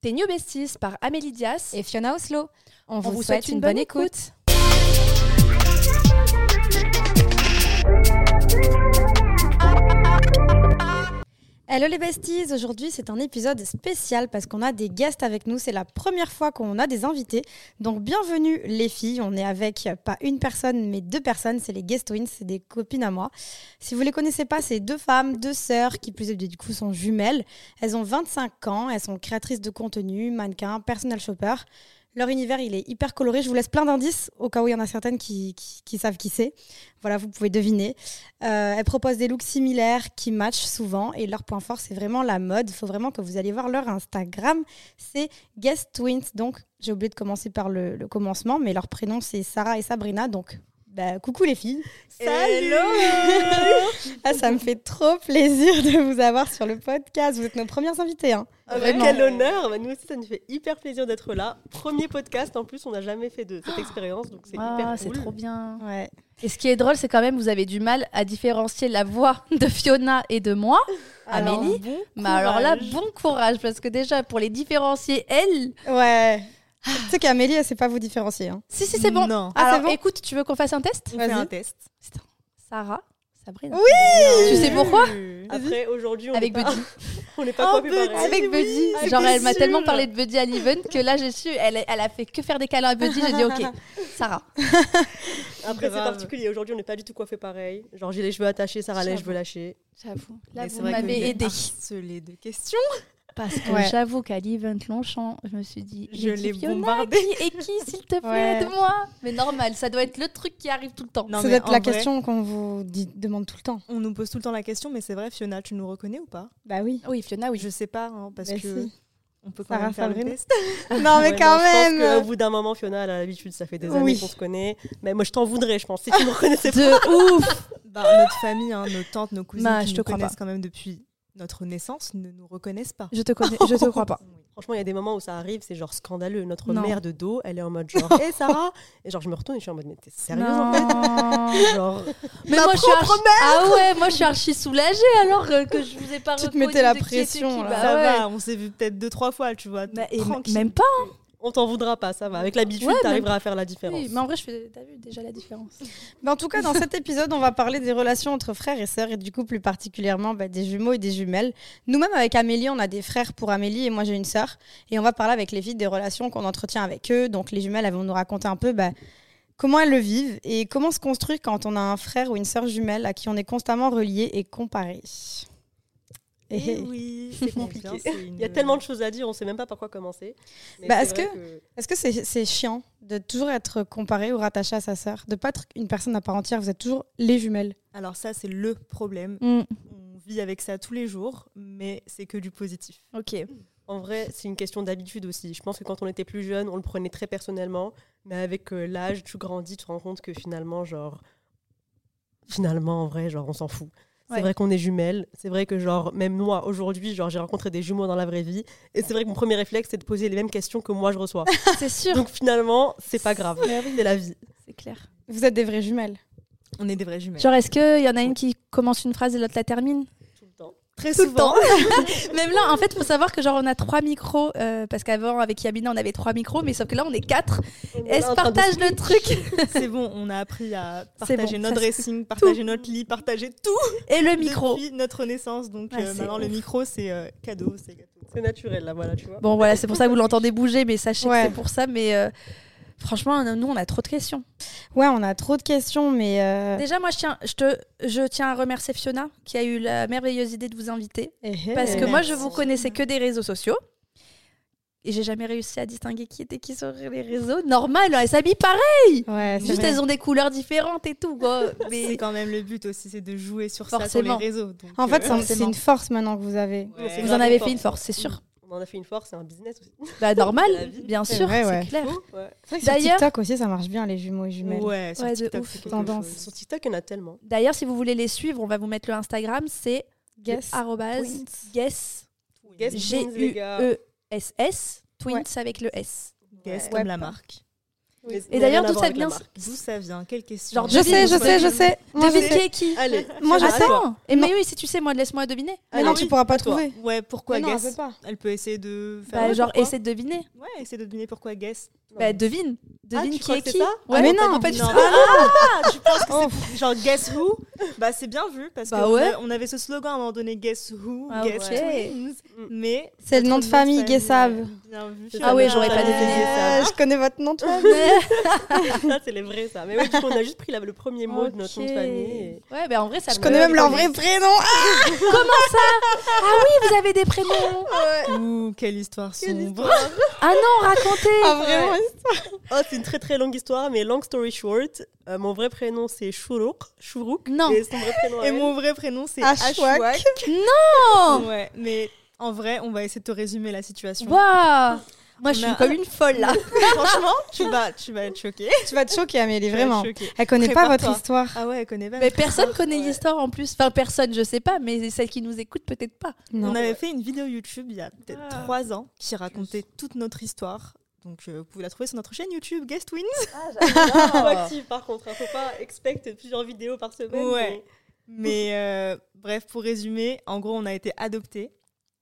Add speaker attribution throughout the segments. Speaker 1: Tes New Besties par Amélie Dias.
Speaker 2: et Fiona Oslo. On,
Speaker 1: vous souhaite une bonne écoute.
Speaker 2: Hello les besties, aujourd'hui c'est un épisode spécial parce qu'on a des guests avec nous, c'est la première fois qu'on a des invités. Donc bienvenue les filles, on est avec euh, pas une personne mais deux personnes, c'est les guest twins, c'est des copines à moi. Si vous les connaissez pas, c'est deux femmes, deux sœurs qui plus est du coup sont jumelles. Elles ont 25 ans, elles sont créatrices de contenu, mannequins, personal shopper. Leur univers, il est hyper coloré. Je vous laisse plein d'indices au cas où il y en a certaines qui, qui- qui savent qui c'est. Voilà, vous pouvez deviner. Euh, elles proposent des looks similaires qui matchent souvent et leur point fort, c'est vraiment la mode. Il faut vraiment que vous allez voir leur Instagram. C'est Guest Twins. Donc, j'ai oublié de commencer par le, le commencement, mais leur prénom, c'est Sarah et Sabrina. Donc, bah, coucou les filles. Ah, ça me fait trop plaisir de vous avoir sur le podcast. Vous êtes nos premières invitées. hein.
Speaker 3: Ah bah,
Speaker 2: Vraiment.
Speaker 3: quel honneur Bah, Nous aussi, ça nous fait hyper plaisir d'être là. Premier podcast, en plus, on n'a jamais fait de cette expérience, donc c'est
Speaker 1: Ah,
Speaker 3: hyper
Speaker 1: c'est
Speaker 3: cool.
Speaker 1: trop bien.
Speaker 2: Ouais.
Speaker 4: Et ce qui est drôle, c'est quand même, vous avez du mal à différencier la voix de Fiona et de moi,
Speaker 2: Alors,
Speaker 4: Amélie.
Speaker 3: bon
Speaker 4: Mais alors là,
Speaker 3: courage.
Speaker 4: bon courage, parce que déjà, pour les différencier, elle.
Speaker 2: Ouais. Tu sais qu'Amélie, elle sait pas vous différencier. hein.
Speaker 4: Si, si, c'est bon.
Speaker 5: Non.
Speaker 2: Ah,
Speaker 4: alors
Speaker 2: c'est bon
Speaker 4: écoute, tu veux qu'on fasse un test
Speaker 5: On fait
Speaker 2: Vas-y.
Speaker 5: un test. Ah
Speaker 4: Sarah, Sabrina.
Speaker 2: Oui
Speaker 4: Tu sais pourquoi
Speaker 3: Après, aujourd'hui, on n'est
Speaker 4: Avec
Speaker 3: pas,
Speaker 4: Buddy.
Speaker 3: on n'est pas
Speaker 5: Oh,
Speaker 3: copiés pareil.
Speaker 4: Avec Buddy.
Speaker 3: ah,
Speaker 4: Genre,
Speaker 3: t'es
Speaker 4: elle m'a
Speaker 3: sûre.
Speaker 4: tellement parlé de Buddy à l'event que là, j'ai su, elle, elle a fait que faire des câlins à Buddy. J'ai dit, OK, Sarah.
Speaker 3: Après, c'est
Speaker 5: Grave.
Speaker 3: particulier. Aujourd'hui, on n'est pas du tout coiffé pareil. Genre, j'ai les cheveux attachés, Sarah les cheveux lâchés.
Speaker 4: J'avoue. Là,
Speaker 5: Mais c'est
Speaker 4: vous
Speaker 5: vrai que vous
Speaker 4: m'avez
Speaker 5: êtes
Speaker 4: aidé.
Speaker 5: harcelée de questions.
Speaker 4: Parce que
Speaker 2: Ouais.
Speaker 4: j'avoue qu'à l'event Longchamp, je me suis dit,
Speaker 5: Je
Speaker 4: Lady
Speaker 5: l'ai
Speaker 4: Fiona,
Speaker 5: bombardée.
Speaker 4: qui est qui, s'il te plaît,
Speaker 2: Ouais.
Speaker 4: aide-moi Mais normal, ça doit être le truc qui arrive tout le temps.
Speaker 5: Non,
Speaker 2: C'est
Speaker 5: mais
Speaker 2: peut-être
Speaker 5: en
Speaker 2: la
Speaker 5: vrai,
Speaker 2: question qu'on vous dit- demande tout le temps.
Speaker 5: On nous pose tout le temps la question, mais c'est vrai, Fiona, tu nous reconnais ou pas
Speaker 2: Bah oui.
Speaker 4: Oui, Fiona, oui.
Speaker 5: Je sais pas, hein, parce
Speaker 2: Bah
Speaker 5: que
Speaker 2: si.
Speaker 5: on peut quand
Speaker 2: Sarah
Speaker 5: même faire le
Speaker 2: Sabrina.
Speaker 5: test.
Speaker 2: Non, Ah, mais
Speaker 3: Ouais,
Speaker 2: quand
Speaker 3: non, Je pense
Speaker 2: même.
Speaker 3: qu'au bout d'un moment, Fiona, elle a l'habitude, ça fait des
Speaker 2: Oui.
Speaker 3: années qu'on se connaît. Mais moi, je t'en voudrais, je pense, si tu me reconnaissais pas.
Speaker 4: De ouf
Speaker 5: Bah, notre famille, hein, nos tantes, nos cousines,
Speaker 4: Bah,
Speaker 5: qui
Speaker 4: je te
Speaker 5: nous
Speaker 4: crois
Speaker 5: connaissent
Speaker 4: pas.
Speaker 5: quand même depuis notre naissance, ne nous reconnaissent pas.
Speaker 4: Je te connais, je te crois pas.
Speaker 3: Franchement, il y a des moments où ça arrive, c'est genre scandaleux. Notre
Speaker 4: Non.
Speaker 3: mère de dos, elle est en mode genre, hé Sarah Et genre, je me retourne et je suis en mode, mais t'es sérieuse en fait Genre,
Speaker 4: Mais moi je suis archi... Ah ouais, moi je suis archi soulagée alors euh, que je vous ai pas
Speaker 2: Tu te
Speaker 4: reconnu
Speaker 2: mettais la
Speaker 4: de qui
Speaker 2: pression,
Speaker 4: était qui.
Speaker 2: là.
Speaker 4: Bah
Speaker 5: ça
Speaker 4: ouais.
Speaker 5: va, on s'est vu peut-être deux, trois fois, tu vois.
Speaker 4: Bah, et m-
Speaker 5: tranquille.
Speaker 4: même pas.
Speaker 3: on t'en voudra pas, ça va. Avec l'habitude,
Speaker 4: Ouais,
Speaker 3: t'arriveras à faire la différence.
Speaker 4: Oui, mais en vrai, je fais... t'as vu déjà la différence.
Speaker 2: Mais en tout cas, dans cet épisode, on va parler des relations entre frères et sœurs et du coup plus particulièrement bah, des jumeaux et des jumelles. Nous-mêmes avec Amélie, on a des frères pour Amélie et moi j'ai une sœur. Et on va parler avec les filles des relations qu'on entretient avec eux. Donc les jumelles, elles vont nous raconter un peu bah, comment elles le vivent et comment se construire quand on a un frère ou une sœur jumelle à qui on est constamment relié et comparé.
Speaker 5: Eh
Speaker 2: Eh, eh.
Speaker 5: oui, c'est compliqué.
Speaker 3: Il
Speaker 5: Mm.
Speaker 3: y a tellement de choses à dire, on sait même pas par quoi commencer. Mais
Speaker 2: Bah,
Speaker 3: c'est
Speaker 2: est-ce
Speaker 3: vrai
Speaker 2: que- Est-ce que c'est c'est chiant de toujours être comparé ou rattaché à sa sœur, de pas être une personne à part entière Vous êtes toujours les jumelles.
Speaker 5: Alors ça, c'est le problème.
Speaker 4: Mm.
Speaker 5: On vit avec ça tous les jours, mais c'est que du positif.
Speaker 4: Ok.
Speaker 3: En vrai, c'est une question d'habitude aussi. Je pense que quand on était plus jeune, on le prenait très personnellement. Mais avec euh, l'âge, tu grandis, tu te rends compte que finalement, genre. Finalement, en vrai, genre, on s'en fout. C'est
Speaker 4: Ouais.
Speaker 3: vrai qu'on est jumelles. C'est vrai que, genre, même moi, aujourd'hui, genre, j'ai rencontré des jumeaux dans la vraie vie. Et c'est vrai que mon premier réflexe, c'est de poser les mêmes questions que moi, je reçois.
Speaker 4: C'est sûr.
Speaker 3: Donc finalement, c'est pas grave. C'est la vie.
Speaker 4: C'est clair.
Speaker 2: Vous êtes des vraies jumelles.
Speaker 5: On est des vrais jumelles.
Speaker 4: Genre, est-ce qu'il y en a une qui commence une phrase et l'autre la termine
Speaker 3: Tout le temps.
Speaker 5: Très
Speaker 4: Tout le temps. Même là, en fait, faut savoir que genre on a trois micros euh, parce qu'avant avec Yamina on avait trois micros, mais sauf que là on est quatre. Elles se partagent le truc
Speaker 5: C'est bon, on a appris à
Speaker 4: C'est
Speaker 5: partager
Speaker 4: bon,
Speaker 5: notre
Speaker 4: ça se-
Speaker 5: dressing, partager notre lit, partager tout
Speaker 4: et le micro.
Speaker 5: depuis notre naissance. Donc
Speaker 4: Ouais,
Speaker 5: euh,
Speaker 4: c'est
Speaker 5: maintenant, le
Speaker 4: ouf.
Speaker 5: micro, c'est euh, cadeau. c'est gâteau.
Speaker 3: C'est naturel, là, voilà, tu vois.
Speaker 4: Bon voilà, c'est pour ça que vous l'entendez bouger, mais sachez
Speaker 2: Ouais.
Speaker 4: que c'est pour ça. Mais euh, franchement, nous on a trop de questions.
Speaker 2: Ouais, on a trop de questions, mais euh,
Speaker 4: Déjà, moi, je tiens, je, te, je tiens à remercier Fiona qui a eu la merveilleuse idée de vous inviter.
Speaker 2: eh, eh.
Speaker 4: Parce que
Speaker 3: Merci.
Speaker 4: moi, je vous connaissais que des réseaux sociaux. Et j'ai jamais réussi à distinguer qui était qui sur les réseaux. Normal, hein, elles s'habillent pareil.
Speaker 2: Ouais, c'est
Speaker 4: Juste,
Speaker 2: vrai.
Speaker 4: elles ont des couleurs différentes et tout. quoi.
Speaker 5: C'est
Speaker 4: Mais
Speaker 5: quand même le but aussi, c'est de jouer sur ça
Speaker 4: Forcément.
Speaker 5: sur les réseaux. donc,
Speaker 2: En fait,
Speaker 5: euh,
Speaker 2: c'est- c'est une force maintenant que vous avez.
Speaker 5: Ouais.
Speaker 3: C'est
Speaker 4: vous
Speaker 3: grave
Speaker 4: en avez
Speaker 3: une
Speaker 4: fait une force, c'est sûr.
Speaker 3: On en a fait une force, c'est un business aussi.
Speaker 4: Bah,
Speaker 3: La
Speaker 4: normal,
Speaker 3: vie.
Speaker 4: bien
Speaker 2: C'est
Speaker 4: sûr,
Speaker 2: vrai,
Speaker 4: c'est
Speaker 2: ouais.
Speaker 4: clair.
Speaker 3: Ouais.
Speaker 2: C'est vrai que sur
Speaker 4: D'ailleurs-
Speaker 2: TikTok aussi, ça marche bien, les jumeaux et jumelles.
Speaker 5: Ouais, sur
Speaker 4: Ouais, de
Speaker 5: TikTok,
Speaker 4: ouf.
Speaker 5: c'est quelque
Speaker 2: Tendance.
Speaker 5: chose.
Speaker 3: Sur TikTok, il y en a tellement.
Speaker 4: D'ailleurs, si vous voulez les suivre, on va vous mettre le Instagram, c'est
Speaker 2: Guess.
Speaker 4: arrobase guess,
Speaker 3: Guess
Speaker 4: E.
Speaker 3: jeans, les gars.
Speaker 4: G-U-E-S-S, twins avec le S.
Speaker 5: Guess
Speaker 2: Ouais.
Speaker 5: comme
Speaker 2: Ouais,
Speaker 5: la
Speaker 2: pas.
Speaker 5: marque.
Speaker 3: Mais ça
Speaker 4: Et
Speaker 3: n'a
Speaker 4: d'ailleurs,
Speaker 3: rien à
Speaker 4: d'où
Speaker 3: voir
Speaker 4: ça
Speaker 3: avec la
Speaker 4: vient
Speaker 3: marque.
Speaker 5: D'où ça vient Quelle question
Speaker 4: Genre,
Speaker 2: Je sais, je sais, je sais. Moi, je
Speaker 4: Devine
Speaker 2: sais.
Speaker 4: qui est qui
Speaker 3: Allez,
Speaker 2: Moi, je
Speaker 3: Sarah,
Speaker 2: sais.
Speaker 3: toi.
Speaker 4: Et mais oui, si tu sais, moi, laisse-moi deviner.
Speaker 2: Mais non,
Speaker 3: Allez,
Speaker 2: tu
Speaker 3: oui,
Speaker 2: pourras pas
Speaker 3: toi.
Speaker 2: trouver.
Speaker 5: Ouais, pourquoi
Speaker 2: Mais non,
Speaker 5: guess
Speaker 2: elle peut pas.
Speaker 5: Elle peut essayer de faire.
Speaker 4: Bah,
Speaker 5: ouais,
Speaker 4: genre,
Speaker 5: pourquoi
Speaker 4: essaie de deviner.
Speaker 5: Ouais, essayer de deviner pourquoi guess.
Speaker 4: Bah, devine. Devine qui
Speaker 3: tu crois
Speaker 4: est
Speaker 3: que c'est
Speaker 4: qui.
Speaker 3: ça
Speaker 4: Ouais,
Speaker 2: Mais
Speaker 4: t'as
Speaker 2: non,
Speaker 4: dit pas du
Speaker 5: non.
Speaker 4: tout.
Speaker 5: Ah, tu penses que c'est genre guess who Bah, c'est bien vu parce
Speaker 4: Bah
Speaker 5: qu'on
Speaker 4: ouais.
Speaker 5: a- on avait ce slogan à un moment donné guess who,
Speaker 4: Ah,
Speaker 5: guess
Speaker 4: ouais.
Speaker 5: twins.
Speaker 3: Mm.
Speaker 5: Mais
Speaker 2: C'est le nom de famille,
Speaker 5: Guessable.
Speaker 2: Guessable.
Speaker 5: euh, Bien vu.
Speaker 4: Ah ouais, j'aurais pas
Speaker 5: Finalement,
Speaker 4: deviné.
Speaker 5: Guessable.
Speaker 2: Euh, Je connais votre nom, toi.
Speaker 3: Ça, c'est les vrais, ça. Mais oui, du coup, on a juste pris la- le premier mot de notre nom de
Speaker 4: Ok.
Speaker 3: famille. et-
Speaker 4: Ouais, bah en vrai, ça
Speaker 2: Je
Speaker 4: me-
Speaker 2: connais même leur vrai prénom.
Speaker 4: Oui, vous avez des prénoms. hein.
Speaker 5: Ouh, quelle histoire sombre.
Speaker 4: Ah non, racontez.
Speaker 2: Ah, vraiment
Speaker 3: Oh, c'est une très très longue histoire, mais long story short, euh, mon vrai prénom c'est Chourouk. Chourouk.
Speaker 4: Non.
Speaker 3: Et son vrai prénom à
Speaker 5: Et
Speaker 3: elle,
Speaker 5: mon vrai prénom, c'est
Speaker 2: Ashwak.
Speaker 5: Ashwak.
Speaker 4: Non
Speaker 5: Ouais, mais en vrai, on va essayer de te résumer la situation.
Speaker 4: Waouh Moi, je
Speaker 5: On a-
Speaker 4: suis comme une folle là.
Speaker 5: Franchement, tu vas, tu vas être choquée.
Speaker 2: Tu vas te choquer, Amélie,
Speaker 5: Tu vas
Speaker 2: vraiment.
Speaker 5: être choquée.
Speaker 2: Elle connaît pas votre
Speaker 5: Prépare-toi.
Speaker 2: histoire.
Speaker 5: Ah ouais, elle connaît pas.
Speaker 4: Mais personne connaît
Speaker 5: Ouais.
Speaker 4: l'histoire en plus. Enfin, personne, je sais pas, mais celles qui nous écoutent, peut-être pas.
Speaker 5: On
Speaker 2: Non.
Speaker 5: avait fait une vidéo YouTube il y a peut-être
Speaker 4: Ah.
Speaker 5: trois ans qui racontait toute notre histoire. Donc euh, vous pouvez la trouver sur notre chaîne YouTube Guest Wins.
Speaker 3: Ah, j'adore. Trop active par contre, hein. faut pas expect plusieurs vidéos par semaine.
Speaker 5: Ouais. Mais euh, bref, pour résumer, en gros, on a été adoptés.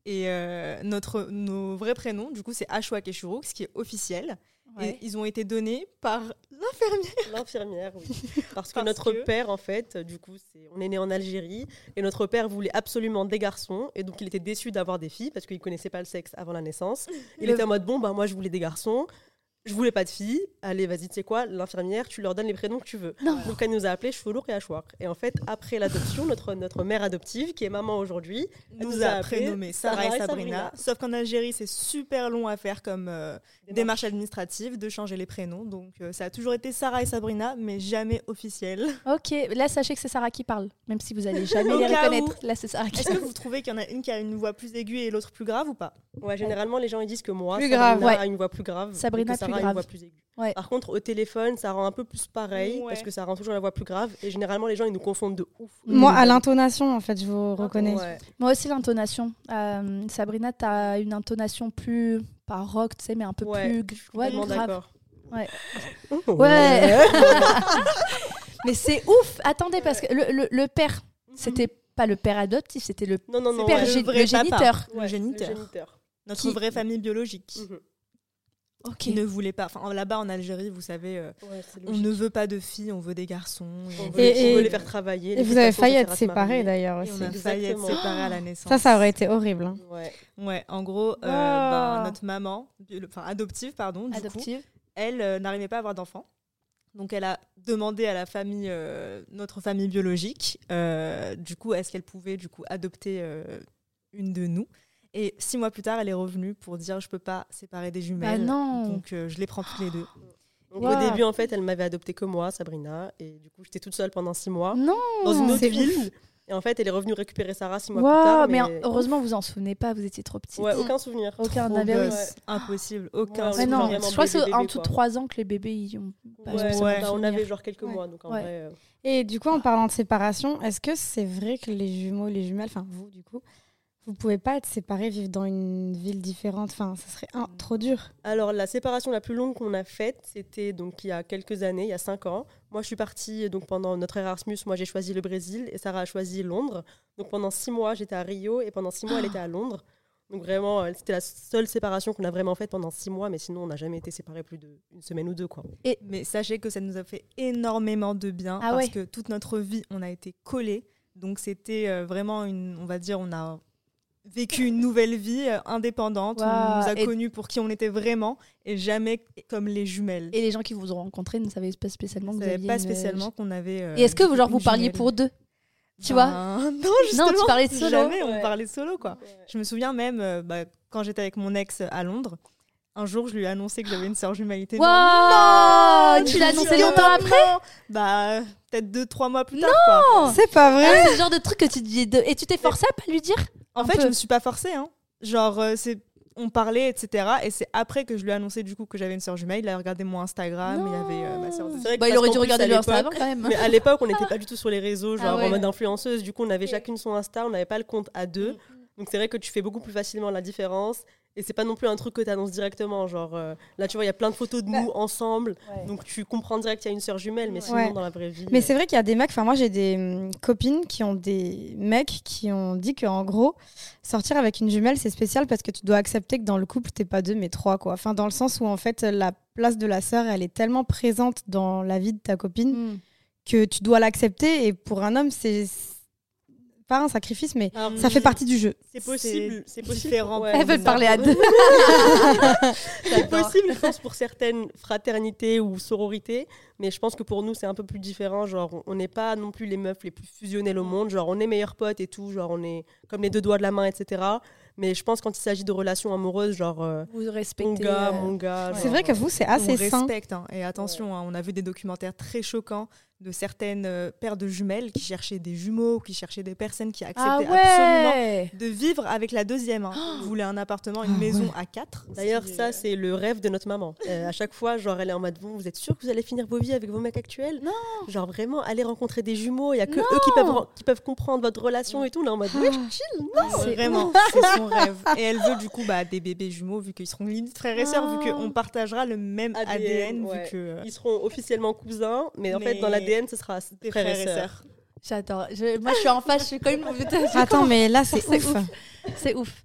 Speaker 5: Et euh, notre, nos vrais prénoms, du coup, c'est Ashwak et Shuruk, ce qui est officiel.
Speaker 4: Ouais.
Speaker 5: Et ils ont été donnés par l'infirmière.
Speaker 3: mais L'infirmière, oui. Parce que
Speaker 5: Parce
Speaker 3: notre
Speaker 5: que-
Speaker 3: père, en fait, euh, du coup, c'est- on est né en Algérie et notre père voulait absolument des garçons et donc il était déçu d'avoir des filles parce qu'il connaissait pas le sexe avant la naissance. Il
Speaker 4: Le-
Speaker 3: était en mode bon, bah moi je voulais des garçons. Je voulais pas de filles. Allez, vas-y, tu sais quoi L'infirmière, tu leur donnes les prénoms que tu veux.
Speaker 4: Non.
Speaker 3: Donc elle nous a appelés Choulour et Achouar. Et en fait, après l'adoption, notre, notre mère adoptive, qui est maman aujourd'hui,
Speaker 5: Nous, a prénommés Sarah et Sabrina.
Speaker 3: Sabrina.
Speaker 5: Sauf qu'en Algérie, c'est super long à faire comme euh, démarche administrative de changer les prénoms. Donc euh, ça a toujours été Sarah et Sabrina, mais jamais officiel.
Speaker 4: Ok, là, sachez que c'est Sarah qui parle, même si vous allez jamais
Speaker 5: Au
Speaker 4: les
Speaker 5: cas
Speaker 4: reconnaître. Là, c'est Sarah qui
Speaker 5: Est-ce que vous trouvez qu'il y en a une qui a une voix plus aiguë et l'autre plus grave ou pas
Speaker 3: Ouais, généralement, les gens ils disent que moi,
Speaker 2: Plus
Speaker 3: Sabrina
Speaker 2: grave,
Speaker 3: a une voix plus grave.
Speaker 4: Sabrina
Speaker 3: et que Sarah
Speaker 4: plus
Speaker 3: a une
Speaker 4: grave.
Speaker 3: voix plus aiguë.
Speaker 4: Ouais.
Speaker 3: Par contre, au téléphone, ça rend un peu plus pareil,
Speaker 5: Ouais.
Speaker 3: parce que ça rend toujours la voix plus grave. Et généralement, les gens, ils nous confondent de ouf.
Speaker 2: Moi, à l'intonation, en fait, je vous reconnais.
Speaker 5: Ouais.
Speaker 4: Moi aussi, l'intonation. Euh, Sabrina, t'as une intonation plus. pas rock, tu sais, mais un peu
Speaker 3: Ouais,
Speaker 4: plus. gr- Ouais,
Speaker 3: Complètement
Speaker 4: grave.
Speaker 3: d'accord.
Speaker 4: Ouais.
Speaker 3: Oh.
Speaker 4: Ouais Mais c'est ouf Attendez, parce que le, le- le père, c'était pas le père adoptif, c'était le
Speaker 3: Non, non, non.
Speaker 4: père
Speaker 5: ouais.
Speaker 4: gé-
Speaker 5: Le vrai
Speaker 4: le
Speaker 5: papa.
Speaker 4: géniteur.
Speaker 5: Le géniteur.
Speaker 3: Le géniteur.
Speaker 5: Notre
Speaker 4: Qui-
Speaker 5: vraie famille biologique
Speaker 3: Mhm.
Speaker 4: Ok.
Speaker 5: qui ne voulait pas. Enfin, là-bas en Algérie, vous savez, euh,
Speaker 3: Ouais, c'est
Speaker 5: on
Speaker 3: logique.
Speaker 5: ne veut pas de filles, on veut des garçons.
Speaker 3: On veut,
Speaker 5: veut-
Speaker 2: Et-
Speaker 3: on veut
Speaker 2: et-
Speaker 3: les faire travailler.
Speaker 2: Et
Speaker 3: les
Speaker 2: vous
Speaker 3: faire
Speaker 2: avez
Speaker 3: sortir,
Speaker 2: failli
Speaker 3: se
Speaker 2: être
Speaker 3: faire marier.
Speaker 2: séparés, d'ailleurs,
Speaker 5: et
Speaker 2: aussi.
Speaker 5: on a failli être
Speaker 3: Exactement.
Speaker 5: séparés à la naissance.
Speaker 2: Ça, ça aurait été horrible. hein.
Speaker 3: Ouais.
Speaker 5: Ouais, en gros, euh,
Speaker 4: Waouh.
Speaker 5: ben, notre maman, bio- enfin adoptive, pardon, du coup,
Speaker 4: Adoptive.
Speaker 5: elle euh, n'arrivait pas à avoir d'enfant. Donc elle a demandé à la famille, euh, notre famille biologique, euh, du coup, est-ce qu'elle pouvait du coup adopter euh, une de nous Et six mois plus tard, elle est revenue pour dire je peux pas séparer des
Speaker 4: Bah
Speaker 5: jumelles,
Speaker 4: non
Speaker 5: donc euh, je les prends toutes les deux.
Speaker 3: Donc,
Speaker 4: Wow.
Speaker 3: Au début, en fait, elle m'avait adoptée que moi, Sabrina. Et du coup, j'étais toute seule pendant six mois
Speaker 4: Non
Speaker 3: dans une autre
Speaker 2: c'est
Speaker 3: ville. Et en fait, elle est revenue récupérer Sarah six mois plus
Speaker 4: Waouh,
Speaker 3: tard.
Speaker 4: mais heureusement, vous en souvenez pas, vous étiez trop petite.
Speaker 3: Ouais, aucun souvenir.
Speaker 4: Aucun, on
Speaker 5: Trop
Speaker 4: avait-
Speaker 5: boss,
Speaker 3: ouais.
Speaker 5: impossible, aucun.
Speaker 3: Ah. Ouais,
Speaker 4: Mais
Speaker 3: Ils
Speaker 5: souvenir.
Speaker 3: sont
Speaker 4: non,
Speaker 3: vraiment
Speaker 4: je crois que
Speaker 3: bébés,
Speaker 4: c'est en
Speaker 3: bébés,
Speaker 4: dessous de
Speaker 3: quoi.
Speaker 4: 3 ans que les bébés ils ont pas
Speaker 3: Ouais,
Speaker 4: forcément
Speaker 5: ouais.
Speaker 4: de
Speaker 3: Bah, on
Speaker 4: souvenirs.
Speaker 3: avait genre quelques
Speaker 4: Ouais.
Speaker 3: mois, donc en
Speaker 4: Ouais.
Speaker 3: vrai. euh,
Speaker 2: Et du coup, en parlant de séparation, est-ce que c'est vrai que les jumeaux, les jumelles, enfin vous, du coup, vous pouvez pas être séparés, vivre dans une ville différente Enfin, ça serait un, trop dur.
Speaker 3: Alors, la séparation la plus longue qu'on a faite, c'était donc il y a quelques années, il y a cinq ans. Moi, je suis partie donc pendant notre Erasmus. Moi, j'ai choisi le Brésil et Sarah a choisi Londres. Donc pendant six mois, j'étais à Rio et pendant six mois, elle était à Londres. Donc vraiment, euh, c'était la seule séparation qu'on a vraiment faite pendant six mois, mais sinon, on n'a jamais été séparés plus d'une semaine ou deux, quoi.
Speaker 5: Mais sachez que ça nous a fait énormément de bien
Speaker 4: Ah
Speaker 5: parce
Speaker 4: ouais.
Speaker 5: que toute notre vie, on a été collés. Donc c'était euh, vraiment une, on va dire, on a vécu une nouvelle vie euh, indépendante. On
Speaker 4: Waouh.
Speaker 5: nous a
Speaker 4: Et-
Speaker 5: connus pour qui on était vraiment et jamais comme les jumelles.
Speaker 4: Et les gens qui vous ont rencontré ne savaient pas spécialement
Speaker 5: On
Speaker 4: que vous
Speaker 5: savait
Speaker 4: aviez
Speaker 5: pas
Speaker 4: une- euh,
Speaker 5: spécialement qu'on avait. euh,
Speaker 4: Et est-ce que vous, genre,
Speaker 5: une
Speaker 4: vous parliez
Speaker 5: jumelle.
Speaker 4: pour deux tu
Speaker 5: Ben, Non, justement.
Speaker 4: tu parlais solo.
Speaker 5: Jamais, on
Speaker 3: Ouais.
Speaker 5: parlait solo quoi. Je me souviens même euh, bah, quand j'étais avec mon ex à Londres. Un jour, je lui ai annoncé que j'avais une sœur jumelle. Il était genre,
Speaker 4: Waouh Tu
Speaker 5: je
Speaker 4: l'as
Speaker 5: dis
Speaker 4: annoncé
Speaker 5: non,
Speaker 4: longtemps après
Speaker 5: Bah, peut-être deux, trois mois plus tard. quoi.
Speaker 2: C'est pas vrai.
Speaker 4: Ah, C'est le genre de truc que tu dis de- Et tu t'es forcé à pas lui dire
Speaker 5: En
Speaker 4: Un
Speaker 5: fait,
Speaker 4: peu.
Speaker 5: je me suis pas forcée. Hein. Genre, euh, c'est on parlait, etc. Et c'est après que je lui ai annoncé du coup que j'avais une sœur jumelle. Il a regardé mon Instagram, il y avait euh, ma sœur de-
Speaker 3: C'est vrai que
Speaker 4: Bah, il
Speaker 3: parce
Speaker 4: aurait
Speaker 3: qu'en
Speaker 4: dû
Speaker 3: plus,
Speaker 4: regarder
Speaker 3: à
Speaker 4: le
Speaker 3: l'époque-
Speaker 4: Insta avant quand même.
Speaker 3: Mais à l'époque, on n'était pas du tout sur les réseaux, genre
Speaker 4: Ah ouais.
Speaker 3: en mode influenceuse. Du coup, on avait
Speaker 4: Ok. Mm,
Speaker 3: chacune son Insta, on n'avait pas le compte à deux. Donc c'est vrai que tu fais beaucoup plus facilement la différence. Et c'est pas non plus un truc que tu annonces directement. Genre, euh, là, tu vois, il y a plein de photos de
Speaker 2: Bah,
Speaker 3: nous ensemble. Donc, tu comprends direct qu'il y a une sœur jumelle, mais sinon,
Speaker 2: Ouais.
Speaker 3: dans la vraie vie.
Speaker 2: Mais
Speaker 3: euh,
Speaker 2: c'est vrai qu'il y a des mecs, enfin moi j'ai des hum, copines qui ont des mecs qui ont dit que en gros, sortir avec une jumelle c'est spécial parce que tu dois accepter que dans le couple t'es pas deux mais trois quoi. Enfin dans le sens où en fait la place de la sœur elle est tellement présente dans la vie de ta copine
Speaker 3: Mm.
Speaker 2: que tu dois l'accepter et pour un homme c'est pas un sacrifice mais
Speaker 3: alors,
Speaker 2: ça fait partie du jeu.
Speaker 3: C'est possible. C'est possible.
Speaker 5: différent. hein.
Speaker 3: Ouais,
Speaker 4: Elles
Speaker 3: c'est
Speaker 4: veulent
Speaker 3: ça.
Speaker 4: parler à deux.
Speaker 3: C'est possible, je pense, pour certaines fraternités ou sororités, mais je pense que pour nous, c'est un peu plus différent. Genre, on- on n'est pas non plus les meufs les plus fusionnelles
Speaker 4: Mm.
Speaker 3: au monde. Genre, on est meilleurs potes et tout. Genre, on est comme les deux doigts de la main, etc. Mais je pense quand il s'agit de relations amoureuses, genre, euh,
Speaker 4: Vous
Speaker 3: mon
Speaker 4: respectez.
Speaker 3: gars,
Speaker 4: euh,
Speaker 3: mon gars.
Speaker 2: C'est
Speaker 3: genre,
Speaker 2: vrai que vous
Speaker 4: Ah,
Speaker 2: c'est
Speaker 5: on
Speaker 2: assez sain.
Speaker 5: respecte. hein. Et attention, hein, on a vu des documentaires très choquants de certaines euh, paires de jumelles qui cherchaient des jumeaux, qui cherchaient des personnes qui acceptaient
Speaker 4: Ah
Speaker 5: absolument
Speaker 4: ouais
Speaker 5: de vivre avec la deuxième. hein. Vous voulez un appartement, une
Speaker 2: Ah
Speaker 5: maison à quatre.
Speaker 3: D'ailleurs,
Speaker 5: Si,
Speaker 3: ça,
Speaker 5: euh,
Speaker 3: c'est le rêve de notre maman. Euh, à chaque fois, genre, elle est en mode Bon, vous êtes sûr que vous allez finir vos vies avec vos mecs actuels Non Genre, vraiment, allez rencontrer des jumeaux. Il n'y a que eux qui peuvent, qui peuvent comprendre votre relation et tout. Là, en mode Ouais, chill Non
Speaker 5: c'est vraiment, c'est son rêve. Et elle veut du coup bah, des bébés jumeaux, vu qu'ils seront limite frères et sœurs,
Speaker 4: Ah.
Speaker 5: vu qu'on partagera le même ADN,
Speaker 3: ADN,
Speaker 5: vu
Speaker 3: ouais.
Speaker 5: que euh,
Speaker 3: Ils seront officiellement cousins, Ah. mais en fait, dans
Speaker 5: Mais-
Speaker 3: l'ADN, ce sera
Speaker 5: des
Speaker 3: des frères, et sœurs.
Speaker 4: J'adore. Je- Moi, je suis en face. Je suis quand même.
Speaker 2: Attends mais là c'est
Speaker 4: Ah, C'est
Speaker 2: ouf.
Speaker 4: C'est ouf.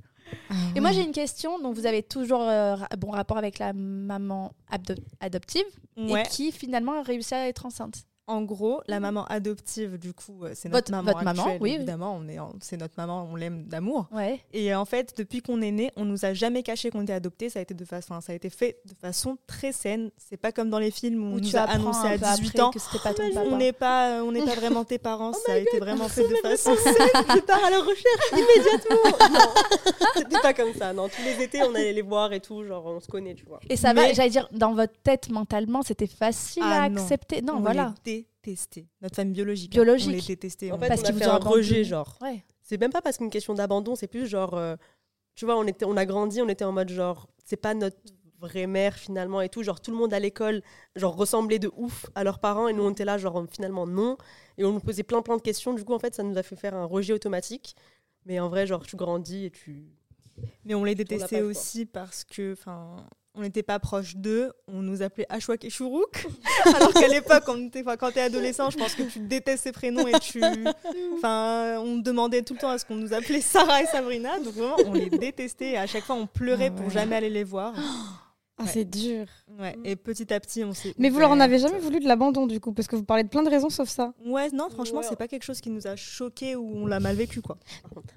Speaker 2: Ah
Speaker 4: Et
Speaker 2: ouais.
Speaker 4: moi j'ai une question, donc vous avez toujours euh, ra- bon rapport avec la maman abdo- adoptive
Speaker 5: Ouais.
Speaker 4: et qui finalement a réussi à être enceinte.
Speaker 5: En gros, la maman adoptive, du coup, euh, c'est
Speaker 4: Votre-
Speaker 5: notre maman
Speaker 4: votre
Speaker 5: actuelle,
Speaker 4: maman, oui, oui.
Speaker 5: évidemment. On est, en- c'est notre maman, on l'aime d'amour.
Speaker 4: Ouais.
Speaker 5: Et euh, en fait, depuis qu'on est né, on nous a jamais caché qu'on était adopté. Ça a été de façon, enfin, ça a été fait de façon très saine. C'est pas comme dans les films où on
Speaker 4: Ou
Speaker 5: nous
Speaker 4: tu
Speaker 5: a
Speaker 4: as
Speaker 5: annoncé à 18 ans.
Speaker 4: que c'était pas
Speaker 3: Oh,
Speaker 4: ton papa. Oh
Speaker 5: On n'est pas, euh, on n'est pas vraiment tes parents. ça a été vraiment fait de façon.
Speaker 3: Je pars à la recherche immédiatement Non, c'était pas comme ça. Non, tous les étés, on allait les voir et tout. Genre, on se connaît, tu vois.
Speaker 4: Et ça va,
Speaker 5: Mais-
Speaker 4: j'allais dire dans votre tête mentalement, c'était facile
Speaker 5: Ah,
Speaker 4: à
Speaker 5: non.
Speaker 4: accepter. Non,
Speaker 5: on
Speaker 4: voilà.
Speaker 5: les détestait. Notre famille biologique. hein.
Speaker 4: Biologique.
Speaker 5: On les détestait.
Speaker 3: En
Speaker 5: on-
Speaker 3: fait,
Speaker 4: Parce
Speaker 3: on a
Speaker 4: qu'ils
Speaker 3: fait
Speaker 4: vous ont
Speaker 3: un rejet,
Speaker 4: abandonné.
Speaker 3: genre.
Speaker 4: Ouais.
Speaker 3: C'est même pas parce qu'une question d'abandon, c'est plus genre, euh, tu vois, on, était, on a grandi, on était en mode genre, c'est pas notre vraie mère finalement et tout. Genre, tout le monde à l'école, genre, ressemblait de ouf à leurs parents et nous, on était là, genre, euh, finalement, non. Et on nous posait plein, plein de questions. Du coup, en fait, ça nous a fait faire un rejet automatique. Mais en vrai, genre, tu grandis et tu.
Speaker 5: Mais on les
Speaker 3: la
Speaker 5: détestait
Speaker 3: page, quoi.
Speaker 5: aussi parce que, enfin, on n'était pas proche d'eux. On nous appelait Ashwak et Chourouk. Alors qu'à l'époque, on était- enfin, quand t'es adolescent, je pense que tu détestes ces prénoms et tu. Enfin, on demandait tout le temps à ce qu'on nous appelait Sarah et Sabrina. Donc vraiment, on les détestait. Et à chaque fois, on pleurait
Speaker 2: Ah ouais.
Speaker 5: pour jamais aller les voir.
Speaker 2: Ah, c'est dur.
Speaker 5: Ouais. Et petit à petit, on s'est.
Speaker 2: Mais vous leur en
Speaker 5: ouvert.
Speaker 2: avez jamais voulu de l'abandon du coup parce que vous parlez de plein de raisons sauf ça.
Speaker 5: Ouais, non, franchement,
Speaker 3: Ouais.
Speaker 5: c'est pas quelque chose qui nous a choqué ou on l'a mal vécu, quoi.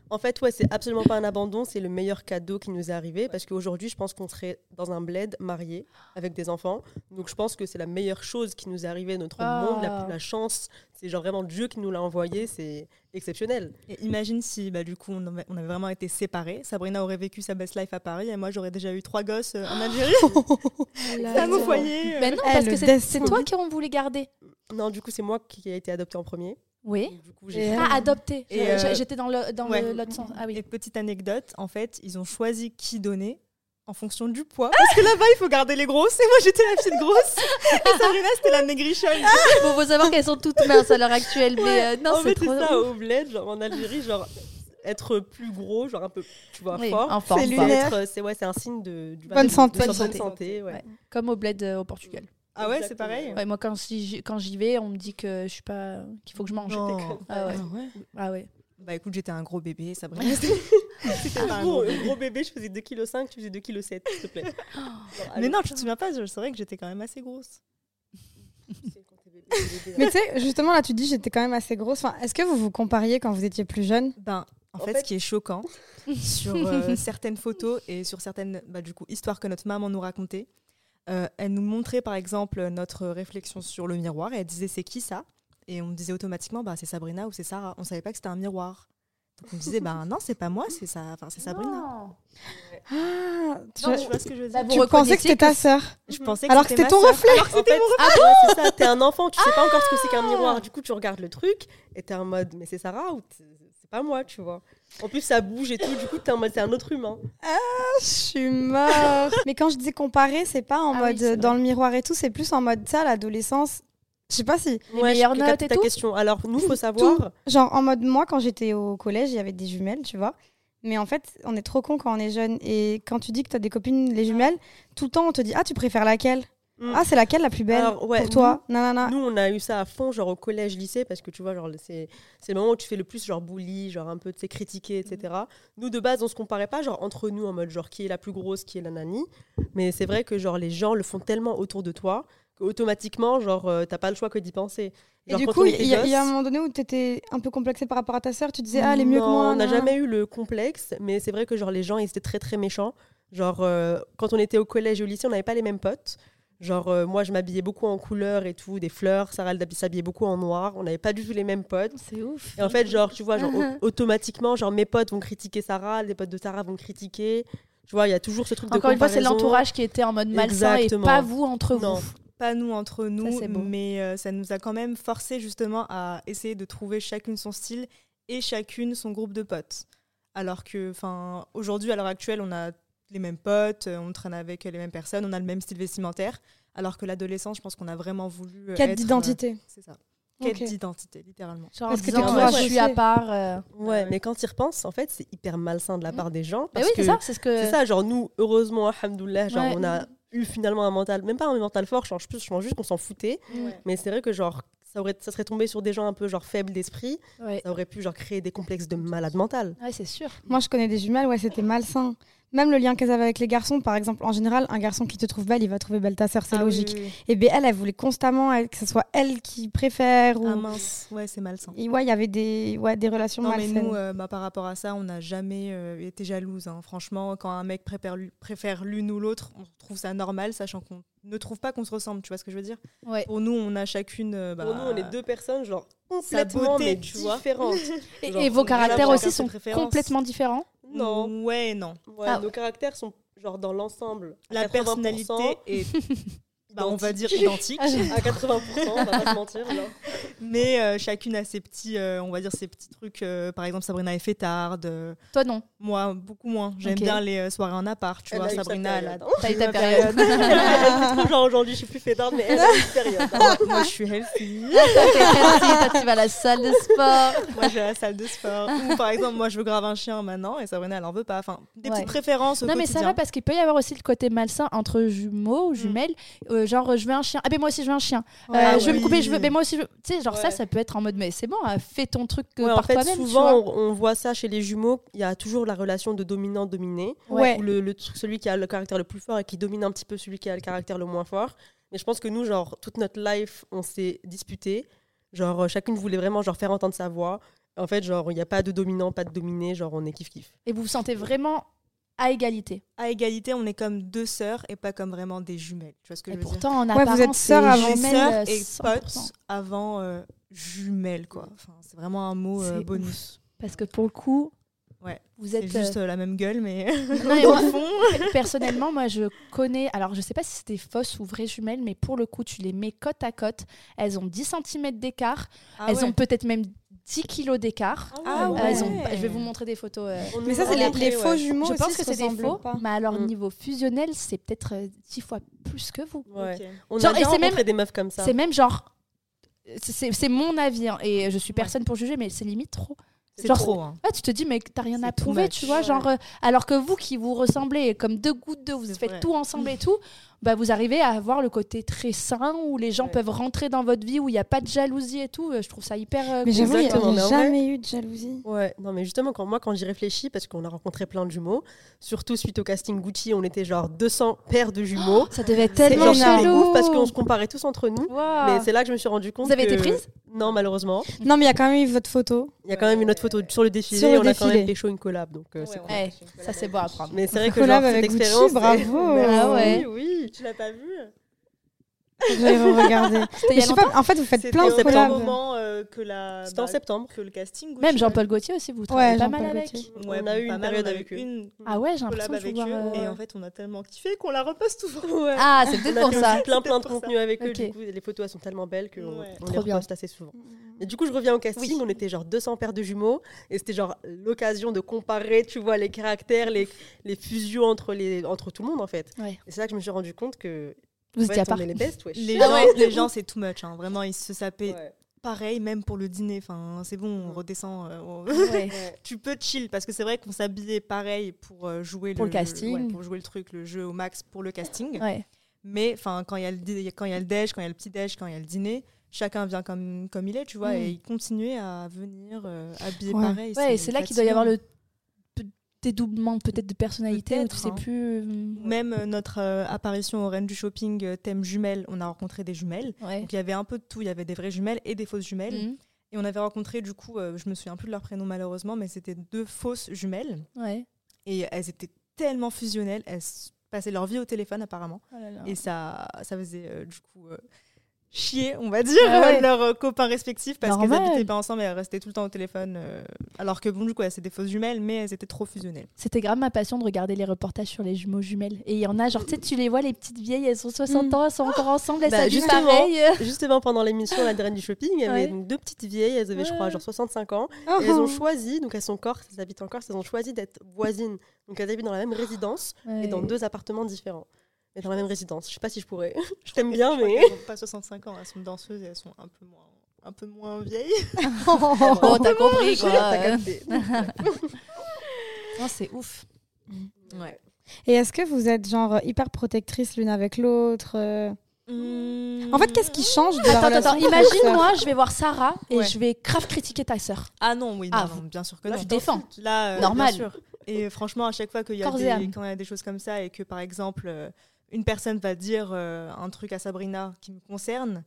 Speaker 3: En fait, ouais, c'est absolument pas un abandon, c'est le meilleur cadeau qui nous est arrivé parce qu'aujourd'hui, je pense qu'on serait dans un bled marié avec des enfants. Donc, je pense que c'est la meilleure chose qui nous est arrivée de notre
Speaker 4: Ah.
Speaker 3: monde, la, la chance. C'est genre vraiment Dieu qui nous l'a envoyé, c'est exceptionnel.
Speaker 5: Et imagine si, bah, du coup, on avait, on avait vraiment été séparés. Sabrina aurait vécu sa best life à Paris et moi, j'aurais déjà eu trois gosses euh, en Algérie.
Speaker 4: Là,
Speaker 5: Ça me
Speaker 4: là.
Speaker 5: foyer. euh.
Speaker 4: Ben non,
Speaker 2: Eh,
Speaker 4: parce
Speaker 2: le
Speaker 4: que c'est
Speaker 2: destin.
Speaker 4: c'est toi qui on voulait garder.
Speaker 3: Non, du coup, c'est moi qui ai été adoptée en premier.
Speaker 4: Oui.
Speaker 3: Du coup, j'ai
Speaker 2: Et-
Speaker 4: Ah, adopté.
Speaker 5: Et,
Speaker 4: Je-
Speaker 5: euh,
Speaker 4: J'étais dans le dans
Speaker 5: ouais.
Speaker 4: le- l'autre sens. Ah oui.
Speaker 5: Et petite anecdote, en fait, ils ont choisi qui donner en fonction du poids. Parce que là-bas, il faut garder les grosses. Et moi, j'étais la petite grosse. Et Sabrina, c'était la maigrichonne.
Speaker 4: Bon, faut savoir qu'elles sont toutes minces à l'heure actuelle, mais euh, non,
Speaker 3: en
Speaker 4: c'est
Speaker 3: fait, c'est
Speaker 4: trop.
Speaker 3: ça au bled, genre en Algérie, genre être plus gros, genre un peu, tu vois,
Speaker 4: Oui,
Speaker 3: fort.
Speaker 4: en forme,
Speaker 3: C'est
Speaker 4: fort.
Speaker 3: lunaire. Être- C'est ouais, c'est un signe de, du-
Speaker 2: Bonne
Speaker 3: de-
Speaker 2: santé.
Speaker 3: de
Speaker 4: Bonne
Speaker 3: santé.
Speaker 5: santé,
Speaker 3: ouais.
Speaker 4: ouais. Comme au bled euh, au Portugal.
Speaker 5: Ah ouais, c'est
Speaker 3: Exactement.
Speaker 5: pareil.
Speaker 4: Ouais, moi, quand si j'y- quand j'y vais, on me dit que je suis pas, qu'il faut que je mange.
Speaker 5: Non.
Speaker 4: Ah ouais. Ah ouais.
Speaker 5: Bah écoute, j'étais un gros bébé, Sabrina. c'était- C'était pas un
Speaker 3: Ah, Bon,
Speaker 5: gros
Speaker 3: le
Speaker 5: bébé.
Speaker 3: gros bébé, je faisais 2,5 kg, tu faisais 2,7 kg, s'il te plaît. Genre,
Speaker 5: Mais
Speaker 3: allez.
Speaker 5: non, je te souviens pas, je- c'est vrai que j'étais quand même assez grosse.
Speaker 2: Mais tu sais, justement, là, tu dis j'étais quand même assez grosse. Enfin, Est-ce que vous vous compariez quand vous étiez plus jeune
Speaker 5: Ben, en,
Speaker 3: En
Speaker 5: fait,
Speaker 3: fait-
Speaker 5: ce qui est choquant sur euh, certaines photos et sur certaines bah, du coup, histoires que notre maman nous racontait, euh, elle nous montrait par exemple notre réflexion sur le miroir et elle disait c'est qui ça Et on disait automatiquement bah, c'est Sabrina ou c'est Sarah. On savait pas que c'était un miroir. Donc on disait bah non, c'est pas moi, c'est ça, enfin c'est Sabrina.
Speaker 4: hein. Oh,
Speaker 2: Ah, tu,
Speaker 5: Tu vois ce que je veux dire
Speaker 4: Bah,
Speaker 2: tu
Speaker 4: vous
Speaker 2: pensais que
Speaker 4: reconnaissez
Speaker 2: c'était ta sœur.
Speaker 5: Je pensais que
Speaker 2: Alors que c'était
Speaker 5: ma
Speaker 2: ton
Speaker 5: sœur.
Speaker 2: reflet.
Speaker 3: En fait, ah c'est ça, t'es un enfant, tu sais pas encore ce que c'est qu'un miroir. Du coup, tu regardes le truc et t'es en mode, mais c'est Sarah ou t- c'est pas moi, tu vois. En plus, ça bouge et tout, du coup, t'es en mode, c'est un autre humain.
Speaker 2: Je suis morte. Mais quand je dis comparer, c'est pas en
Speaker 4: Ah oui,
Speaker 2: mode
Speaker 4: c'est
Speaker 2: euh,
Speaker 4: vrai.
Speaker 2: dans le miroir et tout, c'est plus en mode ça, l'adolescence. Je sais pas si.
Speaker 4: Les meilleures
Speaker 3: je capte
Speaker 4: notes et
Speaker 3: ta
Speaker 4: tout
Speaker 3: question. Alors, nous, faut savoir.
Speaker 2: Genre en mode moi, quand j'étais au collège, il y avait des jumelles, tu vois. Mais en fait, on est trop con quand on est jeune. Et quand tu dis que tu as des copines, les jumelles, tout le temps, on te dit Ah, tu préfères laquelle
Speaker 3: Mm.
Speaker 2: Ah, c'est laquelle la plus belle
Speaker 3: Alors, ouais,
Speaker 2: pour toi Nanana.
Speaker 3: Nous, on a eu ça à fond, genre au collège, lycée, parce que tu vois, genre c'est c'est le moment où tu fais le plus genre bully, genre un peu tu sais critiquer, etc.
Speaker 2: Mm-hmm.
Speaker 3: Nous de base, on se comparait pas genre entre nous en mode genre qui est la plus grosse, qui est la nanny. Mais c'est vrai que genre les gens le font tellement autour de toi qu'automatiquement genre euh, t'as pas le choix que d'y penser.
Speaker 2: Et
Speaker 3: Genre,
Speaker 2: du
Speaker 3: quand
Speaker 2: coup,
Speaker 3: on
Speaker 2: il
Speaker 3: était
Speaker 2: y, a- il y a un
Speaker 3: gosse-
Speaker 2: moment donné où tu étais un peu complexée par rapport à ta sœur. Tu disais Ah, elle est mieux que
Speaker 3: Non,
Speaker 2: moi.
Speaker 3: On n'a
Speaker 2: nanana.
Speaker 3: jamais eu le complexe, mais c'est vrai que genre les gens ils étaient très très méchants. Genre euh, quand on était au collège et au lycée, on n'avait pas les mêmes potes. Genre euh, moi je m'habillais beaucoup en couleur et tout, des fleurs. Sarah elle s'habillait beaucoup en noir. On n'avait pas du tout les mêmes potes.
Speaker 4: C'est ouf.
Speaker 3: Et en fait genre tu vois genre au- automatiquement genre mes potes vont critiquer Sarah, les potes de Sarah vont critiquer. Tu vois il y a toujours ce truc de
Speaker 4: Encore une fois, c'est
Speaker 3: comparaison.
Speaker 4: l'entourage qui était en mode malsain
Speaker 3: Exactement.
Speaker 4: et pas vous entre vous.
Speaker 3: Non.
Speaker 5: Pas nous entre nous,
Speaker 4: c'est beau.
Speaker 5: mais euh, ça nous a quand même forcé justement à essayer de trouver chacune son style et chacune son groupe de potes. Alors que, enfin, aujourd'hui, à l'heure actuelle, on a les mêmes potes, euh, on traîne avec les mêmes personnes, on a le même style vestimentaire. Alors que l'adolescence, je pense qu'on a vraiment voulu. euh,
Speaker 2: Quête
Speaker 5: être,
Speaker 2: d'identité.
Speaker 5: euh, c'est ça. Quête
Speaker 2: Ok.
Speaker 5: d'identité, littéralement.
Speaker 4: Genre en
Speaker 2: Parce que
Speaker 4: disant,
Speaker 3: t'es
Speaker 4: euh,
Speaker 3: toujours
Speaker 4: je suis à
Speaker 2: associé.
Speaker 4: part. euh.
Speaker 3: Ouais, mais quand ils repensent, en fait, c'est hyper malsain de la part des gens.
Speaker 4: Mm. Mais
Speaker 3: parce
Speaker 4: oui, c'est
Speaker 3: que
Speaker 4: ça, c'est ce que.
Speaker 3: C'est ça, genre nous, heureusement, alhamdoulilah, genre
Speaker 4: Ouais.
Speaker 3: on a eu finalement un mental, même pas un mental fort, genre, je pense, je pense juste qu'on s'en foutait.
Speaker 4: Ouais.
Speaker 3: Mais c'est vrai que genre ça, aurait, ça serait tombé sur des gens un peu genre faibles d'esprit,
Speaker 4: Ouais.
Speaker 3: ça aurait pu genre créer des complexes de malade mental.
Speaker 4: Ouais, c'est sûr.
Speaker 2: Moi, je connais des jumelles, ouais, c'était malsain. Même le lien qu'elles avaient avec les garçons, par exemple, en général, un garçon qui te trouve belle, il va trouver belle ta sœur, c'est
Speaker 5: Ah oui,
Speaker 2: logique.
Speaker 5: oui, oui.
Speaker 2: Et bien, elle, elle voulait constamment elle, que ce soit elle qui préfère. Ou...
Speaker 5: Ah mince, ouais, c'est malsain.
Speaker 2: Et ouais, il y avait des, ouais, des relations
Speaker 5: Non, mais
Speaker 2: malsaines.
Speaker 5: nous, euh, bah, par rapport à ça, on n'a jamais euh, été jalouse. hein. Franchement, quand un mec préfère, l'u- préfère l'une ou l'autre, on trouve ça normal, sachant qu'on ne trouve pas qu'on se ressemble. Tu vois ce que je veux dire
Speaker 4: Ouais.
Speaker 5: Pour nous, on a chacune. euh, bah,
Speaker 3: Pour nous, on est deux personnes genre
Speaker 5: sa
Speaker 3: complètement
Speaker 5: beauté,
Speaker 3: mais
Speaker 5: tu vois.
Speaker 3: différentes.
Speaker 4: Et,
Speaker 3: Genre,
Speaker 4: et vos
Speaker 3: on a
Speaker 4: caractères
Speaker 3: chacun
Speaker 4: aussi
Speaker 5: ses
Speaker 4: sont
Speaker 5: préférences.
Speaker 4: complètement différents.
Speaker 3: non,
Speaker 5: Ouais, non.
Speaker 3: ouais,
Speaker 4: Ah.
Speaker 3: nos caractères sont genre dans l'ensemble.
Speaker 5: Mm. La
Speaker 3: 80%,
Speaker 5: personnalité est, bah, on va dire,
Speaker 3: identique.
Speaker 4: Ah,
Speaker 5: identique.
Speaker 3: à 80%, on va pas se mentir. genre.
Speaker 5: mais euh, chacune a ses petits, euh, on va dire, ses petits trucs. euh, par exemple, Sabrina est fêtarde. euh,
Speaker 4: Toi, non.
Speaker 5: moi, beaucoup moins. J'aime
Speaker 4: Ok.
Speaker 5: bien les euh, soirées en appart. Tu
Speaker 3: Elle
Speaker 5: vois,
Speaker 3: a eu sa
Speaker 5: Sabrina, elle a-
Speaker 3: période, hein.
Speaker 4: T'as eu ta
Speaker 5: Ma
Speaker 4: période.
Speaker 3: genre aujourd'hui, je suis plus fêtarde, mais elle a une période. hein.
Speaker 5: moi, je suis healthy.
Speaker 4: T'es healthy, toi, tu vas à la salle de sport.
Speaker 5: moi j'ai la salle de sport ou par exemple moi je veux grave un chien maintenant et Sabrina elle en veut pas enfin des
Speaker 4: Ouais.
Speaker 5: petites préférences au
Speaker 4: Non, mais ça va
Speaker 5: quotidien.
Speaker 4: parce qu'il peut y avoir aussi le côté malsain entre jumeaux ou jumelles. Euh, genre, je veux un chien. Ah, ben moi aussi, je veux un chien. Euh,
Speaker 5: Ah
Speaker 4: je veux me
Speaker 5: oui.
Speaker 4: couper, je veux. Mais moi aussi, je veux. Tu sais, genre, ça,
Speaker 3: Ouais.
Speaker 4: ça peut être en mode, mais c'est bon, euh, fais ton truc euh,
Speaker 3: Ouais, en
Speaker 4: par
Speaker 3: fait,
Speaker 4: toi-même. tu
Speaker 3: souvent,
Speaker 4: vois.
Speaker 3: on, on voit ça chez les jumeaux. Il y a toujours la relation de dominant-dominé.
Speaker 2: Ouais.
Speaker 3: Où le, le- celui qui a le caractère le plus fort et qui domine un petit peu celui qui a le caractère le moins fort. Mais je pense que nous, genre, toute notre life, on s'est disputé. Genre, euh, chacune voulait vraiment genre, faire entendre sa voix. En fait, genre, il n'y a pas de dominant, pas de dominé. Genre, on est kiff-kiff.
Speaker 4: Et vous vous sentez vraiment à égalité.
Speaker 5: à égalité on est comme deux sœurs et pas comme vraiment des jumelles tu vois ce que
Speaker 4: Et
Speaker 5: je veux dire
Speaker 4: pourtant, en
Speaker 2: Ouais, vous
Speaker 4: apparence,
Speaker 2: êtes
Speaker 4: c'est
Speaker 2: sœurs avant-
Speaker 5: Les
Speaker 4: jumelles,
Speaker 5: sœurs
Speaker 4: euh,
Speaker 5: et
Speaker 4: 100%.
Speaker 5: potes avant euh, jumelles quoi enfin c'est vraiment un mot euh,
Speaker 4: C'est
Speaker 5: bonus
Speaker 4: Parce que pour le coup,
Speaker 5: Ouais.
Speaker 4: vous
Speaker 5: c'est
Speaker 4: êtes.
Speaker 5: juste euh, la même gueule mais
Speaker 4: euh, non, mais moi,
Speaker 5: au fond
Speaker 4: personnellement, moi, je connais. Alors, je sais pas si c'était fausse ou vraie jumelle, mais pour le coup, tu les mets côte à côte. Elles ont 10 cm d'écart.
Speaker 2: Ah
Speaker 4: elles ont peut-être même 10 kilos d'écart.
Speaker 5: Ah
Speaker 4: Euh,
Speaker 5: ouais.
Speaker 4: elles ont- Je vais vous montrer des photos. euh.
Speaker 2: Mais ça, c'est les, les faux jumeaux.
Speaker 4: Je
Speaker 2: aussi
Speaker 4: pense
Speaker 2: se
Speaker 4: que c'est des
Speaker 2: ressemblent
Speaker 4: faux,
Speaker 2: pas.
Speaker 4: mais alors
Speaker 3: Mm.
Speaker 4: niveau fusionnel, c'est peut-être euh, 10 fois plus que vous.
Speaker 3: Ouais.
Speaker 5: Ok.
Speaker 3: On
Speaker 4: Genre, et
Speaker 3: a déjà
Speaker 4: c'est
Speaker 3: rencontré
Speaker 4: même-
Speaker 3: des meufs comme ça.
Speaker 4: C'est même genre. C'est c'est mon avis, hein, et je suis personne pour juger, mais c'est limite trop.
Speaker 5: c'est
Speaker 4: Genre-
Speaker 5: trop hein.
Speaker 4: Ah, tu te dis, mais t'as rien
Speaker 5: C'est
Speaker 4: à
Speaker 5: too
Speaker 4: prouver,
Speaker 5: much.
Speaker 4: tu vois.
Speaker 5: Ouais.
Speaker 4: Genre, euh, alors que vous qui vous ressemblez comme deux gouttes d'eau, vous
Speaker 5: C'est
Speaker 4: faites
Speaker 5: vrai.
Speaker 4: tout ensemble et tout, bah, vous arrivez à avoir le côté très sain où les gens
Speaker 3: Ouais.
Speaker 4: peuvent rentrer dans votre vie, où il n'y a pas de jalousie et tout. Euh, Je trouve ça hyper. euh,
Speaker 2: Mais
Speaker 4: cool.
Speaker 2: j'avoue, il n'y
Speaker 3: Exactement, mais
Speaker 2: a
Speaker 3: en
Speaker 2: jamais eu de jalousie.
Speaker 3: Ouais, non mais justement quand moi quand j'y réfléchis parce qu'on a rencontré plein de jumeaux, surtout suite au casting Gucci, on était genre 200 paires de jumeaux.
Speaker 4: Ça devait être
Speaker 3: C'est
Speaker 4: tellement
Speaker 3: genre, c'était
Speaker 4: chelou.
Speaker 3: ouf parce qu'on se comparait tous entre nous.
Speaker 4: Waouh.
Speaker 3: Mais c'est là que je me suis rendu compte.
Speaker 4: Vous avez été
Speaker 3: que-
Speaker 4: prise
Speaker 3: Non, malheureusement.
Speaker 2: Non, mais il y a quand même eu votre photo.
Speaker 3: Il y a quand même une autre photo sur le défilé.
Speaker 2: Sur le
Speaker 3: on a quand
Speaker 2: défilé.
Speaker 3: même pécho une collab. Donc, euh, c'est cool.
Speaker 4: Ouais, ça, c'est beau à prendre.
Speaker 3: Mais c'est vrai que
Speaker 2: Collab
Speaker 3: genre, cette
Speaker 2: avec Gucci,
Speaker 3: expérience.
Speaker 2: bravo.
Speaker 3: Merci,
Speaker 4: Ah ouais.
Speaker 3: Oui, tu l'as pas vu
Speaker 2: J'avais regardé.
Speaker 4: C'était il y
Speaker 2: Mais
Speaker 4: a
Speaker 2: je sais
Speaker 4: longtemps.
Speaker 2: pas, en fait, vous faites
Speaker 5: C'était
Speaker 2: plein
Speaker 5: au
Speaker 2: de
Speaker 5: même
Speaker 2: collabs.
Speaker 5: moment euh, que la
Speaker 3: C'était en
Speaker 5: bah,
Speaker 3: septembre.
Speaker 5: que le casting Gucci.
Speaker 4: Même Jean-Paul Gaultier aussi, vous travaillez
Speaker 2: Ouais,
Speaker 4: pas
Speaker 2: Jean-Paul
Speaker 4: mal avec.
Speaker 2: Gaultier.
Speaker 5: Ouais,
Speaker 3: on a eu
Speaker 5: pas
Speaker 3: une
Speaker 5: mal,
Speaker 3: période
Speaker 5: on a eu
Speaker 3: avec eux.
Speaker 5: une
Speaker 4: Ah ouais, j'ai
Speaker 5: collab
Speaker 4: l'impression de
Speaker 5: avec
Speaker 4: vous
Speaker 5: eux
Speaker 4: voir.
Speaker 5: et
Speaker 4: euh,
Speaker 5: en fait on a tellement kiffé qu'on la repose souvent ouais.
Speaker 4: Ah, c'est peut-être pour
Speaker 3: On a
Speaker 4: ça.
Speaker 3: fait plein plein de
Speaker 5: C'était pour ça.
Speaker 3: contenu avec eux.
Speaker 4: Ok.
Speaker 3: Du coup, les photos elles sont tellement belles que on-
Speaker 5: Ouais.
Speaker 3: on les
Speaker 4: Trop bien. Mm.
Speaker 3: reposte assez souvent. Et du coup, je reviens au casting.
Speaker 4: Oui.
Speaker 3: On était genre 200 paires de jumeaux et c'était genre l'occasion de comparer, tu vois, les caractères, les, les fusions entre les entre tout le monde en fait.
Speaker 4: Ouais.
Speaker 3: Et c'est là que je me suis rendu compte que
Speaker 4: Vous
Speaker 3: en
Speaker 4: étiez à
Speaker 3: fait,
Speaker 4: part.
Speaker 3: on est les best, wesh.
Speaker 5: Les
Speaker 4: Ah
Speaker 5: gens,
Speaker 4: ouais.
Speaker 5: les gens, c'est too much. hein. Vraiment, ils se sapaient
Speaker 3: Ouais.
Speaker 5: pareil, même pour le dîner. Enfin, c'est bon, on redescend. euh, on-
Speaker 4: Ouais.
Speaker 5: tu peux chill parce que c'est vrai qu'on s'habillait pareil pour euh, jouer
Speaker 4: Pour le casting.
Speaker 5: ouais, pour jouer le truc, le jeu au max pour le casting.
Speaker 4: ouais.
Speaker 5: Mais enfin, quand il y a le dé- quand il y a le déj, quand il y a le petit déj, quand il y a le dîner, chacun vient comme comme il est, tu vois,
Speaker 4: Mm.
Speaker 5: et il continuait à venir euh, habillé
Speaker 2: Ouais.
Speaker 5: pareil.
Speaker 4: Ouais, et c'est là qu'il doit y avoir
Speaker 5: fatigant.
Speaker 4: le p- dédoublement peut-être de personnalité ou tu
Speaker 5: Peut-être,
Speaker 4: sais
Speaker 5: hein.
Speaker 4: plus. euh,
Speaker 5: Même euh, notre euh, apparition au Reine du Shopping euh, thème jumelles, on a rencontré des jumelles.
Speaker 4: Ouais.
Speaker 5: Donc il y avait un peu de tout, il y avait des vraies jumelles et des fausses jumelles.
Speaker 4: Mhm.
Speaker 5: Et on avait rencontré du coup, euh, je me souviens plus de leur prénom malheureusement, mais c'était deux fausses jumelles.
Speaker 4: Ouais.
Speaker 5: Et elles étaient tellement fusionnelles, elles s- passaient leur vie au téléphone apparemment.
Speaker 4: Oh là là.
Speaker 5: Et ça, ça faisait euh, du coup euh, chier, on va dire,
Speaker 4: Ah ouais.
Speaker 5: euh, leurs euh, copains respectifs parce qu'elles
Speaker 4: Normal.
Speaker 5: habitaient pas ensemble et elles restaient tout le temps au téléphone. euh, alors que bon, du coup, elles étaient des fausses jumelles, mais elles étaient trop fusionnelles.
Speaker 4: C'était grave ma passion de regarder les reportages sur les jumeaux jumelles. Et il y en a, genre, tu sais, tu les vois, les petites vieilles, elles ont 60
Speaker 3: Mm.
Speaker 4: ans, elles sont encore ensemble, elles
Speaker 3: Bah,
Speaker 4: s'habillent
Speaker 3: justement.
Speaker 4: pareil.
Speaker 3: Justement, pendant l'émission La Draine du Shopping, il y avait
Speaker 4: Ouais.
Speaker 3: donc deux petites vieilles, elles avaient, je crois,
Speaker 4: Ouais.
Speaker 3: genre 65 ans. Et elles ont
Speaker 2: Oh.
Speaker 3: choisi, donc elles sont corses, elles habitent en Corse, elles ont choisi d'être voisines. Donc elles habitent dans la même résidence, et dans deux appartements différents. Mais dans la même résidence, je sais pas si je pourrais. Je t'aime bien,
Speaker 5: Je crois
Speaker 3: mais.
Speaker 5: qu'elles ont pas 65 ans, elles sont danseuses et elles sont un peu moins, un peu moins vieilles.
Speaker 4: Oh, t'as compris quoi.
Speaker 3: T'as capté.
Speaker 4: Non, c'est ouf.
Speaker 5: Ouais.
Speaker 2: Et est-ce que vous êtes genre euh, hyper protectrice l'une avec l'autre euh
Speaker 5: Mmh.
Speaker 2: En fait, qu'est-ce qui change de la
Speaker 4: Attends,
Speaker 2: relation
Speaker 4: attends,
Speaker 2: entre
Speaker 4: imagine
Speaker 2: sœurs
Speaker 4: moi, je vais voir Sarah et
Speaker 5: Ouais.
Speaker 4: je vais grave critiquer ta sœur.
Speaker 5: Ah non, oui, non,
Speaker 4: Ah,
Speaker 5: non, bien sûr que
Speaker 4: Là,
Speaker 5: non.
Speaker 4: tu défends.
Speaker 5: Là, euh,
Speaker 4: Normal.
Speaker 5: bien sûr. Et franchement, à chaque fois qu'il y, a
Speaker 4: Corps et
Speaker 5: des-
Speaker 4: âme.
Speaker 5: quand il y a des choses comme ça et que, par exemple, euh, une personne va dire euh, un truc à Sabrina qui me concerne,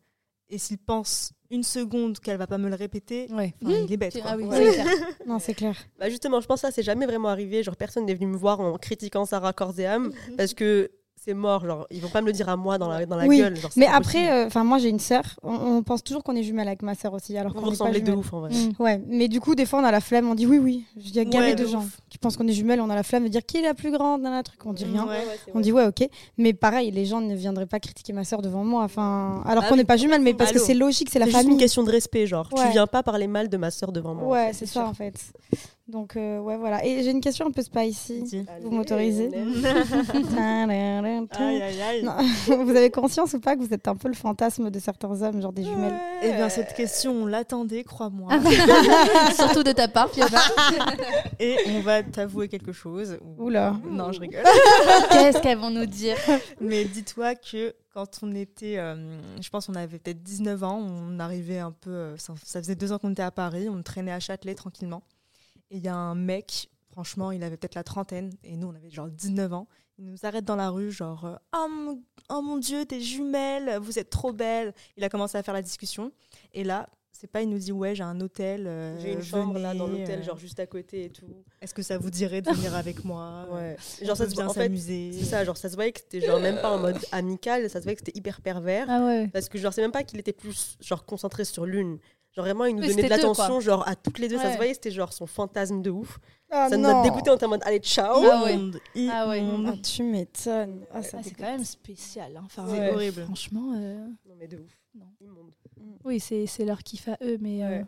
Speaker 5: et s'il pense une seconde qu'elle va pas me le répéter,
Speaker 4: Ouais.
Speaker 5: enfin, il est bête. quoi.
Speaker 4: Ah oui,
Speaker 3: Ouais.
Speaker 4: c'est clair.
Speaker 2: Non, c'est clair.
Speaker 3: Bah justement, je pense que ça, c'est jamais vraiment arrivé. Genre, personne n'est venu me voir en critiquant Sarah Corseam parce que c'est mort. Genre, ils vont pas me le dire à moi dans la, dans la
Speaker 2: Oui,
Speaker 3: gueule. genre, c'est
Speaker 2: Mais
Speaker 3: pas possible.
Speaker 2: après, euh, enfin moi j'ai une sœur. On, on pense toujours qu'on est jumelle avec ma sœur aussi, alors
Speaker 3: vous
Speaker 2: qu'on
Speaker 3: vous
Speaker 2: est pas
Speaker 3: ressemblez de
Speaker 2: jumelles.
Speaker 3: ouf en vrai.
Speaker 2: Ouais, mais du coup des fois on a la flemme, on dit oui oui. Il y a gavé
Speaker 5: Ouais,
Speaker 2: de
Speaker 5: de
Speaker 2: gens
Speaker 5: ouf.
Speaker 2: qui pensent qu'on est jumelles, on a la flemme de dire qui est la plus grande, dans un truc, on dit rien.
Speaker 5: Ouais, ouais,
Speaker 2: On dit ouais ok, mais pareil les gens ne viendraient pas critiquer ma sœur devant moi, enfin alors
Speaker 5: Ah
Speaker 2: qu'on
Speaker 5: oui.
Speaker 2: n'est pas jumelles, mais parce que
Speaker 5: Allô.
Speaker 2: c'est logique, c'est la
Speaker 3: C'est juste une
Speaker 2: famille.
Speaker 3: question de respect, genre.
Speaker 2: Ouais.
Speaker 3: Tu viens pas parler mal de ma sœur devant moi.
Speaker 2: Ouais c'est ça en fait. Donc euh, ouais voilà. Et j'ai une question un peu spicy. Vous m'autorisez
Speaker 5: Aïe, aïe, aïe.
Speaker 2: Non. vous avez conscience ou pas que vous êtes un peu le fantasme de certains hommes, genre des jumelles
Speaker 5: Eh
Speaker 3: ben,
Speaker 5: bien, cette question, on l'attendait, crois-moi.
Speaker 4: Ah Surtout de ta part, Fiona.
Speaker 5: et on va t'avouer quelque chose.
Speaker 2: Oula.
Speaker 5: Non, je rigole.
Speaker 4: Qu'est-ce qu'elles vont nous dire
Speaker 5: Mais dis-toi que quand on était, euh, je pense on avait peut-être 19 ans, on arrivait un peu, euh, ça, ça faisait deux ans qu'on était à Paris, on traînait à Châtelet tranquillement. Et il y a un mec, franchement, il avait peut-être la trentaine, et nous on avait genre 19 ans. Il nous arrête dans la rue, genre euh, oh, mon, oh mon dieu, t'es jumelles, vous êtes trop belles. Il a commencé à faire la discussion, et là, c'est pas, il nous dit ouais, j'ai un hôtel. euh,
Speaker 3: J'ai une chambre là dans
Speaker 5: venez,
Speaker 3: l'hôtel,
Speaker 5: euh,
Speaker 3: genre juste à côté et tout.
Speaker 5: Est-ce que ça vous dirait de venir avec moi
Speaker 3: Ouais.
Speaker 5: Ah On
Speaker 3: Genre ça
Speaker 5: peut
Speaker 3: se
Speaker 5: bien
Speaker 3: voit- en fait,
Speaker 5: s'amuser.
Speaker 3: c'est ça, genre ça se voyait que c'était genre même pas en mode amical, ça se voyait que c'était hyper pervers.
Speaker 4: Ah ouais.
Speaker 3: Parce que genre c'est même pas qu'il était plus genre concentré sur l'une. Genre vraiment il nous
Speaker 4: Oui,
Speaker 3: donnait de
Speaker 4: c'était deux,
Speaker 3: l'attention
Speaker 4: quoi.
Speaker 3: genre à toutes les deux, ça
Speaker 4: Ouais.
Speaker 3: se voyait, c'était genre son fantasme de ouf.
Speaker 2: Ah
Speaker 3: ça nous
Speaker 2: non.
Speaker 3: a dégoûté en mode allez ciao.
Speaker 4: Ah ouais.
Speaker 5: Immonde,
Speaker 4: Ah ouais.
Speaker 5: immonde.
Speaker 2: Ah, tu m'étonnes. Ah, ça
Speaker 4: Ah, c'est
Speaker 2: dégoûte.
Speaker 4: quand même spécial. hein. Enfin,
Speaker 5: C'est
Speaker 4: euh,
Speaker 5: horrible.
Speaker 4: Franchement, euh,
Speaker 3: Non mais de ouf.
Speaker 4: Non.
Speaker 3: Immonde.
Speaker 4: oui, c'est c'est leur kiff à eux, mais. euh,
Speaker 5: Ouais.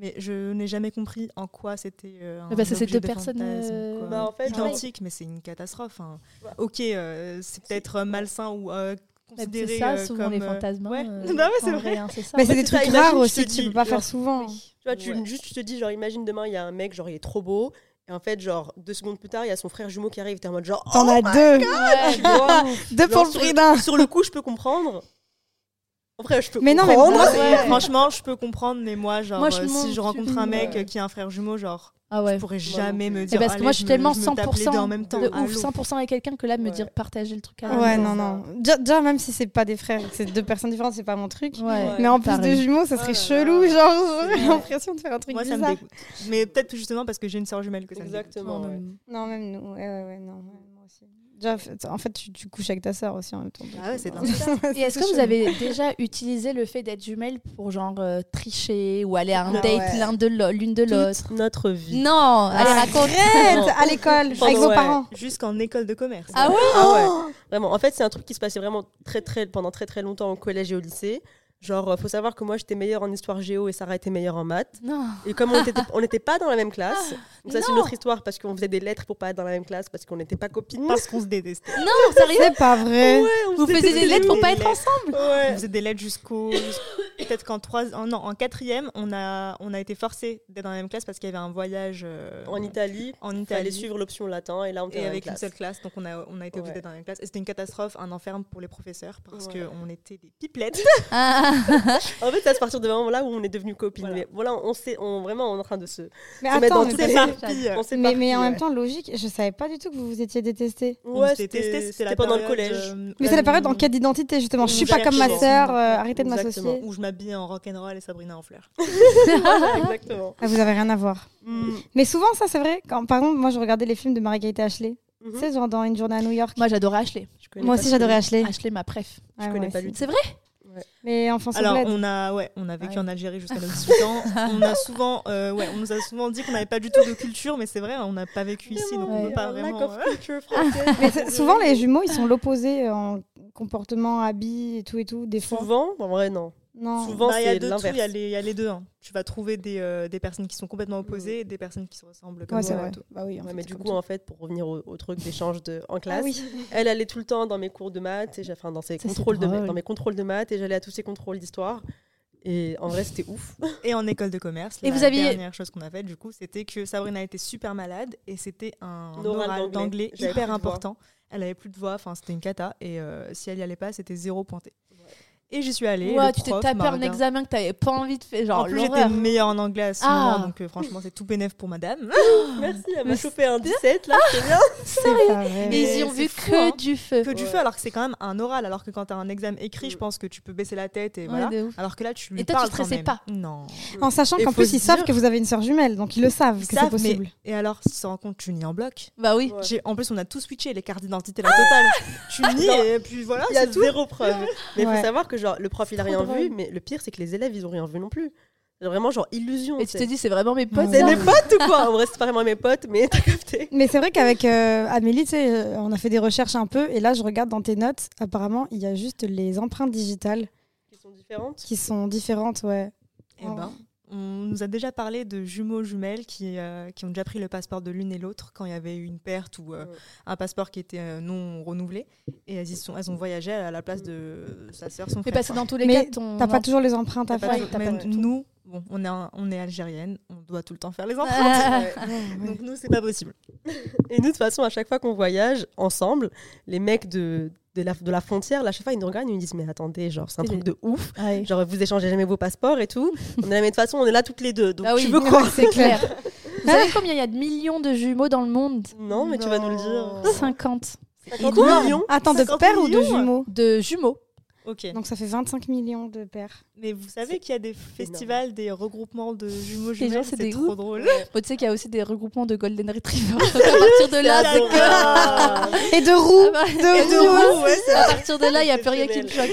Speaker 5: Mais je n'ai jamais compris en quoi c'était. euh, un
Speaker 4: Mais parce que Ah bah, c'est
Speaker 5: objet
Speaker 4: deux
Speaker 5: de
Speaker 4: personnes,
Speaker 5: fantasme,
Speaker 4: euh,
Speaker 5: quoi.
Speaker 3: Bah, en fait,
Speaker 5: identiques, mais c'est une catastrophe. hein.
Speaker 3: Ouais.
Speaker 5: Ok, euh, c'est peut-être euh, malsain ou euh,
Speaker 4: bah,
Speaker 5: considéré.
Speaker 4: C'est ça,
Speaker 5: euh,
Speaker 4: souvent
Speaker 5: comme,
Speaker 4: les
Speaker 5: euh,
Speaker 4: fantasmes. hein,
Speaker 5: ouais.
Speaker 4: euh,
Speaker 5: Non, mais c'est
Speaker 4: en
Speaker 5: vrai.
Speaker 4: hein, c'est ça.
Speaker 2: Mais c'est
Speaker 3: Ouais,
Speaker 2: des
Speaker 3: c'est ça,
Speaker 2: trucs
Speaker 3: imagine,
Speaker 2: rares
Speaker 3: je te
Speaker 2: aussi que tu
Speaker 3: dis,
Speaker 2: peux pas faire
Speaker 3: genre,
Speaker 2: souvent.
Speaker 3: Tu vois, tu, juste tu te dis genre imagine demain il y a un mec genre il est trop beau et en fait genre deux secondes plus tard il y a son frère jumeau qui arrive, t'es en mode genre
Speaker 2: T'en
Speaker 3: oh
Speaker 2: as
Speaker 3: my
Speaker 2: deux.
Speaker 4: Ouais.
Speaker 3: tu vois.
Speaker 2: Deux
Speaker 3: Genre,
Speaker 2: pour le
Speaker 3: sur
Speaker 2: prix d'un.
Speaker 3: Sur le coup, je peux comprendre. Après, je peux
Speaker 2: Mais non,
Speaker 5: Ah,
Speaker 2: mais
Speaker 5: Oh,
Speaker 3: comprendre.
Speaker 2: moi,
Speaker 5: Ouais, Franchement, je peux comprendre, mais moi, genre,
Speaker 4: Moi, je
Speaker 5: euh, si
Speaker 4: monte,
Speaker 5: je rencontre un
Speaker 4: tu-
Speaker 5: mec
Speaker 3: Ouais.
Speaker 5: euh, qui a un frère jumeau, genre,
Speaker 4: Ah ouais.
Speaker 5: je pourrais
Speaker 3: non
Speaker 5: jamais
Speaker 3: plus.
Speaker 5: me
Speaker 3: Mais
Speaker 5: dire.
Speaker 4: parce que
Speaker 5: allez,
Speaker 4: moi, je suis
Speaker 5: me-
Speaker 4: tellement
Speaker 5: me tape les deux
Speaker 4: 100%
Speaker 5: en même temps.
Speaker 4: de
Speaker 5: Allô.
Speaker 4: ouf, 100% avec quelqu'un que là, me
Speaker 3: Ouais.
Speaker 4: dire partager le truc à la
Speaker 2: Ouais,
Speaker 4: maison.
Speaker 2: non, non. Déjà, déjà, même si c'est pas des frères, c'est deux personnes différentes, c'est pas mon truc.
Speaker 4: Ouais.
Speaker 2: Mais en plus
Speaker 4: Pareil.
Speaker 2: de jumeaux, ça
Speaker 3: Oh là
Speaker 2: serait chelou.
Speaker 3: là.
Speaker 2: Genre, j'ai
Speaker 3: Ouais.
Speaker 2: l'impression de faire un truc
Speaker 5: Moi, ça
Speaker 2: bizarre.
Speaker 5: me dégoûte. Mais peut-être justement parce que j'ai une soeur jumelle que ça me dégoûte.
Speaker 3: Exactement. ouais.
Speaker 2: non, même nous. Ouais, ouais, ouais, non, ouais, moi aussi. Déjà, f- en fait, tu, tu couches avec ta sœur aussi en même temps.
Speaker 5: Ah ouais, c'est dingue.
Speaker 4: Et est-ce que vous avez déjà utilisé le fait d'être jumelles pour genre euh, tricher ou aller à un
Speaker 2: Ah
Speaker 4: date
Speaker 2: ouais.
Speaker 4: l'un de l'au- l'une de l'autre
Speaker 3: Toute notre vie.
Speaker 4: Non,
Speaker 5: Ah,
Speaker 4: allez raconte.
Speaker 2: Arrête À l'école, avec vos
Speaker 3: Ouais.
Speaker 2: parents.
Speaker 5: Jusqu'en école de commerce.
Speaker 4: Ah ouais
Speaker 3: Ah ouais. Vraiment. En fait, c'est un truc qui se passait vraiment très, très, pendant très, très longtemps au collège et au lycée. Genre, euh, faut savoir que moi, j'étais meilleure en histoire géo et Sarah était meilleure en maths.
Speaker 4: Non.
Speaker 3: Et comme on était- on n'était pas dans la même classe,
Speaker 2: Ah,
Speaker 3: donc ça, c'est une
Speaker 4: Non.
Speaker 3: autre histoire parce qu'on faisait des lettres pour pas être dans la même classe parce qu'on n'était pas copines.
Speaker 2: Ah
Speaker 5: Parce qu'on se détestait.
Speaker 4: Non, sérieux
Speaker 2: C'est pas vrai.
Speaker 3: Ouais, on
Speaker 4: Vous
Speaker 3: faisait
Speaker 4: faisiez des lettres pour
Speaker 5: des
Speaker 4: pas être
Speaker 5: lettres.
Speaker 4: ensemble
Speaker 5: On faisait des lettres jusqu'au. jusqu'au- peut-être qu'en trois, en, non, en quatrième, on a, on a été forcé d'être dans la même classe parce qu'il y avait un voyage euh,
Speaker 3: En Italie,
Speaker 5: en
Speaker 3: il fallait
Speaker 5: Italie.
Speaker 3: suivre l'option latin et là on était
Speaker 5: et
Speaker 3: dans la
Speaker 5: avec
Speaker 3: classe.
Speaker 5: une seule classe, donc on a, on a été obligé
Speaker 3: Ouais.
Speaker 5: d'être dans la même classe. Et c'était une catastrophe, un enfer pour les professeurs parce
Speaker 3: Ouais.
Speaker 5: qu'on était des pipelettes.
Speaker 3: En fait, c'est à partir de moment là où on est devenu copines.
Speaker 5: Voilà.
Speaker 3: Mais voilà, on s'est, on vraiment, on est en train de se,
Speaker 2: Mais
Speaker 3: se mettre
Speaker 2: attends,
Speaker 3: dans
Speaker 2: mais,
Speaker 3: tous
Speaker 2: parce-
Speaker 3: les
Speaker 5: Puis, euh,
Speaker 3: On s'est
Speaker 2: mais, mais en
Speaker 3: partis,
Speaker 2: même temps, logique, je savais pas du tout que vous vous étiez détesté.
Speaker 3: ouais,
Speaker 5: on
Speaker 3: Ouais,
Speaker 5: s'était
Speaker 3: c'était
Speaker 5: testé,
Speaker 3: c'était pendant le
Speaker 5: période,
Speaker 3: collège.
Speaker 5: euh,
Speaker 2: Mais c'est la période en
Speaker 5: où-
Speaker 2: quête d'identité, justement. Je suis pas comme
Speaker 5: Exactement.
Speaker 2: ma sœur, euh, arrêtez de
Speaker 3: Exactement.
Speaker 2: m'associer.
Speaker 5: Où je m'habillais en rock'n'roll et Sabrina en fleurs.
Speaker 3: Exactement.
Speaker 2: Ah, vous avez rien à voir.
Speaker 3: Mm.
Speaker 2: Mais souvent, ça, c'est vrai. Quand, par exemple, moi, je regardais les films de Marie-Kate Ashley.
Speaker 3: Mhm.
Speaker 2: Tu sais, genre dans Une journée à New York.
Speaker 4: Moi, j'adorais Ashley.
Speaker 3: Je connais
Speaker 2: Moi
Speaker 3: pas
Speaker 2: aussi,
Speaker 3: ce
Speaker 2: j'adorais
Speaker 3: film.
Speaker 2: Ashley.
Speaker 4: Ashley, ma préf.
Speaker 2: Je
Speaker 3: connais pas du
Speaker 4: C'est vrai
Speaker 2: Mais enfant
Speaker 5: Alors,
Speaker 2: bled.
Speaker 5: on a, ouais, on a vécu
Speaker 4: Ouais.
Speaker 5: en Algérie jusqu'à nos 18 ans. On, a souvent, euh, ouais, on nous a souvent dit qu'on n'avait pas du tout de culture, mais c'est vrai, on n'a pas vécu ici, donc on
Speaker 4: Ouais.
Speaker 5: peut pas
Speaker 3: Un lack
Speaker 5: vraiment.
Speaker 3: of
Speaker 5: ouais.
Speaker 3: culture française.
Speaker 2: Mais c'est- souvent, les jumeaux, ils sont l'opposé euh, en comportement, habit et tout et tout. Des fois.
Speaker 3: Souvent, en vrai, non.
Speaker 2: Non.
Speaker 3: souvent,
Speaker 5: Bah, Il y a
Speaker 3: c'est
Speaker 5: de tout,
Speaker 3: l'inverse.
Speaker 5: il y, a les- il y a les deux. hein. Tu vas trouver des, euh, des personnes qui sont
Speaker 4: Mm.
Speaker 5: complètement opposées et des personnes qui se ressemblent. Comme
Speaker 2: Ouais, c'est
Speaker 5: moi et
Speaker 2: vrai.
Speaker 5: tout.
Speaker 2: Bah oui, en
Speaker 3: Ouais,
Speaker 2: fait,
Speaker 3: mais
Speaker 2: c'est
Speaker 3: du
Speaker 2: comme
Speaker 3: coup,
Speaker 2: tout.
Speaker 3: en fait, pour revenir au, au truc d'échange de, en
Speaker 2: Ah
Speaker 3: classe,
Speaker 2: oui.
Speaker 3: elle allait tout le temps dans mes cours de maths et j'ai- enfin dans ses
Speaker 4: Ça, c'est
Speaker 3: contrôles de maths,
Speaker 4: drôle.
Speaker 3: dans mes contrôles de maths et j'allais à tous ses contrôles d'histoire. Et en vrai, c'était ouf.
Speaker 5: Et en école de commerce,
Speaker 4: Et
Speaker 5: la
Speaker 4: vous aviez-
Speaker 5: dernière chose qu'on a faite, du coup, c'était que Sabrina était super malade et c'était un
Speaker 3: Un oral
Speaker 5: oral,
Speaker 3: d'anglais.
Speaker 5: d'anglais
Speaker 3: J'avais plus de
Speaker 5: hyper
Speaker 3: voix.
Speaker 5: important. Elle avait plus de voix, enfin c'était une cata et euh, si elle y allait pas, c'était zéro pointé. Et j'y suis allée.
Speaker 4: Ouah,
Speaker 5: le
Speaker 4: tu t'es
Speaker 5: prof
Speaker 4: tapé
Speaker 5: m'a
Speaker 4: un
Speaker 5: regardé-
Speaker 4: examen que t'avais pas envie de faire. Genre,
Speaker 5: en plus, j'étais
Speaker 4: l'horreur.
Speaker 5: meilleure en anglais à ce
Speaker 4: Ah.
Speaker 5: moment, donc euh, franchement, c'est tout bénef pour madame.
Speaker 3: Merci, elle
Speaker 4: Mais
Speaker 3: m'a chopé un 17 là, c'est Ah, bien.
Speaker 2: C'est pas vrai.
Speaker 4: Mais ils y ont
Speaker 5: c'est
Speaker 4: vu
Speaker 5: fou,
Speaker 4: que
Speaker 5: hein.
Speaker 4: du feu.
Speaker 5: Que du
Speaker 3: Ouais.
Speaker 5: feu, alors que c'est quand même un oral, alors que quand t'as un examen écrit, je
Speaker 3: Mm.
Speaker 5: pense que tu peux baisser la tête et
Speaker 4: Ouais,
Speaker 5: voilà.
Speaker 4: de ouf.
Speaker 5: Alors que là, tu lui
Speaker 4: Et toi, tu
Speaker 5: parles quand
Speaker 4: stressais
Speaker 5: même.
Speaker 4: pas
Speaker 5: Non.
Speaker 2: En sachant
Speaker 3: Et
Speaker 2: qu'en
Speaker 3: faut
Speaker 2: plus,
Speaker 3: se
Speaker 2: ils savent
Speaker 3: dire-
Speaker 2: que vous avez une sœur jumelle, donc ils le savent que
Speaker 5: Ils
Speaker 2: c'est
Speaker 5: savent,
Speaker 2: possible.
Speaker 5: mais- Et alors, si tu te rends compte, tu nies en bloc.
Speaker 4: Bah oui.
Speaker 3: Ouais.
Speaker 5: J'ai- En plus, on a tout switché, les cartes d'identité, la totale.
Speaker 4: Ah
Speaker 5: tu nies
Speaker 3: Non.
Speaker 5: et puis voilà,
Speaker 4: Oh.
Speaker 3: Il y a
Speaker 5: c'est tout.
Speaker 3: Ah, zéro preuve. Mais il
Speaker 2: Ouais.
Speaker 3: faut savoir que genre le prof il a
Speaker 4: trop
Speaker 3: rien
Speaker 4: drôle.
Speaker 3: vu, mais le pire c'est que les élèves ils ont rien vu non plus. C'est Vraiment genre illusion.
Speaker 4: Et tu
Speaker 3: c'est-
Speaker 4: te dis, c'est vraiment mes potes. hein.
Speaker 3: c'est
Speaker 4: ça
Speaker 3: mes potes ou quoi En vrai, c'est pas vraiment mes potes, mais t'as capté.
Speaker 2: Mais c'est vrai qu'avec euh, Amélie, tu sais, euh, on a fait des recherches un peu, et là, je regarde dans tes notes, apparemment, il y a juste les empreintes digitales
Speaker 3: Ils sont différentes.
Speaker 2: qui sont différentes, ouais.
Speaker 5: Eh ben, on nous a déjà parlé de jumeaux jumelles qui, euh, qui ont déjà pris le passeport de l'une et l'autre quand il y avait eu une perte ou euh,
Speaker 3: Ouais.
Speaker 5: un passeport qui était euh, non renouvelé. Et elles, y sont, elles ont voyagé à la place de sa sœur, son
Speaker 4: Mais
Speaker 5: frère.
Speaker 4: parce que dans tous les
Speaker 2: Mais
Speaker 4: cas, ton.
Speaker 2: T'as pas toujours les empreintes à
Speaker 5: T'as
Speaker 2: faire.
Speaker 5: pas
Speaker 4: Ouais,
Speaker 5: tout-
Speaker 4: t'as pas
Speaker 5: même
Speaker 4: tout.
Speaker 5: nous, bon, on, est, un- on est algérienne, on doit tout le temps faire les enfants.
Speaker 4: Ah.
Speaker 3: Ouais.
Speaker 5: Donc nous, c'est pas possible.
Speaker 3: Et nous, de toute façon, à chaque fois qu'on voyage ensemble, les mecs de, de, la, de la frontière, là, à chaque fois, ils nous regardent, ils nous disent Mais attendez, genre, c'est un truc de ouf.
Speaker 4: Ouais.
Speaker 3: Genre, vous échangez jamais vos passeports et tout. On est là, mais de toute façon, on est là toutes les deux. Donc,
Speaker 4: Ah oui,
Speaker 3: tu veux quoi
Speaker 4: C'est clair. Vous savez combien il y a de millions de jumeaux dans le monde
Speaker 3: Non, mais tu vas nous le
Speaker 5: Oh.
Speaker 3: dire.
Speaker 4: 50.
Speaker 3: 50
Speaker 2: énorme.
Speaker 3: millions
Speaker 2: Attends, de
Speaker 5: 50
Speaker 2: pères ou de
Speaker 5: millions
Speaker 2: jumeaux
Speaker 4: De jumeaux.
Speaker 5: Ok.
Speaker 2: Donc ça fait 25 millions de pères.
Speaker 5: Mais vous savez qu'il y a des festivals, des regroupements de jumeaux
Speaker 4: gens,
Speaker 5: jumelles,
Speaker 4: c'est
Speaker 5: c'est
Speaker 4: des
Speaker 5: trop
Speaker 4: ouf.
Speaker 5: drôle.
Speaker 4: Bon, tu sais qu'il y a aussi des regroupements de Golden Retriever. Donc à partir de là, c'est que. Ah bah,
Speaker 2: Et de roux
Speaker 4: Et de
Speaker 2: roux,
Speaker 4: roux, à partir de là, il n'y a plus rien qui me choque.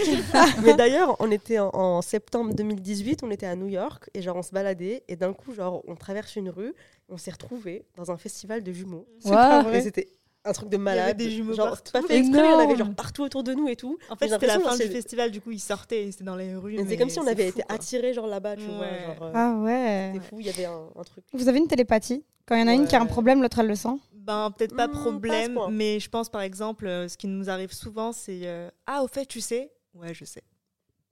Speaker 3: Mais
Speaker 5: Uh-huh.
Speaker 3: d'ailleurs, on était en, en septembre 2018, on était à New York, et genre, on se baladait, et d'un coup, genre, on traverse une rue, on s'est retrouvés dans un festival de jumeaux.
Speaker 5: C'est pas
Speaker 3: Et
Speaker 5: vrai.
Speaker 3: c'était un truc de malade.
Speaker 5: des jumeaux
Speaker 3: genre,
Speaker 5: partout.
Speaker 3: c'était pas fait exprès, on avait
Speaker 4: Énorme.
Speaker 3: genre partout autour de nous et tout.
Speaker 5: En fait,
Speaker 3: J'ai
Speaker 5: c'était la
Speaker 3: l'impression,
Speaker 5: fin
Speaker 3: genre,
Speaker 5: du festival, du coup, ils sortaient et c'était dans les rues.
Speaker 3: Mais
Speaker 5: mais
Speaker 3: c'est comme si on
Speaker 5: c'est
Speaker 3: avait
Speaker 5: fou,
Speaker 3: été
Speaker 5: quoi.
Speaker 3: attiré genre là-bas, tu vois.
Speaker 5: Ouais.
Speaker 3: Genre, euh,
Speaker 2: Ah ouais.
Speaker 3: c'était fou, il y avait un, un truc.
Speaker 2: Vous avez une télépathie Quand il y en a une qui a un
Speaker 3: Ouais.
Speaker 2: problème, l'autre elle le sent.
Speaker 5: Ben, peut-être pas
Speaker 3: Hmm, pas à ce
Speaker 5: problème,
Speaker 3: point.
Speaker 5: mais je pense, par exemple, euh, ce qui nous arrive souvent, c'est euh, Ah, au fait, tu sais Ouais, je sais.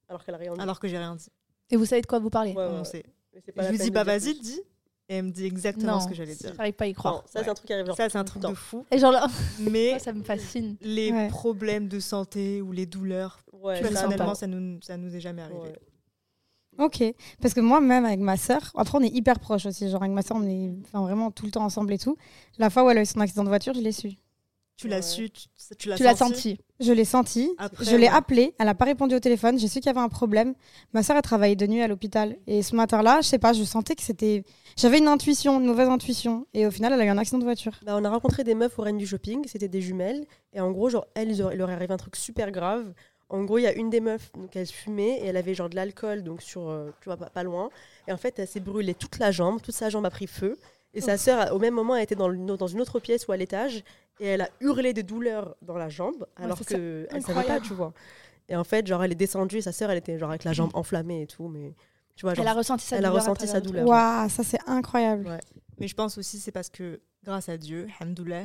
Speaker 3: Alors qu'elle a rien dit.
Speaker 5: Alors que j'ai rien dit.
Speaker 4: Et vous savez de quoi vous parlez
Speaker 3: Ouais, ouais,
Speaker 5: on
Speaker 3: ouais.
Speaker 5: sait.
Speaker 3: Mais c'est pas
Speaker 5: Je
Speaker 3: la
Speaker 5: lui
Speaker 3: peine
Speaker 5: dis
Speaker 3: de
Speaker 5: Bah,
Speaker 3: dire
Speaker 5: vas-y,
Speaker 3: plus.
Speaker 5: dis. Et elle me dit exactement
Speaker 4: Non,
Speaker 5: ce que j'allais dire.
Speaker 4: J'arrive pas à y croire.
Speaker 3: Non, ça, c'est un truc qui arrive genre.
Speaker 5: Ça, c'est un
Speaker 3: tout
Speaker 5: truc
Speaker 3: le
Speaker 5: de
Speaker 3: temps.
Speaker 5: fou.
Speaker 4: Et genre là,
Speaker 5: Mais
Speaker 4: ça me fascine.
Speaker 5: les
Speaker 2: Ouais.
Speaker 5: problèmes de santé ou les douleurs,
Speaker 3: Ouais, ça,
Speaker 5: personnellement,
Speaker 3: non.
Speaker 5: ça nous, ça nous est jamais arrivé.
Speaker 3: Ouais.
Speaker 2: Ok. Parce que moi-même, avec ma sœur, après, on est hyper proches aussi. Genre, avec ma sœur, on est enfin, vraiment tout le temps ensemble et tout. La fois où elle a eu son accident de voiture, je l'ai su.
Speaker 5: Tu l'as
Speaker 3: Ouais.
Speaker 5: su, tu, tu l'as
Speaker 4: Tu l'as
Speaker 5: senti.
Speaker 4: senti.
Speaker 2: Je l'ai senti,
Speaker 5: Après,
Speaker 2: je l'ai
Speaker 5: ouais.
Speaker 2: appelée, elle n'a pas répondu au téléphone, j'ai su qu'il y avait un problème. Ma soeur, elle travaillait de nuit à l'hôpital. Et ce matin-là, je sais pas, je sentais que c'était. J'avais une intuition, une mauvaise intuition. Et au final, elle a eu un accident de voiture.
Speaker 3: Bah, on a rencontré des meufs au Reine du Shopping, c'était des jumelles. Et en gros, genre, elles, il leur est arrivé un truc super grave. En gros, il y a une des meufs, donc elle fumait et elle avait genre de l'alcool, donc sur, euh, tu vois, pas, pas loin. Et en fait, elle s'est brûlée toute la jambe, toute sa jambe a pris feu. Et
Speaker 4: Oh.
Speaker 3: sa sœur, au même moment, elle était dans, le- dans une autre pièce ou à l'étage. Et elle a hurlé de douleur dans la jambe, alors
Speaker 4: c'est ça.
Speaker 3: que elle savait pas,
Speaker 4: Incroyable.
Speaker 3: tu vois. Et en fait, genre, elle est descendue et sa sœur, elle était genre avec la jambe enflammée et tout. Mais tu vois, genre,
Speaker 4: Elle a ressenti sa
Speaker 3: elle a
Speaker 4: douleur.
Speaker 3: ressenti
Speaker 4: à
Speaker 3: sa
Speaker 4: travers le
Speaker 3: douleur.
Speaker 2: Waouh, ça c'est incroyable.
Speaker 3: Ouais.
Speaker 5: Mais je pense aussi c'est parce que grâce à Dieu, hamdoulah,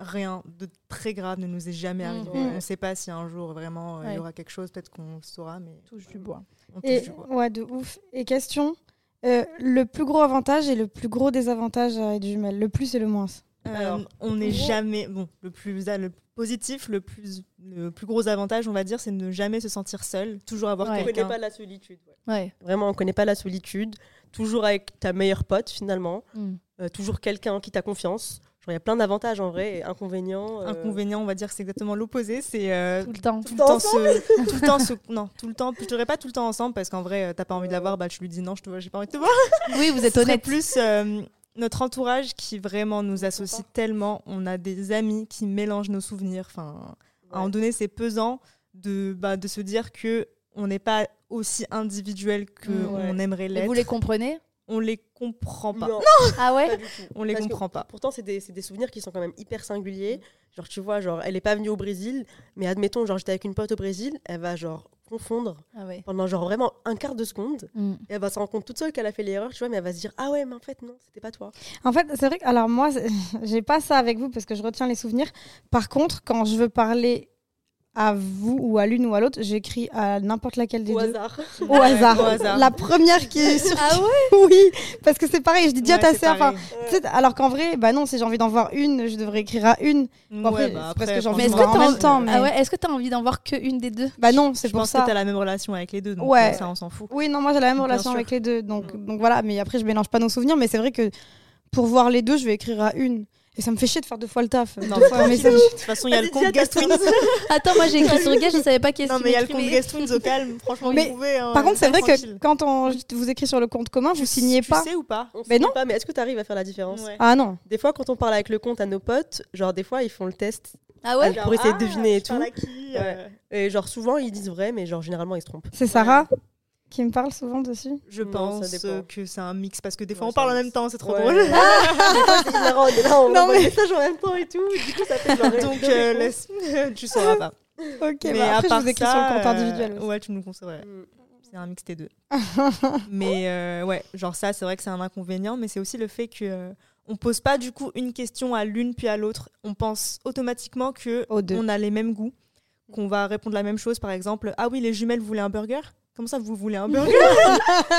Speaker 5: rien de très grave ne nous est jamais
Speaker 3: Mm.
Speaker 5: arrivé.
Speaker 4: Mhm.
Speaker 5: On ne sait pas si un jour vraiment euh, il
Speaker 4: Ouais.
Speaker 5: y aura quelque chose, peut-être qu'on le saura, mais
Speaker 4: Touche du bois.
Speaker 5: on touche
Speaker 2: Et,
Speaker 5: du bois.
Speaker 2: ouais, de ouf. Et question, euh, le plus gros avantage et le plus gros désavantage à être jumelle, le plus et le moins.
Speaker 5: Euh,
Speaker 3: Alors,
Speaker 5: on n'est
Speaker 3: gros-
Speaker 5: jamais bon. Le plus ah, le positif, le plus le plus gros avantage, on va dire, c'est de ne jamais se sentir seul, toujours avoir
Speaker 4: Ouais.
Speaker 3: On ne connaît
Speaker 5: quelqu'un.
Speaker 3: pas la solitude. ouais.
Speaker 4: Ouais.
Speaker 3: Vraiment, on ne connaît pas la solitude. Toujours avec ta meilleure pote, finalement.
Speaker 4: Mm.
Speaker 3: Euh, toujours quelqu'un en qui t'a confiance. Genre, Il y a plein d'avantages en vrai et inconvénients. euh,
Speaker 5: Inconvénient, on va dire, c'est exactement l'opposé. C'est euh,
Speaker 4: Tout le temps.
Speaker 5: tout le temps se- tout le temps se- non, tout le temps. Je dirais pas tout le temps ensemble parce qu'en vrai, euh, t'as pas envie de la voir, bah tu lui dis non, je te vois, j'ai pas envie de te voir.
Speaker 4: Oui, vous êtes
Speaker 5: Ce serait
Speaker 4: honnête.
Speaker 5: plus euh, notre entourage qui vraiment nous associe tellement. On a des amis qui mélangent nos souvenirs. Enfin, à un moment donné, c'est pesant de, bah, de se dire que on n'est pas aussi individuel que
Speaker 4: Mm,
Speaker 5: on aimerait
Speaker 4: Et
Speaker 5: l'être.
Speaker 4: vous les comprenez
Speaker 5: On les comprend pas.
Speaker 3: Non,
Speaker 4: Ah ouais
Speaker 3: pas du tout.
Speaker 5: On les
Speaker 3: Parce que
Speaker 5: comprend pas.
Speaker 3: Pourtant, c'est des, c'est des souvenirs qui sont quand même hyper singuliers. Genre, tu vois, genre, elle est pas venue au Brésil, mais admettons, genre, j'étais avec une pote au Brésil, elle va, genre, confondre
Speaker 4: Ah ouais.
Speaker 3: pendant, genre, vraiment un quart de seconde.
Speaker 4: Mm.
Speaker 3: Et elle va se rendre compte toute seule qu'elle a fait l'erreur, tu vois, mais elle va se dire, ah ouais, mais en fait, non, c'était pas toi.
Speaker 2: En fait, c'est vrai que, alors moi, c'est- j'ai pas ça avec vous parce que je retiens les souvenirs. Par contre, quand je veux parler à vous ou à l'une ou à l'autre, j'écris à n'importe laquelle des
Speaker 3: Au
Speaker 2: deux.
Speaker 3: hasard.
Speaker 2: Au hasard.
Speaker 5: au hasard.
Speaker 2: La première qui est sur
Speaker 4: Ah ouais
Speaker 2: oui, parce que c'est pareil, je dis déjà
Speaker 5: Ouais,
Speaker 2: ta
Speaker 5: c'est
Speaker 2: sœur.
Speaker 5: pareil.
Speaker 2: enfin, tu sais, Alors qu'en vrai, bah non, si j'ai envie d'en voir une, je devrais écrire à une. Bon, après,
Speaker 5: Ouais,
Speaker 2: c'est
Speaker 5: bah,
Speaker 2: parce
Speaker 5: après,
Speaker 2: que j'ai envie
Speaker 4: Mais
Speaker 2: de
Speaker 4: est-ce
Speaker 5: franchement,
Speaker 2: voir en
Speaker 4: que t'as-
Speaker 2: même temps. Mais...
Speaker 4: Ah ouais, est-ce que t'as envie d'en voir qu'une des deux
Speaker 2: Bah non, c'est
Speaker 5: Je
Speaker 2: pour
Speaker 5: pense
Speaker 2: ça.
Speaker 5: que t'as la même relation avec les deux, donc
Speaker 2: Ouais.
Speaker 5: euh, ça on s'en fout.
Speaker 2: Oui, non, moi j'ai la même
Speaker 5: Bien
Speaker 2: relation
Speaker 5: sûr.
Speaker 2: avec les deux. Donc, donc voilà, mais après je mélange pas nos souvenirs, mais c'est vrai que pour voir les deux, je vais écrire à une. Et ça me fait chier de faire deux fois le taf.
Speaker 5: Non,
Speaker 2: deux fois un
Speaker 5: tranquille.
Speaker 2: message.
Speaker 5: De toute façon, il y a le
Speaker 2: Ah,
Speaker 3: Vas-y,
Speaker 5: compte
Speaker 3: dis à ta
Speaker 5: Guest
Speaker 3: sœur.
Speaker 5: Twins.
Speaker 4: Attends, moi j'ai écrit sur Gage, je savais pas qui est-ce
Speaker 5: Non,
Speaker 4: qui
Speaker 5: mais il y a le compte
Speaker 4: m'écrivait.
Speaker 5: Guest Twins au calme. Franchement,
Speaker 2: Mais,
Speaker 5: vous pouvez. hein,
Speaker 2: Par contre, c'est vrai que
Speaker 5: tranquille.
Speaker 2: quand on vous écrit sur le compte commun, vous signez
Speaker 5: tu
Speaker 2: pas.
Speaker 5: sais ou pas
Speaker 3: On
Speaker 2: Mais
Speaker 3: sait
Speaker 2: non.
Speaker 3: pas, mais est-ce que tu arrives à faire la différence
Speaker 5: Ouais.
Speaker 2: Ah non.
Speaker 3: Des fois, quand on parle avec le compte à nos potes, genre, des fois, ils font le test
Speaker 4: Ah ouais
Speaker 3: Genre, pour essayer de
Speaker 5: ah,
Speaker 3: deviner et
Speaker 5: je parle
Speaker 3: tout.
Speaker 5: à qui, euh,
Speaker 3: Et genre, souvent, ils disent vrai, mais genre, généralement, ils se trompent.
Speaker 2: C'est Sarah qui me parle souvent dessus.
Speaker 5: Je
Speaker 3: Non,
Speaker 5: pense
Speaker 3: ça dépend.
Speaker 5: euh, que c'est un mix parce que des fois
Speaker 3: Ouais,
Speaker 5: on
Speaker 3: c'est
Speaker 5: parle en
Speaker 3: un
Speaker 5: même
Speaker 3: mix.
Speaker 5: temps, c'est trop
Speaker 3: Ouais.
Speaker 5: drôle.
Speaker 3: C'est hilarant, on est là, on
Speaker 2: Non,
Speaker 3: envoie
Speaker 2: mais-
Speaker 3: des messages en même temps et tout. Du coup, ça fait genre,
Speaker 5: Ah Donc
Speaker 3: deux
Speaker 5: euh,
Speaker 3: réponses.
Speaker 5: laisse- tu sauras pas.
Speaker 2: Ok, bah après je vous écris sur le compte
Speaker 5: euh,
Speaker 2: individuel. aussi.
Speaker 5: ouais, tu nous conseilles. ouais.
Speaker 3: Mm.
Speaker 5: C'est un mix des deux. mais euh, ouais, genre ça, c'est vrai que c'est un inconvénient, mais c'est aussi le fait que euh, on pose pas du coup une question à l'une puis à l'autre. On pense automatiquement que
Speaker 2: Aux deux.
Speaker 5: on a les mêmes goûts, qu'on va répondre la même chose. Par exemple, ah oui, les jumelles voulaient un burger. Comment ça, vous voulez un burger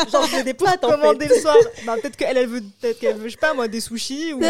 Speaker 3: Genre, je fais des plates, en fait.
Speaker 5: commander le soir. Bah, peut-être qu'elle elle veut, peut-être qu'elle veut, je sais pas moi, des sushis ou
Speaker 2: Ouais,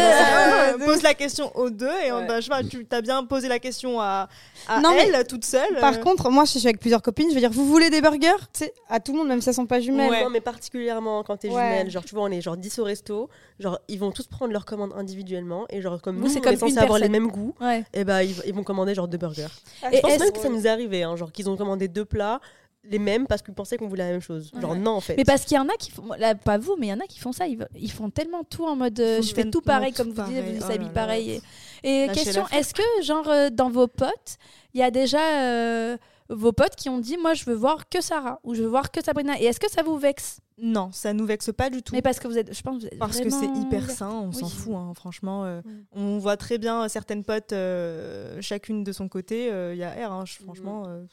Speaker 5: Euh, pose la question aux deux et on-
Speaker 3: Ouais.
Speaker 5: bah, je sais pas, tu t'as bien posé la question à, à
Speaker 2: Non, mais
Speaker 5: elle toute seule.
Speaker 2: Par
Speaker 5: euh,
Speaker 2: contre, moi je suis avec plusieurs copines, je vais dire vous voulez des burgers Tu sais, à tout le monde, même si elles sont pas jumelles.
Speaker 5: Ouais.
Speaker 3: Non, mais particulièrement quand t'es
Speaker 2: Ouais.
Speaker 3: jumelle, genre tu vois, on est genre 10 au resto, genre ils vont tous prendre leurs commandes individuellement et genre comme
Speaker 4: Nous,
Speaker 3: nous,
Speaker 4: c'est
Speaker 3: on
Speaker 4: comme
Speaker 3: est censé
Speaker 4: une
Speaker 3: avoir les
Speaker 4: personne.
Speaker 3: mêmes goûts,
Speaker 4: Ouais.
Speaker 3: et bah ils, ils vont commander genre deux burgers.
Speaker 4: Et
Speaker 3: Je pense
Speaker 4: est-ce-
Speaker 3: même que ça nous est arrivé, hein, genre qu'ils ont commandé deux plats les mêmes parce qu'ils pensaient qu'on voulait la même chose. Genre
Speaker 4: Ouais.
Speaker 3: non en fait.
Speaker 4: Mais parce qu'il y en a qui font, là, pas vous, mais il y en a qui font ça. Ils, v- ils font tellement tout en mode euh,
Speaker 5: Ils font
Speaker 4: je fais tout
Speaker 5: tellement
Speaker 4: pareil,
Speaker 5: tout
Speaker 4: comme vous disiez,
Speaker 5: pareil.
Speaker 4: vous
Speaker 5: Oh
Speaker 4: s'habillez
Speaker 5: là là.
Speaker 4: pareil. Et
Speaker 5: Lâchez
Speaker 4: question,
Speaker 5: l'affaire,
Speaker 4: est-ce que, genre, euh, dans vos potes, il y a déjà euh, vos potes qui ont dit moi je veux voir que Sarah ou je veux voir que Sabrina Et est-ce que ça vous vexe
Speaker 5: non, ça nous vexe pas du tout.
Speaker 4: Mais parce que vous êtes, je pense, que vous êtes
Speaker 5: parce que c'est
Speaker 4: vraiment-
Speaker 5: hyper sain, on s'en
Speaker 4: Oui.
Speaker 5: fout, hein, franchement. euh,
Speaker 4: Mm.
Speaker 5: On voit très bien certaines potes, euh, chacune de son côté. Il y a R, hein, je- franchement. euh, on
Speaker 4: Mm.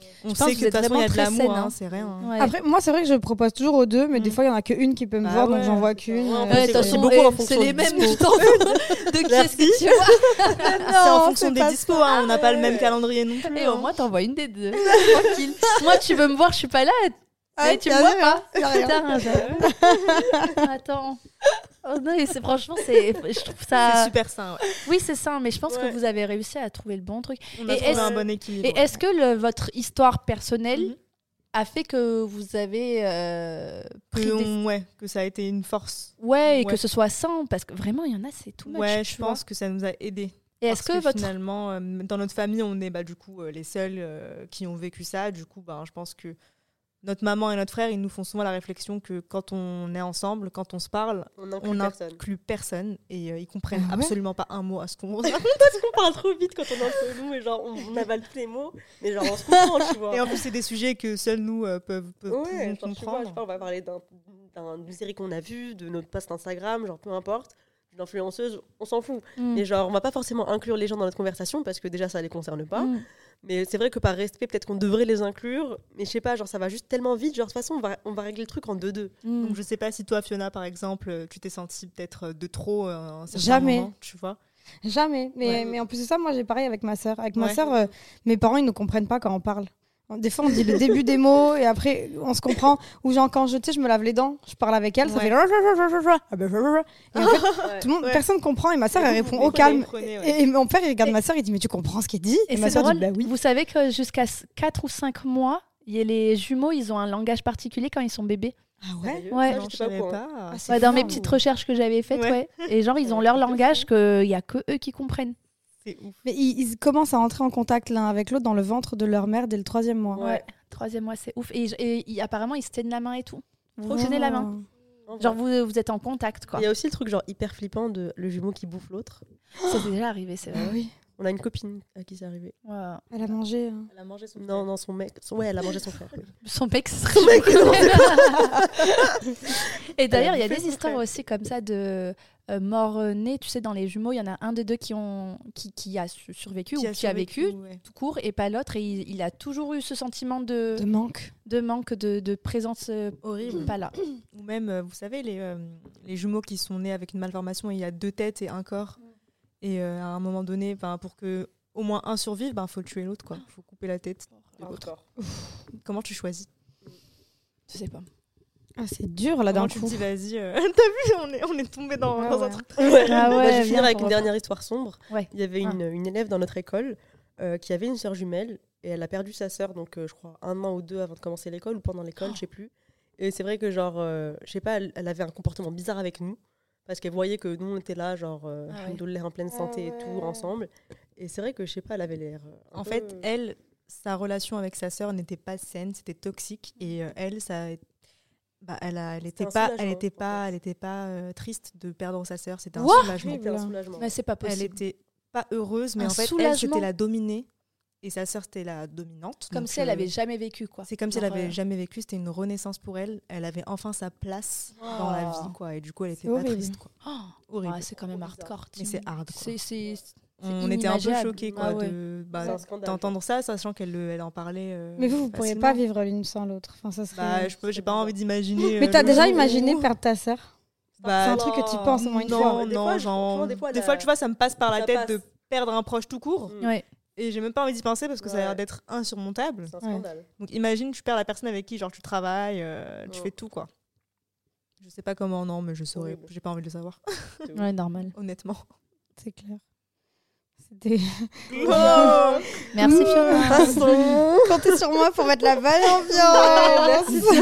Speaker 4: Je pense
Speaker 5: sait
Speaker 4: que
Speaker 5: que
Speaker 4: vous
Speaker 5: de
Speaker 4: êtes
Speaker 5: toute façon, il y a de
Speaker 4: vraiment très
Speaker 5: l'amour,
Speaker 4: saine,
Speaker 5: hein,
Speaker 4: hein.
Speaker 5: c'est rien. hein.
Speaker 4: Ouais.
Speaker 2: Après, moi c'est vrai que je propose toujours aux deux, mais des
Speaker 5: Mm.
Speaker 2: fois il y en a qu'une qui peut me
Speaker 5: Bah
Speaker 2: voir, donc
Speaker 5: ouais,
Speaker 2: j'envoie
Speaker 5: c'est
Speaker 2: qu'une.
Speaker 5: ça.
Speaker 2: euh,
Speaker 5: Ouais,
Speaker 4: Ouais,
Speaker 3: c'est-
Speaker 4: attention,
Speaker 3: c'est beaucoup
Speaker 4: eh,
Speaker 3: en
Speaker 4: c'est
Speaker 3: fonction
Speaker 4: les
Speaker 3: du
Speaker 4: mêmes
Speaker 3: dispo.
Speaker 4: tout le temps. de qui est-ce que tu vois Ah,
Speaker 5: C'est en
Speaker 2: Non,
Speaker 5: fonction
Speaker 2: c'est
Speaker 5: des
Speaker 2: pas
Speaker 5: dispos, hein, on n'a pas le même calendrier non plus.
Speaker 4: Et
Speaker 5: hein.
Speaker 4: au moins, t'envoies une des deux. Tranquille. Moi, tu veux me voir, je suis pas là.
Speaker 2: Ah,
Speaker 4: mais tu
Speaker 2: y
Speaker 4: me
Speaker 2: a
Speaker 4: vois
Speaker 2: rien,
Speaker 4: pas.
Speaker 2: y a rien.
Speaker 4: Putain, j'avoue. Attends. Oh non, mais c'est franchement, c'est, je trouve
Speaker 5: c'est
Speaker 4: ça.
Speaker 5: super sain. ouais.
Speaker 4: Oui, c'est ça, mais je pense
Speaker 3: Ouais.
Speaker 4: que vous avez réussi à trouver le bon truc.
Speaker 5: On a
Speaker 4: Et
Speaker 5: trouvé
Speaker 4: est-ce-
Speaker 5: un bon équilibre.
Speaker 4: Et est-ce que le- votre histoire personnelle
Speaker 5: Mhm.
Speaker 4: a fait que vous avez euh, pris
Speaker 5: que,
Speaker 4: des-
Speaker 5: on- ouais, que ça a été une force.
Speaker 4: Ouais, et
Speaker 5: Ouais.
Speaker 4: que ce soit sain, parce que vraiment, il y en a, c'est tout much.
Speaker 5: ouais,
Speaker 4: tu
Speaker 5: je
Speaker 4: vois.
Speaker 5: pense que ça nous a aidés.
Speaker 4: Et est-ce
Speaker 5: Parce
Speaker 4: que, votre.
Speaker 5: finalement, euh, dans notre famille, on est bah, du coup euh, les seuls euh, qui ont vécu ça. Du coup, bah, je pense que notre maman et notre frère, ils nous font souvent la réflexion que quand on est ensemble, quand on se parle,
Speaker 3: On inclut
Speaker 5: on
Speaker 3: personne.
Speaker 5: n'inclut personne et euh, ils comprennent
Speaker 2: Ah ouais
Speaker 5: absolument pas un mot à ce qu'on
Speaker 3: Parce qu'on parle trop vite quand on est entre nous et genre on, on avale tous les mots, mais genre on se comprend, tu vois.
Speaker 5: Et en plus, c'est des sujets que seuls nous euh, peuvent, peuvent
Speaker 3: Ouais, genre,
Speaker 5: pouvons
Speaker 3: tu vois, je sais
Speaker 5: comprendre.
Speaker 3: pas, on va parler d'un- d'un- d'une série qu'on a vue, de notre post Instagram, genre peu importe, d'une influenceuse, on s'en fout.
Speaker 4: Mm.
Speaker 3: Et genre, on va pas forcément inclure les gens dans notre conversation parce que déjà ça les concerne pas.
Speaker 4: Mm.
Speaker 3: Mais c'est vrai que par respect, peut-être qu'on devrait les inclure. Mais je sais pas, genre ça va juste tellement vite. Genre de toute façon, on va, on va régler le truc en deux-deux.
Speaker 4: Mm.
Speaker 5: Donc, je sais pas si toi, Fiona, par exemple, euh, tu t'es sentie peut-être euh, de trop euh, à un certain
Speaker 2: Jamais.
Speaker 5: moment, tu vois.
Speaker 2: Jamais. Mais,
Speaker 5: Ouais.
Speaker 2: mais en plus de ça, moi, j'ai pareil avec ma sœur. Avec ma
Speaker 5: Ouais.
Speaker 2: sœur, euh, mes parents, ils ne comprennent pas quand on parle. Des fois, on dit le début des mots et après, on se comprend. Ou genre, quand je, tu sais, je me lave les dents, je parle avec elle, ça
Speaker 5: Ouais.
Speaker 2: fait... Ah ben, Et en fait, tout le monde,
Speaker 5: Ouais.
Speaker 2: personne comprend et ma sœur, elle
Speaker 5: Et vous,
Speaker 2: répond
Speaker 5: vous
Speaker 2: au calme.
Speaker 5: comprenez, ouais.
Speaker 2: Et, et mon père, il regarde ma sœur, il dit, mais tu comprends ce qu'elle dit
Speaker 4: Et
Speaker 2: ma
Speaker 4: c'est
Speaker 2: sœur dit,
Speaker 4: drôle,
Speaker 2: bah oui.
Speaker 4: vous savez que jusqu'à 4 ou 5 mois, il y a les jumeaux, ils ont un langage particulier quand ils sont bébés.
Speaker 2: Ah ouais
Speaker 4: Ouais.
Speaker 5: Non,
Speaker 3: je sais pas
Speaker 5: savais
Speaker 3: quoi.
Speaker 5: pas.
Speaker 2: Ah, c'est
Speaker 4: Ouais, dans
Speaker 2: fou,
Speaker 4: mes
Speaker 2: hein.
Speaker 4: petites recherches que j'avais faites, ouais.
Speaker 5: Ouais.
Speaker 4: Et genre, ils ont leur langage qu'il n'y a que eux qui comprennent.
Speaker 5: C'est ouf.
Speaker 2: Mais ils, ils commencent à entrer en contact l'un avec l'autre dans le ventre de leur mère dès le troisième mois.
Speaker 3: Ouais.
Speaker 4: Troisième mois, c'est ouf. Et, j- et il- apparemment, ils se tiennent la main et tout. Vous vous tenez la main. Genre, vous, vous êtes en contact, quoi.
Speaker 3: Il y a aussi le truc genre hyper flippant de le jumeau qui bouffe l'autre.
Speaker 4: Ça, c'est déjà arrivé, c'est
Speaker 2: Ah
Speaker 4: vrai.
Speaker 2: oui,
Speaker 3: On a une copine à qui c'est arrivé.
Speaker 4: Ouais.
Speaker 2: elle a mangé. hein.
Speaker 5: Elle a mangé son
Speaker 3: Non, non, son mec. son- Ouais, elle a mangé son frère. oui.
Speaker 4: Son mec, ce serait-
Speaker 3: mec, non,
Speaker 4: Et d'ailleurs, il y a
Speaker 3: bouffé
Speaker 4: des
Speaker 3: son
Speaker 4: histoires
Speaker 3: frère.
Speaker 4: aussi comme ça de euh, morts-nés. Tu sais, dans les jumeaux, il y en a un des deux qui, ont, qui, qui a su- survécu ou qui a vécu tout court et pas l'autre. Et il, il a toujours eu ce sentiment de,
Speaker 2: De manque.
Speaker 4: de manque de, de présence euh,
Speaker 5: Horrible.
Speaker 4: pas là.
Speaker 5: Ou même, euh, vous savez, les, euh, les jumeaux qui sont nés avec une malformation, il y a deux têtes et un corps.
Speaker 3: Mm.
Speaker 5: Et euh, à un moment donné, ben, pour que au moins un survive, ben faut tuer l'autre, quoi.
Speaker 3: Ah.
Speaker 5: Faut couper la tête
Speaker 3: Oh,
Speaker 5: de l'autre. Comment tu choisis
Speaker 4: Je sais pas.
Speaker 2: Ah, c'est dur là
Speaker 5: Comment
Speaker 2: d'un
Speaker 5: tu te
Speaker 2: coup.
Speaker 5: dis, vas-y, euh, t'as vu, on est, on est tombé dans,
Speaker 2: Ouais,
Speaker 5: dans un
Speaker 2: ouais.
Speaker 5: truc. très-
Speaker 4: Ah
Speaker 3: Bah, je vais
Speaker 4: ouais,
Speaker 3: finir
Speaker 4: viens,
Speaker 3: avec
Speaker 4: on
Speaker 3: une
Speaker 4: va
Speaker 3: dernière histoire sombre.
Speaker 4: Ouais.
Speaker 3: Il y avait
Speaker 4: Ah.
Speaker 3: une, une élève dans notre école euh, qui avait une sœur jumelle et elle a perdu sa sœur, donc euh, je crois un an ou deux avant de commencer l'école ou pendant l'école, je sais plus. Et c'est vrai que, genre, euh, je sais pas, elle, elle avait un comportement bizarre avec nous parce qu'elle voyait que nous on était là, genre, euh,
Speaker 4: Ah ouais.
Speaker 3: alhamdoulilah, en pleine
Speaker 2: Ah
Speaker 3: santé et tout,
Speaker 2: ouais.
Speaker 3: ensemble. Et c'est vrai que, je sais pas, elle avait l'air. euh, un
Speaker 5: En
Speaker 3: peu-
Speaker 5: fait, elle, sa relation avec sa sœur n'était pas saine, c'était toxique. Et euh, elle, ça, a- bah, elle, a, elle
Speaker 3: Mm. C'était
Speaker 5: était
Speaker 3: un
Speaker 5: pas, elle
Speaker 3: soulagement,
Speaker 5: était
Speaker 3: en
Speaker 5: pas,
Speaker 3: fait.
Speaker 5: elle était pas euh, triste de perdre sa sœur. C'était un
Speaker 4: What
Speaker 5: soulagement.
Speaker 3: C'était un soulagement.
Speaker 4: Mais c'est pas
Speaker 5: Elle
Speaker 4: possible.
Speaker 5: était pas heureuse, mais
Speaker 4: Un
Speaker 5: en fait, elle
Speaker 4: soulagement.
Speaker 5: c'était la dominée et sa sœur c'était la dominante.
Speaker 4: Comme
Speaker 5: Donc,
Speaker 4: si elle
Speaker 5: euh,
Speaker 4: avait jamais vécu, quoi.
Speaker 5: C'est comme si elle
Speaker 4: Genre,
Speaker 5: avait
Speaker 4: euh,
Speaker 5: jamais vécu. C'était une renaissance pour elle. Elle avait enfin sa place dans la vie, quoi. Et du coup, elle était
Speaker 2: C'est
Speaker 5: pas
Speaker 2: horrible.
Speaker 5: triste, quoi.
Speaker 4: oh,
Speaker 5: Horrible.
Speaker 4: ouais, c'est quand même hardcore.
Speaker 5: Mais c'est hard. quoi.
Speaker 4: C'est c'est-
Speaker 5: On était un peu
Speaker 4: inimaginable.
Speaker 5: choqués, quoi,
Speaker 4: Ah ouais.
Speaker 5: de- bah,
Speaker 3: C'est un scandale.
Speaker 5: d'entendre ça, sachant qu'elle le- elle en parlait. euh,
Speaker 2: Mais vous, vous pourriez
Speaker 5: facilement.
Speaker 2: pas vivre l'une sans l'autre. Enfin, ça serait...
Speaker 5: Bah, je peux, j'ai pas envie d'imaginer. euh,
Speaker 2: Mais t'as
Speaker 5: le
Speaker 2: déjà
Speaker 5: jour
Speaker 2: imaginé
Speaker 5: où-
Speaker 2: perdre ta sœur
Speaker 5: Bah,
Speaker 2: C'est un truc que tu penses au moins une fois. hein.
Speaker 5: Non,
Speaker 3: Des
Speaker 5: non,
Speaker 3: fois, je- franchement,
Speaker 5: genre.
Speaker 3: des fois,
Speaker 5: Des
Speaker 3: la-
Speaker 5: fois, tu vois, ça me passe par la
Speaker 3: ça
Speaker 5: tête de
Speaker 3: passe.
Speaker 5: perdre un proche tout court.
Speaker 3: Mm.
Speaker 4: Ouais.
Speaker 5: Et j'ai même pas envie d'y penser parce que ça a l'air
Speaker 3: Ouais.
Speaker 5: d'être insurmontable.
Speaker 3: C'est un
Speaker 2: Ouais.
Speaker 3: scandale.
Speaker 5: Donc imagine, tu perds la personne avec qui genre tu travailles, euh, tu
Speaker 3: Ouais.
Speaker 5: fais tout quoi. Je sais pas comment, non, mais je saurais.
Speaker 3: Horrible.
Speaker 5: J'ai pas envie de le savoir,
Speaker 4: Ouais, normal.
Speaker 5: honnêtement.
Speaker 2: C'est clair. C'était...
Speaker 3: Oh,
Speaker 2: Ah,
Speaker 4: Ah Merci Fiona.
Speaker 2: Comptez sur moi pour mettre la bonne ambiance.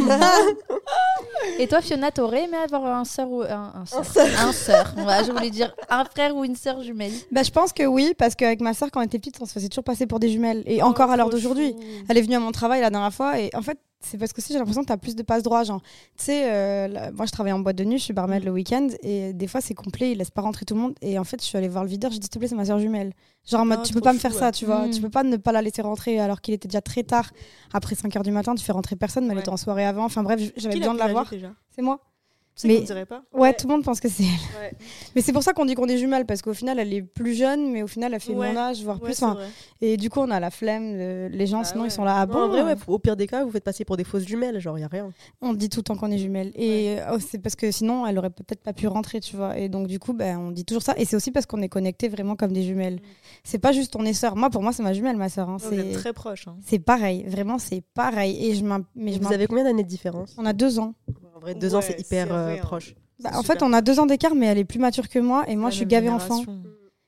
Speaker 4: Et toi, Fiona, t'aurais aimé avoir un sœur ou un, un sœur, un sœur. Ouais, je voulais dire un frère ou une sœur jumelle.
Speaker 2: bah, je pense que oui, parce qu'avec ma sœur, quand on était petite, on se faisait toujours passer pour des jumelles. Et encore à
Speaker 5: Oh,
Speaker 2: l'heure d'aujourd'hui. Elle est venue à mon travail la dernière fois et en fait, c'est parce que aussi j'ai l'impression que tu as plus de passe-droit. Genre, tu sais, euh, là- moi je travaille en boîte de nuit, je suis
Speaker 5: Mm.
Speaker 2: barmaid le week-end et des fois c'est complet, ils laissent pas rentrer tout le monde. Et en fait, je suis allée voir le videur, j'ai dit, s'il te plaît, c'est ma soeur jumelle. Genre, en mode,
Speaker 5: Ah,
Speaker 2: tu peux
Speaker 5: trop
Speaker 2: pas me
Speaker 5: chou,
Speaker 2: faire
Speaker 5: ouais.
Speaker 2: ça, tu vois.
Speaker 4: Mm.
Speaker 2: Tu peux pas ne pas la laisser rentrer alors qu'il était déjà très tard. Après 5 h du matin, tu fais rentrer personne, mais elle
Speaker 5: Ouais.
Speaker 2: était en soirée avant. Enfin bref, j'avais besoin de la voir.
Speaker 5: déjà.
Speaker 2: C'est moi.
Speaker 5: Ah Tu sais
Speaker 2: Mais-
Speaker 5: qu'on dirait pas.
Speaker 2: Ouais, tout le monde pense que c'est elle.
Speaker 3: Ouais.
Speaker 2: Mais c'est pour ça qu'on dit qu'on est jumelles, parce qu'au final, elle est plus jeune, mais au final, elle fait
Speaker 5: Ouais.
Speaker 2: mon âge, voire
Speaker 5: Ouais,
Speaker 2: plus.
Speaker 5: c'est
Speaker 2: Enfin,
Speaker 5: vrai.
Speaker 2: et du coup, on a la flemme. euh, Les gens,
Speaker 5: Bah
Speaker 2: sinon,
Speaker 5: ouais.
Speaker 2: ils sont là. Ah
Speaker 3: Non,
Speaker 2: bon
Speaker 3: en vrai, ouais, faut- au pire des cas, vous faites passer pour des fausses jumelles, genre, y a rien.
Speaker 2: On dit tout le temps qu'on est jumelles. Et euh, c'est parce que sinon, elle aurait peut-être pas pu rentrer, tu vois. Et donc, du coup, ben, on dit toujours ça. Et c'est aussi parce qu'on est connectés vraiment comme des jumelles.
Speaker 3: Mm.
Speaker 2: C'est pas juste on est sœurs. Moi, pour moi, c'est ma jumelle, ma sœur. hein.
Speaker 5: Vous
Speaker 2: C'est-
Speaker 5: êtes très proches. hein.
Speaker 2: C'est pareil. Vraiment, c'est pareil. Et je m'im- mais je
Speaker 3: Vous
Speaker 2: m'im-
Speaker 3: avez combien d'années de différence
Speaker 2: On a deux ans.
Speaker 3: Bah, En vrai, deux ans,
Speaker 5: Ouais,
Speaker 3: c'est
Speaker 5: c'est
Speaker 3: hyper euh,
Speaker 5: vrai, hein.
Speaker 3: proche.
Speaker 2: Bah,
Speaker 5: C'est
Speaker 2: en
Speaker 5: super
Speaker 2: fait, on a deux ans d'écart, mais elle est plus mature que moi. Et moi,
Speaker 5: La
Speaker 2: je suis
Speaker 5: même
Speaker 2: gavée enfant.
Speaker 5: génération.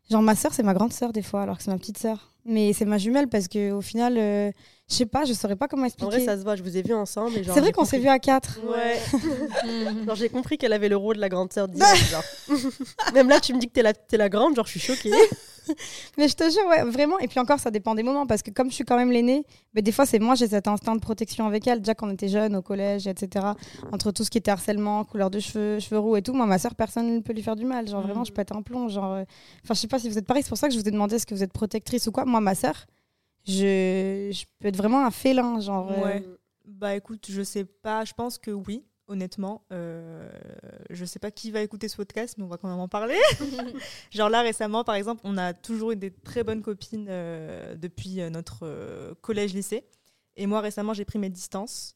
Speaker 2: Genre, ma sœur, c'est ma grande sœur, des fois, alors que c'est ma petite sœur. Mais c'est ma jumelle parce que au final, euh, je sais pas, je saurais pas comment
Speaker 3: En vrai,
Speaker 2: expliquer.
Speaker 3: ça se voit, je vous ai vu ensemble. et genre,
Speaker 2: C'est vrai
Speaker 3: j'ai
Speaker 2: qu'on s'est
Speaker 3: compris-
Speaker 2: vus à quatre.
Speaker 3: Ouais. Genre, j'ai compris qu'elle avait le rôle de la grande sœur d'Isabelle, genre. Même là, tu me dis que t'es la, t'es la grande, genre, je suis choquée.
Speaker 2: Mais je te jure, ouais, vraiment. Et puis encore, ça dépend des moments, parce que comme je suis quand même l'aînée, mais des fois, c'est moi, j'ai cet instinct de protection avec elle. Déjà, quand on était jeunes, au collège, etc., entre tout ce qui était harcèlement, couleur de cheveux, cheveux roux et tout, moi, ma soeur, personne ne peut lui faire du mal. Genre,
Speaker 5: Mm.
Speaker 2: vraiment, je peux être un plomb. Genre, euh, enfin, je sais pas si vous êtes pareil, c'est pour ça que je vous ai demandé est-ce que vous êtes protectrice ou quoi. Moi, ma soeur, je, je peux être vraiment un félin. Genre, euh,
Speaker 5: Ouais. Bah écoute, je sais pas, je pense que oui, honnêtement. Euh, je sais pas qui va écouter ce podcast, mais on va quand même en parler. Genre là, récemment, par exemple, on a toujours eu des très bonnes copines euh, depuis euh, notre collège-lycée. Et moi, récemment, j'ai pris mes distances.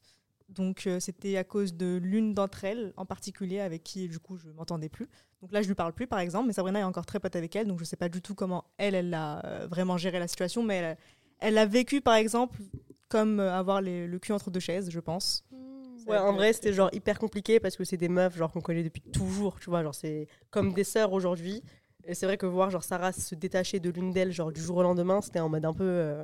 Speaker 5: Donc euh, c'était à cause de l'une d'entre elles en particulier avec qui du coup je m'entendais plus. Donc là je lui parle plus par exemple, mais Sabrina est encore très pote avec elle, donc je sais pas du tout comment elle elle a euh, vraiment géré la situation, mais elle, a- elle a vécu par exemple comme euh, avoir les- le cul entre deux chaises, je pense.
Speaker 3: Ouais, en vrai, c'était genre hyper compliqué parce que c'est des meufs genre qu'on connaît depuis toujours, tu vois, genre c'est comme des sœurs aujourd'hui. Et c'est vrai que voir genre Sarah se détacher de l'une d'elles genre du jour au lendemain, c'était en mode un peu euh,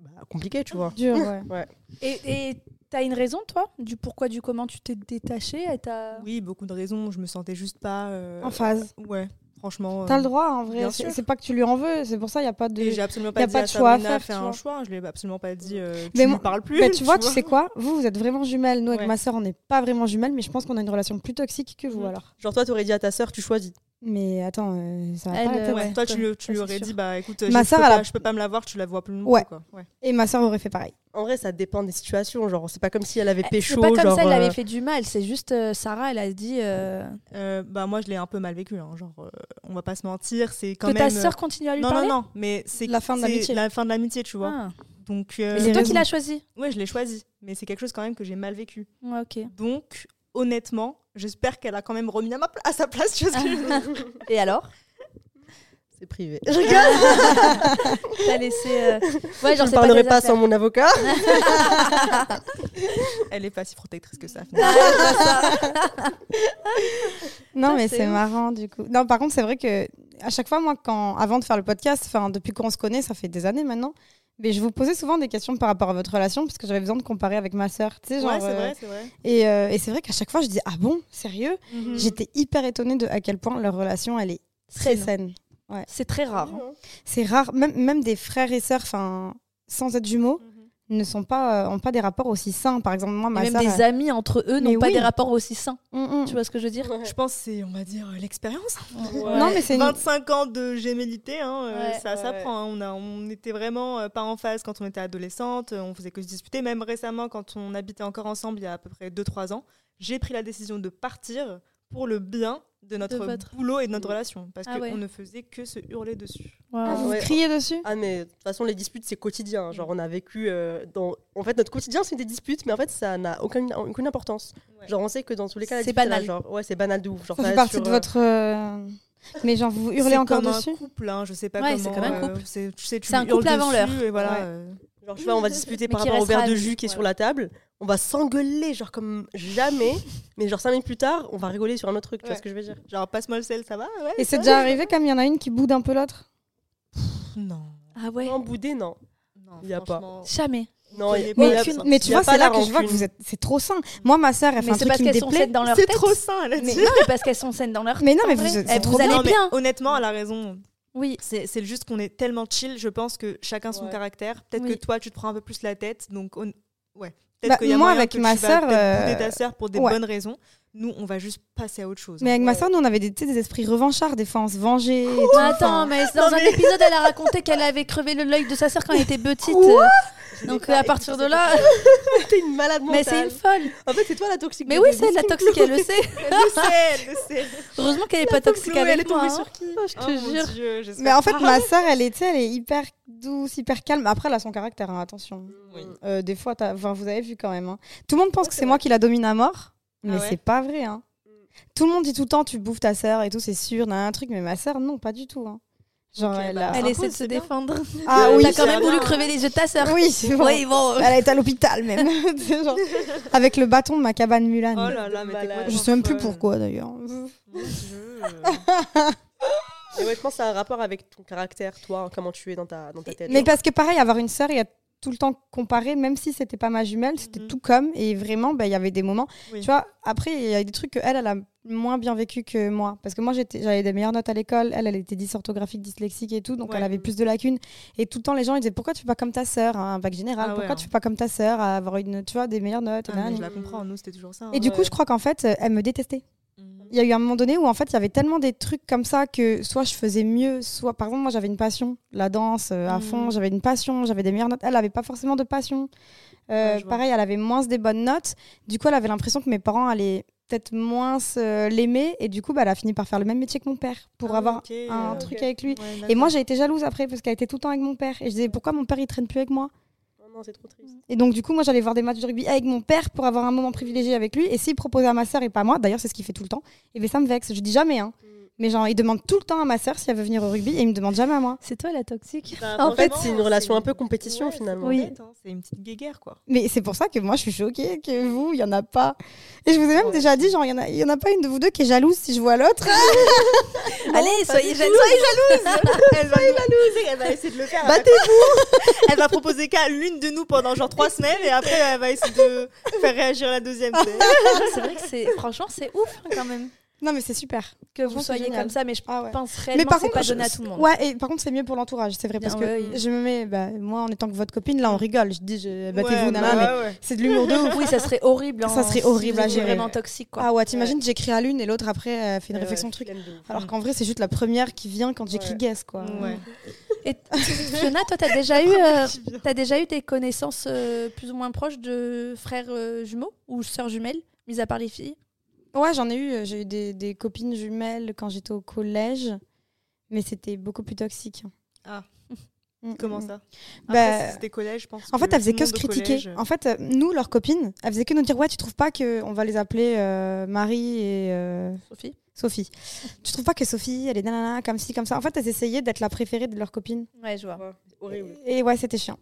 Speaker 3: bah, compliqué, tu vois.
Speaker 2: Dur, ouais.
Speaker 4: Et et t'as une raison, toi, du pourquoi, du comment tu t'es détachée et t'as-
Speaker 5: Oui, beaucoup de raisons, je me sentais juste pas euh,
Speaker 2: En phase.
Speaker 5: Ouais, franchement.
Speaker 2: T'as le
Speaker 5: euh,
Speaker 2: droit, en vrai.
Speaker 5: bien
Speaker 2: C'est
Speaker 5: sûr.
Speaker 2: c'est pas que tu lui en veux, c'est pour ça, il n'y a pas de.
Speaker 5: Et j'ai absolument
Speaker 2: y
Speaker 5: pas
Speaker 2: a
Speaker 5: dit
Speaker 2: pas
Speaker 5: à
Speaker 2: de choix à
Speaker 5: Sabrina,
Speaker 2: faire,
Speaker 5: fais
Speaker 2: tu
Speaker 5: un
Speaker 2: vois.
Speaker 5: choix. Je lui ai absolument pas dit. euh, tu
Speaker 2: Mais
Speaker 5: ne
Speaker 2: moi-
Speaker 5: parles plus.
Speaker 2: Bah, tu vois, tu
Speaker 5: vois.
Speaker 2: sais quoi Vous, vous êtes vraiment jumelles. Nous, avec
Speaker 5: Ouais.
Speaker 2: ma sœur, on n'est pas vraiment jumelles, mais je pense qu'on a une relation plus toxique que vous,
Speaker 5: Mhm.
Speaker 2: alors.
Speaker 3: Genre toi, t'aurais dit à ta sœur, tu choisis.
Speaker 2: Mais attends, euh, ça va
Speaker 4: Elle,
Speaker 2: pas la
Speaker 4: euh,
Speaker 2: tête.
Speaker 5: Ouais,
Speaker 4: ouais.
Speaker 5: Toi, tu, lui- tu
Speaker 4: Ça,
Speaker 5: lui
Speaker 4: c'est
Speaker 5: aurais
Speaker 4: sûr.
Speaker 5: dit, bah écoute,
Speaker 2: Ma
Speaker 5: je,
Speaker 2: sœur,
Speaker 5: peux
Speaker 2: elle
Speaker 5: pas,
Speaker 2: a-
Speaker 5: je peux pas me la voir, tu la vois plus longtemps.
Speaker 2: Ouais.
Speaker 5: Quoi. Ouais.
Speaker 2: Et ma sœur aurait fait pareil.
Speaker 3: En vrai, ça dépend des situations, genre c'est pas comme si elle avait
Speaker 4: Eh, C'est
Speaker 3: pécho,
Speaker 4: pas comme
Speaker 3: genre,
Speaker 4: ça, elle
Speaker 3: euh,
Speaker 4: avait fait du mal. C'est juste euh, Sarah, elle a dit euh,
Speaker 5: Euh, bah moi, je l'ai un peu mal vécu. hein, genre, euh, on va pas se mentir, c'est quand
Speaker 4: que ta
Speaker 5: même. euh,
Speaker 4: sœur continue à lui
Speaker 5: non,
Speaker 4: parler.
Speaker 5: non, non, mais c'est
Speaker 2: La fin de
Speaker 5: c'est
Speaker 2: l'amitié.
Speaker 5: La fin de l'amitié, tu vois.
Speaker 4: Ah.
Speaker 5: Donc, euh,
Speaker 2: les
Speaker 4: Mais c'est toi
Speaker 2: raisons.
Speaker 4: qui l'as choisi.
Speaker 5: ouais, je l'ai choisi, mais c'est quelque chose quand même que j'ai mal vécu.
Speaker 4: Ouais, ok.
Speaker 5: Donc, honnêtement, j'espère qu'elle a quand même remis à, ma pla- à sa place. Tu vois ce que je veux dire
Speaker 4: Et alors
Speaker 3: c'est privé.
Speaker 4: T'as laissé. euh, Ouais,
Speaker 3: Je
Speaker 4: genre,
Speaker 3: ne
Speaker 4: c'est pas, tes
Speaker 3: parlerai pas
Speaker 4: affaires.
Speaker 3: sans mon avocat.
Speaker 5: Elle est pas si protectrice que ça.
Speaker 2: Non,
Speaker 4: Ça,
Speaker 2: mais
Speaker 4: c'est
Speaker 2: c'est
Speaker 4: ouf.
Speaker 2: marrant, du coup. Non, par contre, c'est vrai que à chaque fois, moi, quand, avant de faire le podcast, enfin, depuis qu'on se connaît, ça fait des années maintenant, mais je vous posais souvent des questions par rapport à votre relation, parce que j'avais besoin de comparer avec ma sœur. Tu sais, genre.
Speaker 5: ouais, c'est
Speaker 2: euh,
Speaker 5: vrai, c'est vrai.
Speaker 2: Et, euh, et c'est vrai qu'à chaque fois, je dis Ah bon, sérieux J'étais hyper étonnée de à quel point leur relation, elle est très
Speaker 4: Saine.
Speaker 2: saine.
Speaker 4: C'est très rare. hein.
Speaker 2: C'est rare, même, même des frères et sœurs, enfin, sans être jumeaux, ne sont pas, euh, ont pas des rapports aussi sains. Par exemple, moi,
Speaker 4: Et
Speaker 2: ma
Speaker 4: même
Speaker 2: sœur.
Speaker 4: des amis entre eux
Speaker 2: Bah, Mais
Speaker 4: n'ont pas
Speaker 2: oui.
Speaker 4: des rapports aussi sains.
Speaker 2: elle- Mm, mm.
Speaker 4: Tu vois ce que je veux dire
Speaker 5: Je pense que c'est, on va dire, euh, l'expérience.
Speaker 2: Non, mais c'est une-
Speaker 5: 25 ans de gémellité, hein, euh,
Speaker 4: Ouais,
Speaker 3: ouais,
Speaker 5: ça s'apprend. hein. On, a- on était vraiment euh, pas en phase quand on était adolescente, euh, on faisait que se disputer. Même récemment, quand on habitait encore ensemble il y a à peu près 2-3 ans, j'ai pris la décision de partir pour le bien de notre
Speaker 4: votre-
Speaker 5: boulot et de notre
Speaker 3: Oui.
Speaker 5: relation. Parce
Speaker 4: Ah
Speaker 5: qu'on
Speaker 4: ouais.
Speaker 5: ne faisait que se hurler dessus.
Speaker 2: Ah,
Speaker 3: Ouais.
Speaker 2: vous criez dessus
Speaker 3: Ah mais de toute façon les disputes c'est quotidien. hein. Genre on a vécu euh, dans en fait notre quotidien c'est des disputes mais en fait ça n'a aucune, aucune importance.
Speaker 5: Ouais.
Speaker 3: Genre on sait que dans tous les cas la
Speaker 4: C'est
Speaker 3: dispute, elle a
Speaker 4: banal.
Speaker 3: genre ouais c'est banal de ouf. Genre
Speaker 2: Ça
Speaker 3: ça
Speaker 2: fait
Speaker 3: va
Speaker 2: partie
Speaker 3: sur,
Speaker 2: de
Speaker 3: euh,
Speaker 2: votre. euh, Mais genre, vous hurlez
Speaker 5: C'est
Speaker 2: encore
Speaker 5: comme
Speaker 2: dessus
Speaker 5: un couple, hein, je sais pas
Speaker 4: Ouais,
Speaker 5: comment.
Speaker 4: c'est comme un couple.
Speaker 5: c'est tu sais, tu
Speaker 4: C'est un
Speaker 5: hurles
Speaker 4: couple avant
Speaker 5: dessus
Speaker 4: l'heure.
Speaker 5: Et voilà,
Speaker 4: Ouais.
Speaker 5: euh,
Speaker 3: Genre, je sais pas, on va discuter
Speaker 4: Mais
Speaker 3: par
Speaker 4: qui
Speaker 3: rapport au
Speaker 4: restera
Speaker 3: verre de
Speaker 4: à vie,
Speaker 3: jus qui est sur
Speaker 4: voilà.
Speaker 3: la table. On va s'engueuler, genre comme jamais. mais genre, cinq minutes plus tard, on va rigoler sur un autre truc. Tu vois
Speaker 5: Ouais.
Speaker 3: ce que je veux dire
Speaker 5: genre, passe-moi le sel, ça va ouais,
Speaker 2: Et
Speaker 5: ça
Speaker 2: c'est
Speaker 5: va
Speaker 2: déjà arrivé comme il y en a une qui boude un peu l'autre
Speaker 5: Non.
Speaker 4: Ah ouais
Speaker 3: En boudé, non.
Speaker 5: Non,
Speaker 3: Y a pas.
Speaker 5: franchement,
Speaker 4: Jamais.
Speaker 3: Non,
Speaker 5: il y a
Speaker 2: Mais,
Speaker 5: pas
Speaker 2: tu,
Speaker 5: d'absence.
Speaker 2: mais tu
Speaker 3: Y a
Speaker 2: vois,
Speaker 3: pas
Speaker 2: c'est là
Speaker 3: la
Speaker 2: que je vois que
Speaker 3: rancune.
Speaker 2: vous êtes. C'est trop sain. Moi, ma sœur, elle fait
Speaker 4: Mais
Speaker 2: un
Speaker 4: c'est
Speaker 2: truc
Speaker 4: parce
Speaker 2: qui me
Speaker 4: qu'elles sont
Speaker 2: déplaît.
Speaker 4: saines dans leur
Speaker 5: C'est
Speaker 4: tête.
Speaker 5: trop sain, elle a
Speaker 4: Mais
Speaker 5: dit.
Speaker 4: non, mais parce qu'elles sont saines dans leur
Speaker 2: Mais non, mais
Speaker 4: En
Speaker 2: vous,
Speaker 4: vrai,
Speaker 2: êtes-
Speaker 4: eh,
Speaker 2: c'est
Speaker 4: vous
Speaker 2: trop
Speaker 4: allez
Speaker 2: bien.
Speaker 5: Non, mais
Speaker 4: bien.
Speaker 5: Honnêtement, elle a raison.
Speaker 4: Oui.
Speaker 5: C'est c'est juste qu'on est tellement chill, je pense que chacun son
Speaker 3: Ouais.
Speaker 5: caractère. Peut-être
Speaker 4: Oui.
Speaker 5: que toi, tu te prends un peu plus la tête. Donc, on- ouais.
Speaker 2: Bah,
Speaker 5: Peut-être qu'il y a
Speaker 2: moi,
Speaker 5: moyen
Speaker 2: avec
Speaker 5: que
Speaker 2: ma
Speaker 5: tu vas
Speaker 2: sœur,
Speaker 5: peut-être
Speaker 2: euh,
Speaker 5: bouder ta sœur pour des
Speaker 2: ouais.
Speaker 5: bonnes raisons. Nous, on va juste passer à autre chose.
Speaker 2: Mais avec ma sœur, nous, on avait des, tu sais, des esprits revanchards. Des fois, on se vengeait. et tout.
Speaker 4: Mais attends, mais dans un
Speaker 5: Non, mais-
Speaker 4: épisode, elle a raconté qu'elle avait crevé le l'œil de sa sœur quand elle était petite. Donc
Speaker 3: pas
Speaker 4: à partir de
Speaker 3: écouté
Speaker 4: là,
Speaker 3: T'es une malade
Speaker 4: mais c'est
Speaker 3: mentale.
Speaker 4: une folle.
Speaker 3: En fait, c'est toi la toxique.
Speaker 4: Mais
Speaker 3: de
Speaker 4: oui,
Speaker 3: Davis.
Speaker 4: c'est de la toxique, elle le sait.
Speaker 5: Elle le sait, elle le sait.
Speaker 4: Heureusement qu'elle est pas toxique
Speaker 5: Chloé, elle est
Speaker 4: avec moi.
Speaker 5: tombée
Speaker 4: hein.
Speaker 5: sur qui
Speaker 4: Je
Speaker 5: Oh
Speaker 4: te
Speaker 5: mon
Speaker 4: jure.
Speaker 5: Dieu, j'espère
Speaker 2: Mais en fait,
Speaker 5: pas.
Speaker 2: ma sœur, elle est, tu sais, elle est hyper douce, hyper calme. Après, elle a son caractère, hein, attention.
Speaker 5: Oui.
Speaker 2: Euh, des fois, t'as- enfin, vous avez vu quand même. hein. Tout le monde pense que c'est moi qui la domine à mort, mais
Speaker 5: Ah ouais Mm.
Speaker 2: c'est pas vrai. hein. Tout le monde dit tout le temps, tu bouffes ta sœur et tout, c'est sûr, nan, un truc. Mais ma sœur, non, pas du tout. hein. Genre,
Speaker 5: Ok,
Speaker 2: elle,
Speaker 5: bah,
Speaker 2: a-
Speaker 4: Elle
Speaker 5: Ah,
Speaker 4: essaie de
Speaker 5: c'est
Speaker 4: se
Speaker 5: bien.
Speaker 4: défendre.
Speaker 2: Ah
Speaker 5: Euh,
Speaker 2: oui,
Speaker 4: T'as quand même
Speaker 5: c'est
Speaker 4: voulu
Speaker 5: bien.
Speaker 4: crever les yeux de ta sœur.
Speaker 2: oui, c'est bon.
Speaker 4: Oui, bon.
Speaker 2: Elle est à l'hôpital même. C'est genre, avec le bâton de ma cabane Mulan.
Speaker 5: Oh là là, mais t'es
Speaker 3: Malade.
Speaker 5: complètement
Speaker 2: je sais même plus
Speaker 5: folle.
Speaker 2: pourquoi d'ailleurs.
Speaker 5: Mon Dieu.
Speaker 3: Mais ouais, je pense que ça a un rapport avec ton caractère, toi, hein, comment tu es dans ta, dans ta tête.
Speaker 2: Mais
Speaker 3: genre.
Speaker 2: parce que pareil, avoir une sœur, il y a tout le temps comparé, même si c'était pas ma jumelle, c'était
Speaker 5: Mhm.
Speaker 2: tout comme. Et vraiment, bah, il y avait des moments.
Speaker 5: Oui.
Speaker 2: Tu vois, après, il y a des trucs qu'elle, elle a moins bien vécu que moi. Parce que moi, j'étais- j'avais des meilleures notes à l'école. Elle, elle était dysorthographique, dyslexique et tout. Donc,
Speaker 5: Ouais.
Speaker 2: elle avait plus de lacunes. Et tout le temps, les gens, ils disaient Pourquoi tu fais pas comme ta sœur à Un bac général.
Speaker 5: Ah ouais,
Speaker 2: pourquoi
Speaker 5: hein.
Speaker 2: tu fais pas comme ta sœur à avoir une, tu vois, des meilleures notes
Speaker 5: Ah,
Speaker 2: et nanani.
Speaker 5: mais Je la comprends, nous, c'était toujours ça. hein.
Speaker 2: Et du coup,
Speaker 3: Ouais.
Speaker 2: je crois qu'en fait, euh, elle me détestait.
Speaker 5: Mhm.
Speaker 2: Il y a eu un moment donné où en fait il y avait tellement des trucs comme ça que soit je faisais mieux, soit par exemple moi j'avais une passion, la danse euh, à
Speaker 5: Mm.
Speaker 2: fond, j'avais une passion, j'avais des meilleures notes. Elle avait pas forcément de passion. Euh,
Speaker 5: Ouais, je vois.
Speaker 2: pareil, elle avait moins des bonnes notes. Du coup, elle avait l'impression que mes parents allaient peut-être moins euh, l'aimer et du coup, bah, elle a fini par faire le même métier que mon père pour
Speaker 5: Ah oui,
Speaker 2: avoir
Speaker 5: ok,
Speaker 2: un
Speaker 5: euh,
Speaker 2: truc
Speaker 3: ok.
Speaker 2: avec lui.
Speaker 5: ouais,
Speaker 2: Et moi
Speaker 5: d'accord.
Speaker 2: j'ai été jalouse après parce qu'elle était tout le temps avec mon père et je disais pourquoi mon père il traîne plus avec moi.
Speaker 3: Oh non, c'est trop triste.
Speaker 2: Et donc, du coup, moi, j'allais voir des matchs de rugby avec mon père pour avoir un moment privilégié avec lui. Et s'il proposait à ma sœur et pas à moi, d'ailleurs, c'est ce qu'il fait tout le temps, et bien ça me vexe. Je dis jamais, hein.
Speaker 4: Mm.
Speaker 2: Mais genre, il demande tout le temps à ma sœur si elle veut venir au rugby et il me demande jamais à moi.
Speaker 4: C'est toi la toxique
Speaker 3: Bah,
Speaker 4: En fait,
Speaker 3: franchement, c'est une relation un peu compétition
Speaker 5: Ouais,
Speaker 3: finalement.
Speaker 5: c'est
Speaker 4: Oui.
Speaker 5: bête, hein, C'est une petite guéguerre, quoi.
Speaker 2: Mais c'est pour ça que moi, je suis choquée que vous, il y en a pas. Et je vous ai même
Speaker 5: Ouais.
Speaker 2: déjà dit, genre, il y en a- il y en a pas une de vous deux qui est jalouse si je vois l'autre.
Speaker 1: Allez, soyez jaloux.
Speaker 5: elle, va nous- elle va essayer de le faire. elle va- Elle va proposer qu'à l'une de nous pendant genre trois semaines et après elle va essayer de faire réagir la deuxième. tu sais.
Speaker 4: c'est vrai que c'est franchement c'est ouf hein, quand même
Speaker 2: Non, mais c'est super.
Speaker 4: que vous
Speaker 2: trouve ça
Speaker 4: soyez
Speaker 2: génial.
Speaker 4: comme ça, mais je
Speaker 2: Ah ouais.
Speaker 4: pense réellement que c'est pas
Speaker 2: je-
Speaker 4: donné à tout le monde.
Speaker 2: Ouais, et par contre, c'est mieux pour l'entourage, c'est vrai.
Speaker 4: Bien,
Speaker 2: parce que
Speaker 4: ouais, oui.
Speaker 2: je me mets, bah, moi, en étant que votre copine, là, on rigole. Je dis, je- battez-vous,
Speaker 5: Ouais,
Speaker 4: bah
Speaker 2: nana, mais
Speaker 5: ouais, ouais.
Speaker 2: c'est de l'humour de ouf.
Speaker 4: Oui, ça serait horrible. hein,
Speaker 2: Ça serait
Speaker 4: si
Speaker 2: horrible
Speaker 4: vous
Speaker 2: à
Speaker 4: êtes
Speaker 2: gérer.
Speaker 4: Vraiment toxique quoi.
Speaker 2: Ah ouais, t'imagines, j'écris à l'une et l'autre après elle fait une
Speaker 3: Ouais,
Speaker 2: réflexion
Speaker 3: ouais,
Speaker 2: de truc.
Speaker 3: flemme Euh, de ouf.
Speaker 2: Alors qu'en vrai, c'est juste la première qui vient quand j'écris
Speaker 3: Ouais.
Speaker 2: guess, quoi.
Speaker 5: Mm. Ouais.
Speaker 4: Et Fiona, toi, t'as déjà eu, euh, t'as déjà eu des connaissances euh, plus ou moins proches de frères euh, jumeaux ou sœurs jumelles, mis à part les filles.
Speaker 2: Ouais, j'en ai eu. euh, J'ai eu des, des copines jumelles quand j'étais au collège, mais c'était beaucoup plus toxique.
Speaker 5: Ah.
Speaker 2: Mm,
Speaker 5: Comment
Speaker 2: mm.
Speaker 5: ça
Speaker 2: Bah,
Speaker 5: Après, si c'était collège, je pense.
Speaker 2: En fait,
Speaker 5: elle
Speaker 2: elles faisaient que se critiquer. En fait, euh, nous, leurs copines, elles faisaient que nous dire Ouais, tu trouves pas que on va les appeler euh, Marie et euh,
Speaker 4: Sophie.
Speaker 2: Sophie Tu trouves pas que Sophie, elle est nanana, comme ci, comme ça En fait, elles essayaient d'être la préférée de leurs copines.
Speaker 4: Ouais, je vois.
Speaker 3: Ouais, c'est horrible.
Speaker 2: Et ouais, c'était chiant.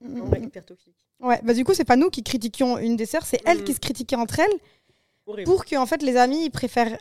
Speaker 2: Mm,
Speaker 3: En
Speaker 2: mm,
Speaker 3: vrai, hyper toxique.
Speaker 2: mm. Ouais, bah du coup, c'est pas nous qui critiquions une des sœurs, c'est elles
Speaker 3: Mm.
Speaker 2: qui se critiquaient entre elles.
Speaker 3: Horrible.
Speaker 2: pour que en fait les amis ils préfèrent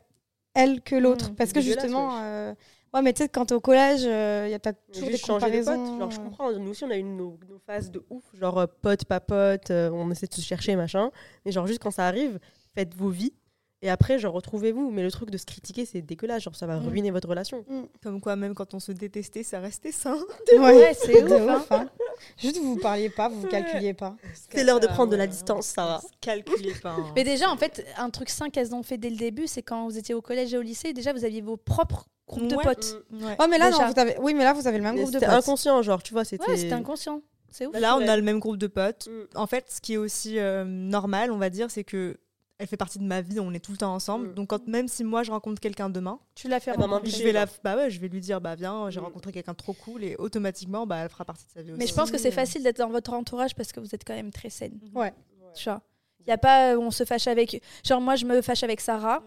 Speaker 2: elle que l'autre
Speaker 4: Mm,
Speaker 2: parce que
Speaker 3: dégueulasse,
Speaker 2: justement
Speaker 3: wesh.
Speaker 2: euh, ouais mais tu sais quand t'es au collège il y a peut-être
Speaker 3: Mais
Speaker 2: toujours des
Speaker 3: Juste changer de pote.
Speaker 2: comparaisons
Speaker 3: Genre, je comprends. Nous aussi, on a eu nos, nos phases de ouf. Genre, euh, pote, pas pote, euh, on essaie de se chercher, machin. Mais genre, juste quand ça arrive, faites vos vies. Et après, genre, retrouvez-vous. Mais le truc de se critiquer, c'est dégueulasse. Genre, ça va
Speaker 4: Mm.
Speaker 3: ruiner votre relation.
Speaker 5: Comme quoi, même quand on se détestait, ça restait sain.
Speaker 2: ouais,
Speaker 4: Ouais, c'est
Speaker 2: de
Speaker 4: ouf,
Speaker 2: ouf, hein. juste vous vous parliez pas vous vous calculiez pas
Speaker 3: C'est l'heure de prendre de la distance, Sarah.
Speaker 5: Calculez pas. hein.
Speaker 4: Mais déjà, en fait, un truc sain qu'elles ont fait dès le début, c'est quand vous étiez au collège et au lycée, déjà vous aviez vos propres groupes de
Speaker 5: Ouais.
Speaker 4: potes.
Speaker 5: Ouais.
Speaker 2: oh mais là non
Speaker 4: Déjà.
Speaker 2: vous avez oui mais là vous avez le même
Speaker 3: Mais
Speaker 2: groupe de
Speaker 3: C'était
Speaker 2: potes
Speaker 3: inconscient, genre, tu vois, c'était.
Speaker 4: Ouais, c'était inconscient. C'est ouf.
Speaker 5: Là, on
Speaker 3: Ouais.
Speaker 5: a le même groupe de potes.
Speaker 3: Mm.
Speaker 5: En fait, ce qui est aussi euh, normal, on va dire, c'est que elle fait partie de ma vie. On est tout le temps ensemble.
Speaker 3: Mm.
Speaker 5: Donc, quand même si moi je rencontre quelqu'un demain,
Speaker 4: Tu l'as fait
Speaker 3: Ah bah,
Speaker 4: rencontrer.
Speaker 3: m'inviter.
Speaker 5: je vais la, bah ouais, je vais lui dire, bah viens, j'ai
Speaker 3: Mm.
Speaker 5: rencontré quelqu'un de trop cool et automatiquement, bah elle fera partie de sa vie aussi.
Speaker 4: Mais je pense que c'est facile d'être dans votre entourage parce que vous êtes quand même très saine.
Speaker 3: Mhm.
Speaker 2: Ouais.
Speaker 4: Tu vois. Il n'y a pas euh, on se fâche avec. Genre, moi, je me fâche avec Sarah.
Speaker 3: Mhm.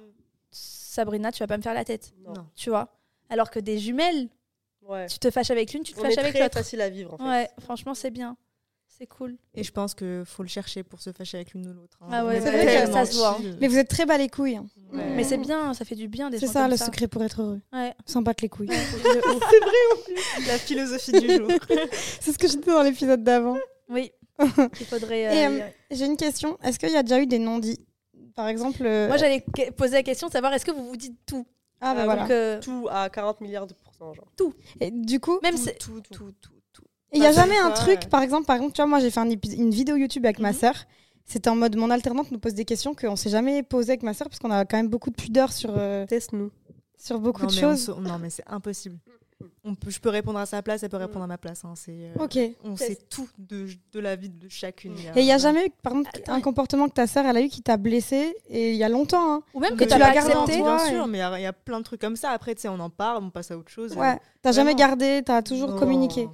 Speaker 4: Sabrina, tu vas pas me faire la tête.
Speaker 3: Non.
Speaker 5: Non.
Speaker 4: Tu vois. Alors que des jumelles,
Speaker 3: Ouais.
Speaker 4: tu te fâches avec l'une, tu te
Speaker 3: On
Speaker 4: fâches
Speaker 3: est
Speaker 4: avec
Speaker 3: très
Speaker 4: l'autre.
Speaker 3: facile à vivre, en fait.
Speaker 4: Ouais, franchement, c'est bien. C'est cool.
Speaker 5: Et je pense que faut le chercher pour se fâcher avec l'une ou l'autre. hein.
Speaker 4: Ah
Speaker 5: On
Speaker 4: ouais,
Speaker 5: est
Speaker 2: c'est vrai que
Speaker 5: tellement
Speaker 4: ça se voit, hein.
Speaker 5: chill.
Speaker 2: mais vous êtes très bas les couilles hein.
Speaker 5: Ouais.
Speaker 4: Mais c'est bien, ça fait du bien des
Speaker 2: c'est
Speaker 4: gens
Speaker 2: ça
Speaker 4: comme
Speaker 2: le secret pour être heureux
Speaker 4: Ouais.
Speaker 2: sans battre les couilles
Speaker 5: la philosophie du jour.
Speaker 2: c'est ce que je disais dans l'épisode d'avant
Speaker 4: Oui. Il faudrait.
Speaker 2: Et,
Speaker 4: euh,
Speaker 2: euh, j'ai une question est-ce qu'il y a déjà eu des non-dits par exemple euh,
Speaker 4: Moi, j'allais que- poser la question de savoir est-ce que vous vous dites tout.
Speaker 2: ah bah
Speaker 3: Ah,
Speaker 2: voilà
Speaker 4: Donc, euh,
Speaker 3: Tout à 40 milliards de pourcents, genre.
Speaker 2: Et du coup
Speaker 4: même
Speaker 5: tout,
Speaker 4: c'est-
Speaker 5: tout, tout, tout, tout.
Speaker 2: Il n'y a
Speaker 5: Bah,
Speaker 2: jamais
Speaker 5: c'est
Speaker 2: un
Speaker 5: pas,
Speaker 2: truc,
Speaker 5: ouais.
Speaker 2: par exemple, par exemple, tu vois, moi j'ai fait un épi- une vidéo YouTube avec ma
Speaker 4: Mhm.
Speaker 2: sœur. C'était en mode mon alternante nous pose des questions qu'on s'est jamais posées avec ma sœur parce qu'on a quand même beaucoup de pudeur sur, euh,
Speaker 3: Teste-nous.
Speaker 2: sur beaucoup
Speaker 5: Non,
Speaker 2: de
Speaker 5: mais on
Speaker 2: choses.
Speaker 5: se- non, mais c'est impossible. On peut, je peux répondre à sa place, elle peut répondre à ma place. hein, c'est, euh,
Speaker 2: Ok. Et
Speaker 5: On sait tout de, de la vie de chacune.
Speaker 2: il n'y a
Speaker 5: vraiment-
Speaker 2: jamais eu, par exemple,
Speaker 5: Ah,
Speaker 2: un comportement que ta sœur elle a eu qui t'a blessé et il y a longtemps. hein.
Speaker 4: Ou même
Speaker 5: Mais
Speaker 4: que
Speaker 2: tu
Speaker 4: t'as
Speaker 2: la
Speaker 4: pas
Speaker 2: gardes en
Speaker 4: accepté.
Speaker 2: toi.
Speaker 5: Bien
Speaker 2: et-
Speaker 5: sûr, mais il y a- il y, a plein de trucs comme ça. Après, tu sais, on en parle, on passe à autre chose.
Speaker 2: Ouais. T'as jamais
Speaker 5: Vraiment.
Speaker 2: gardé, t'as toujours
Speaker 5: Non.
Speaker 2: communiqué.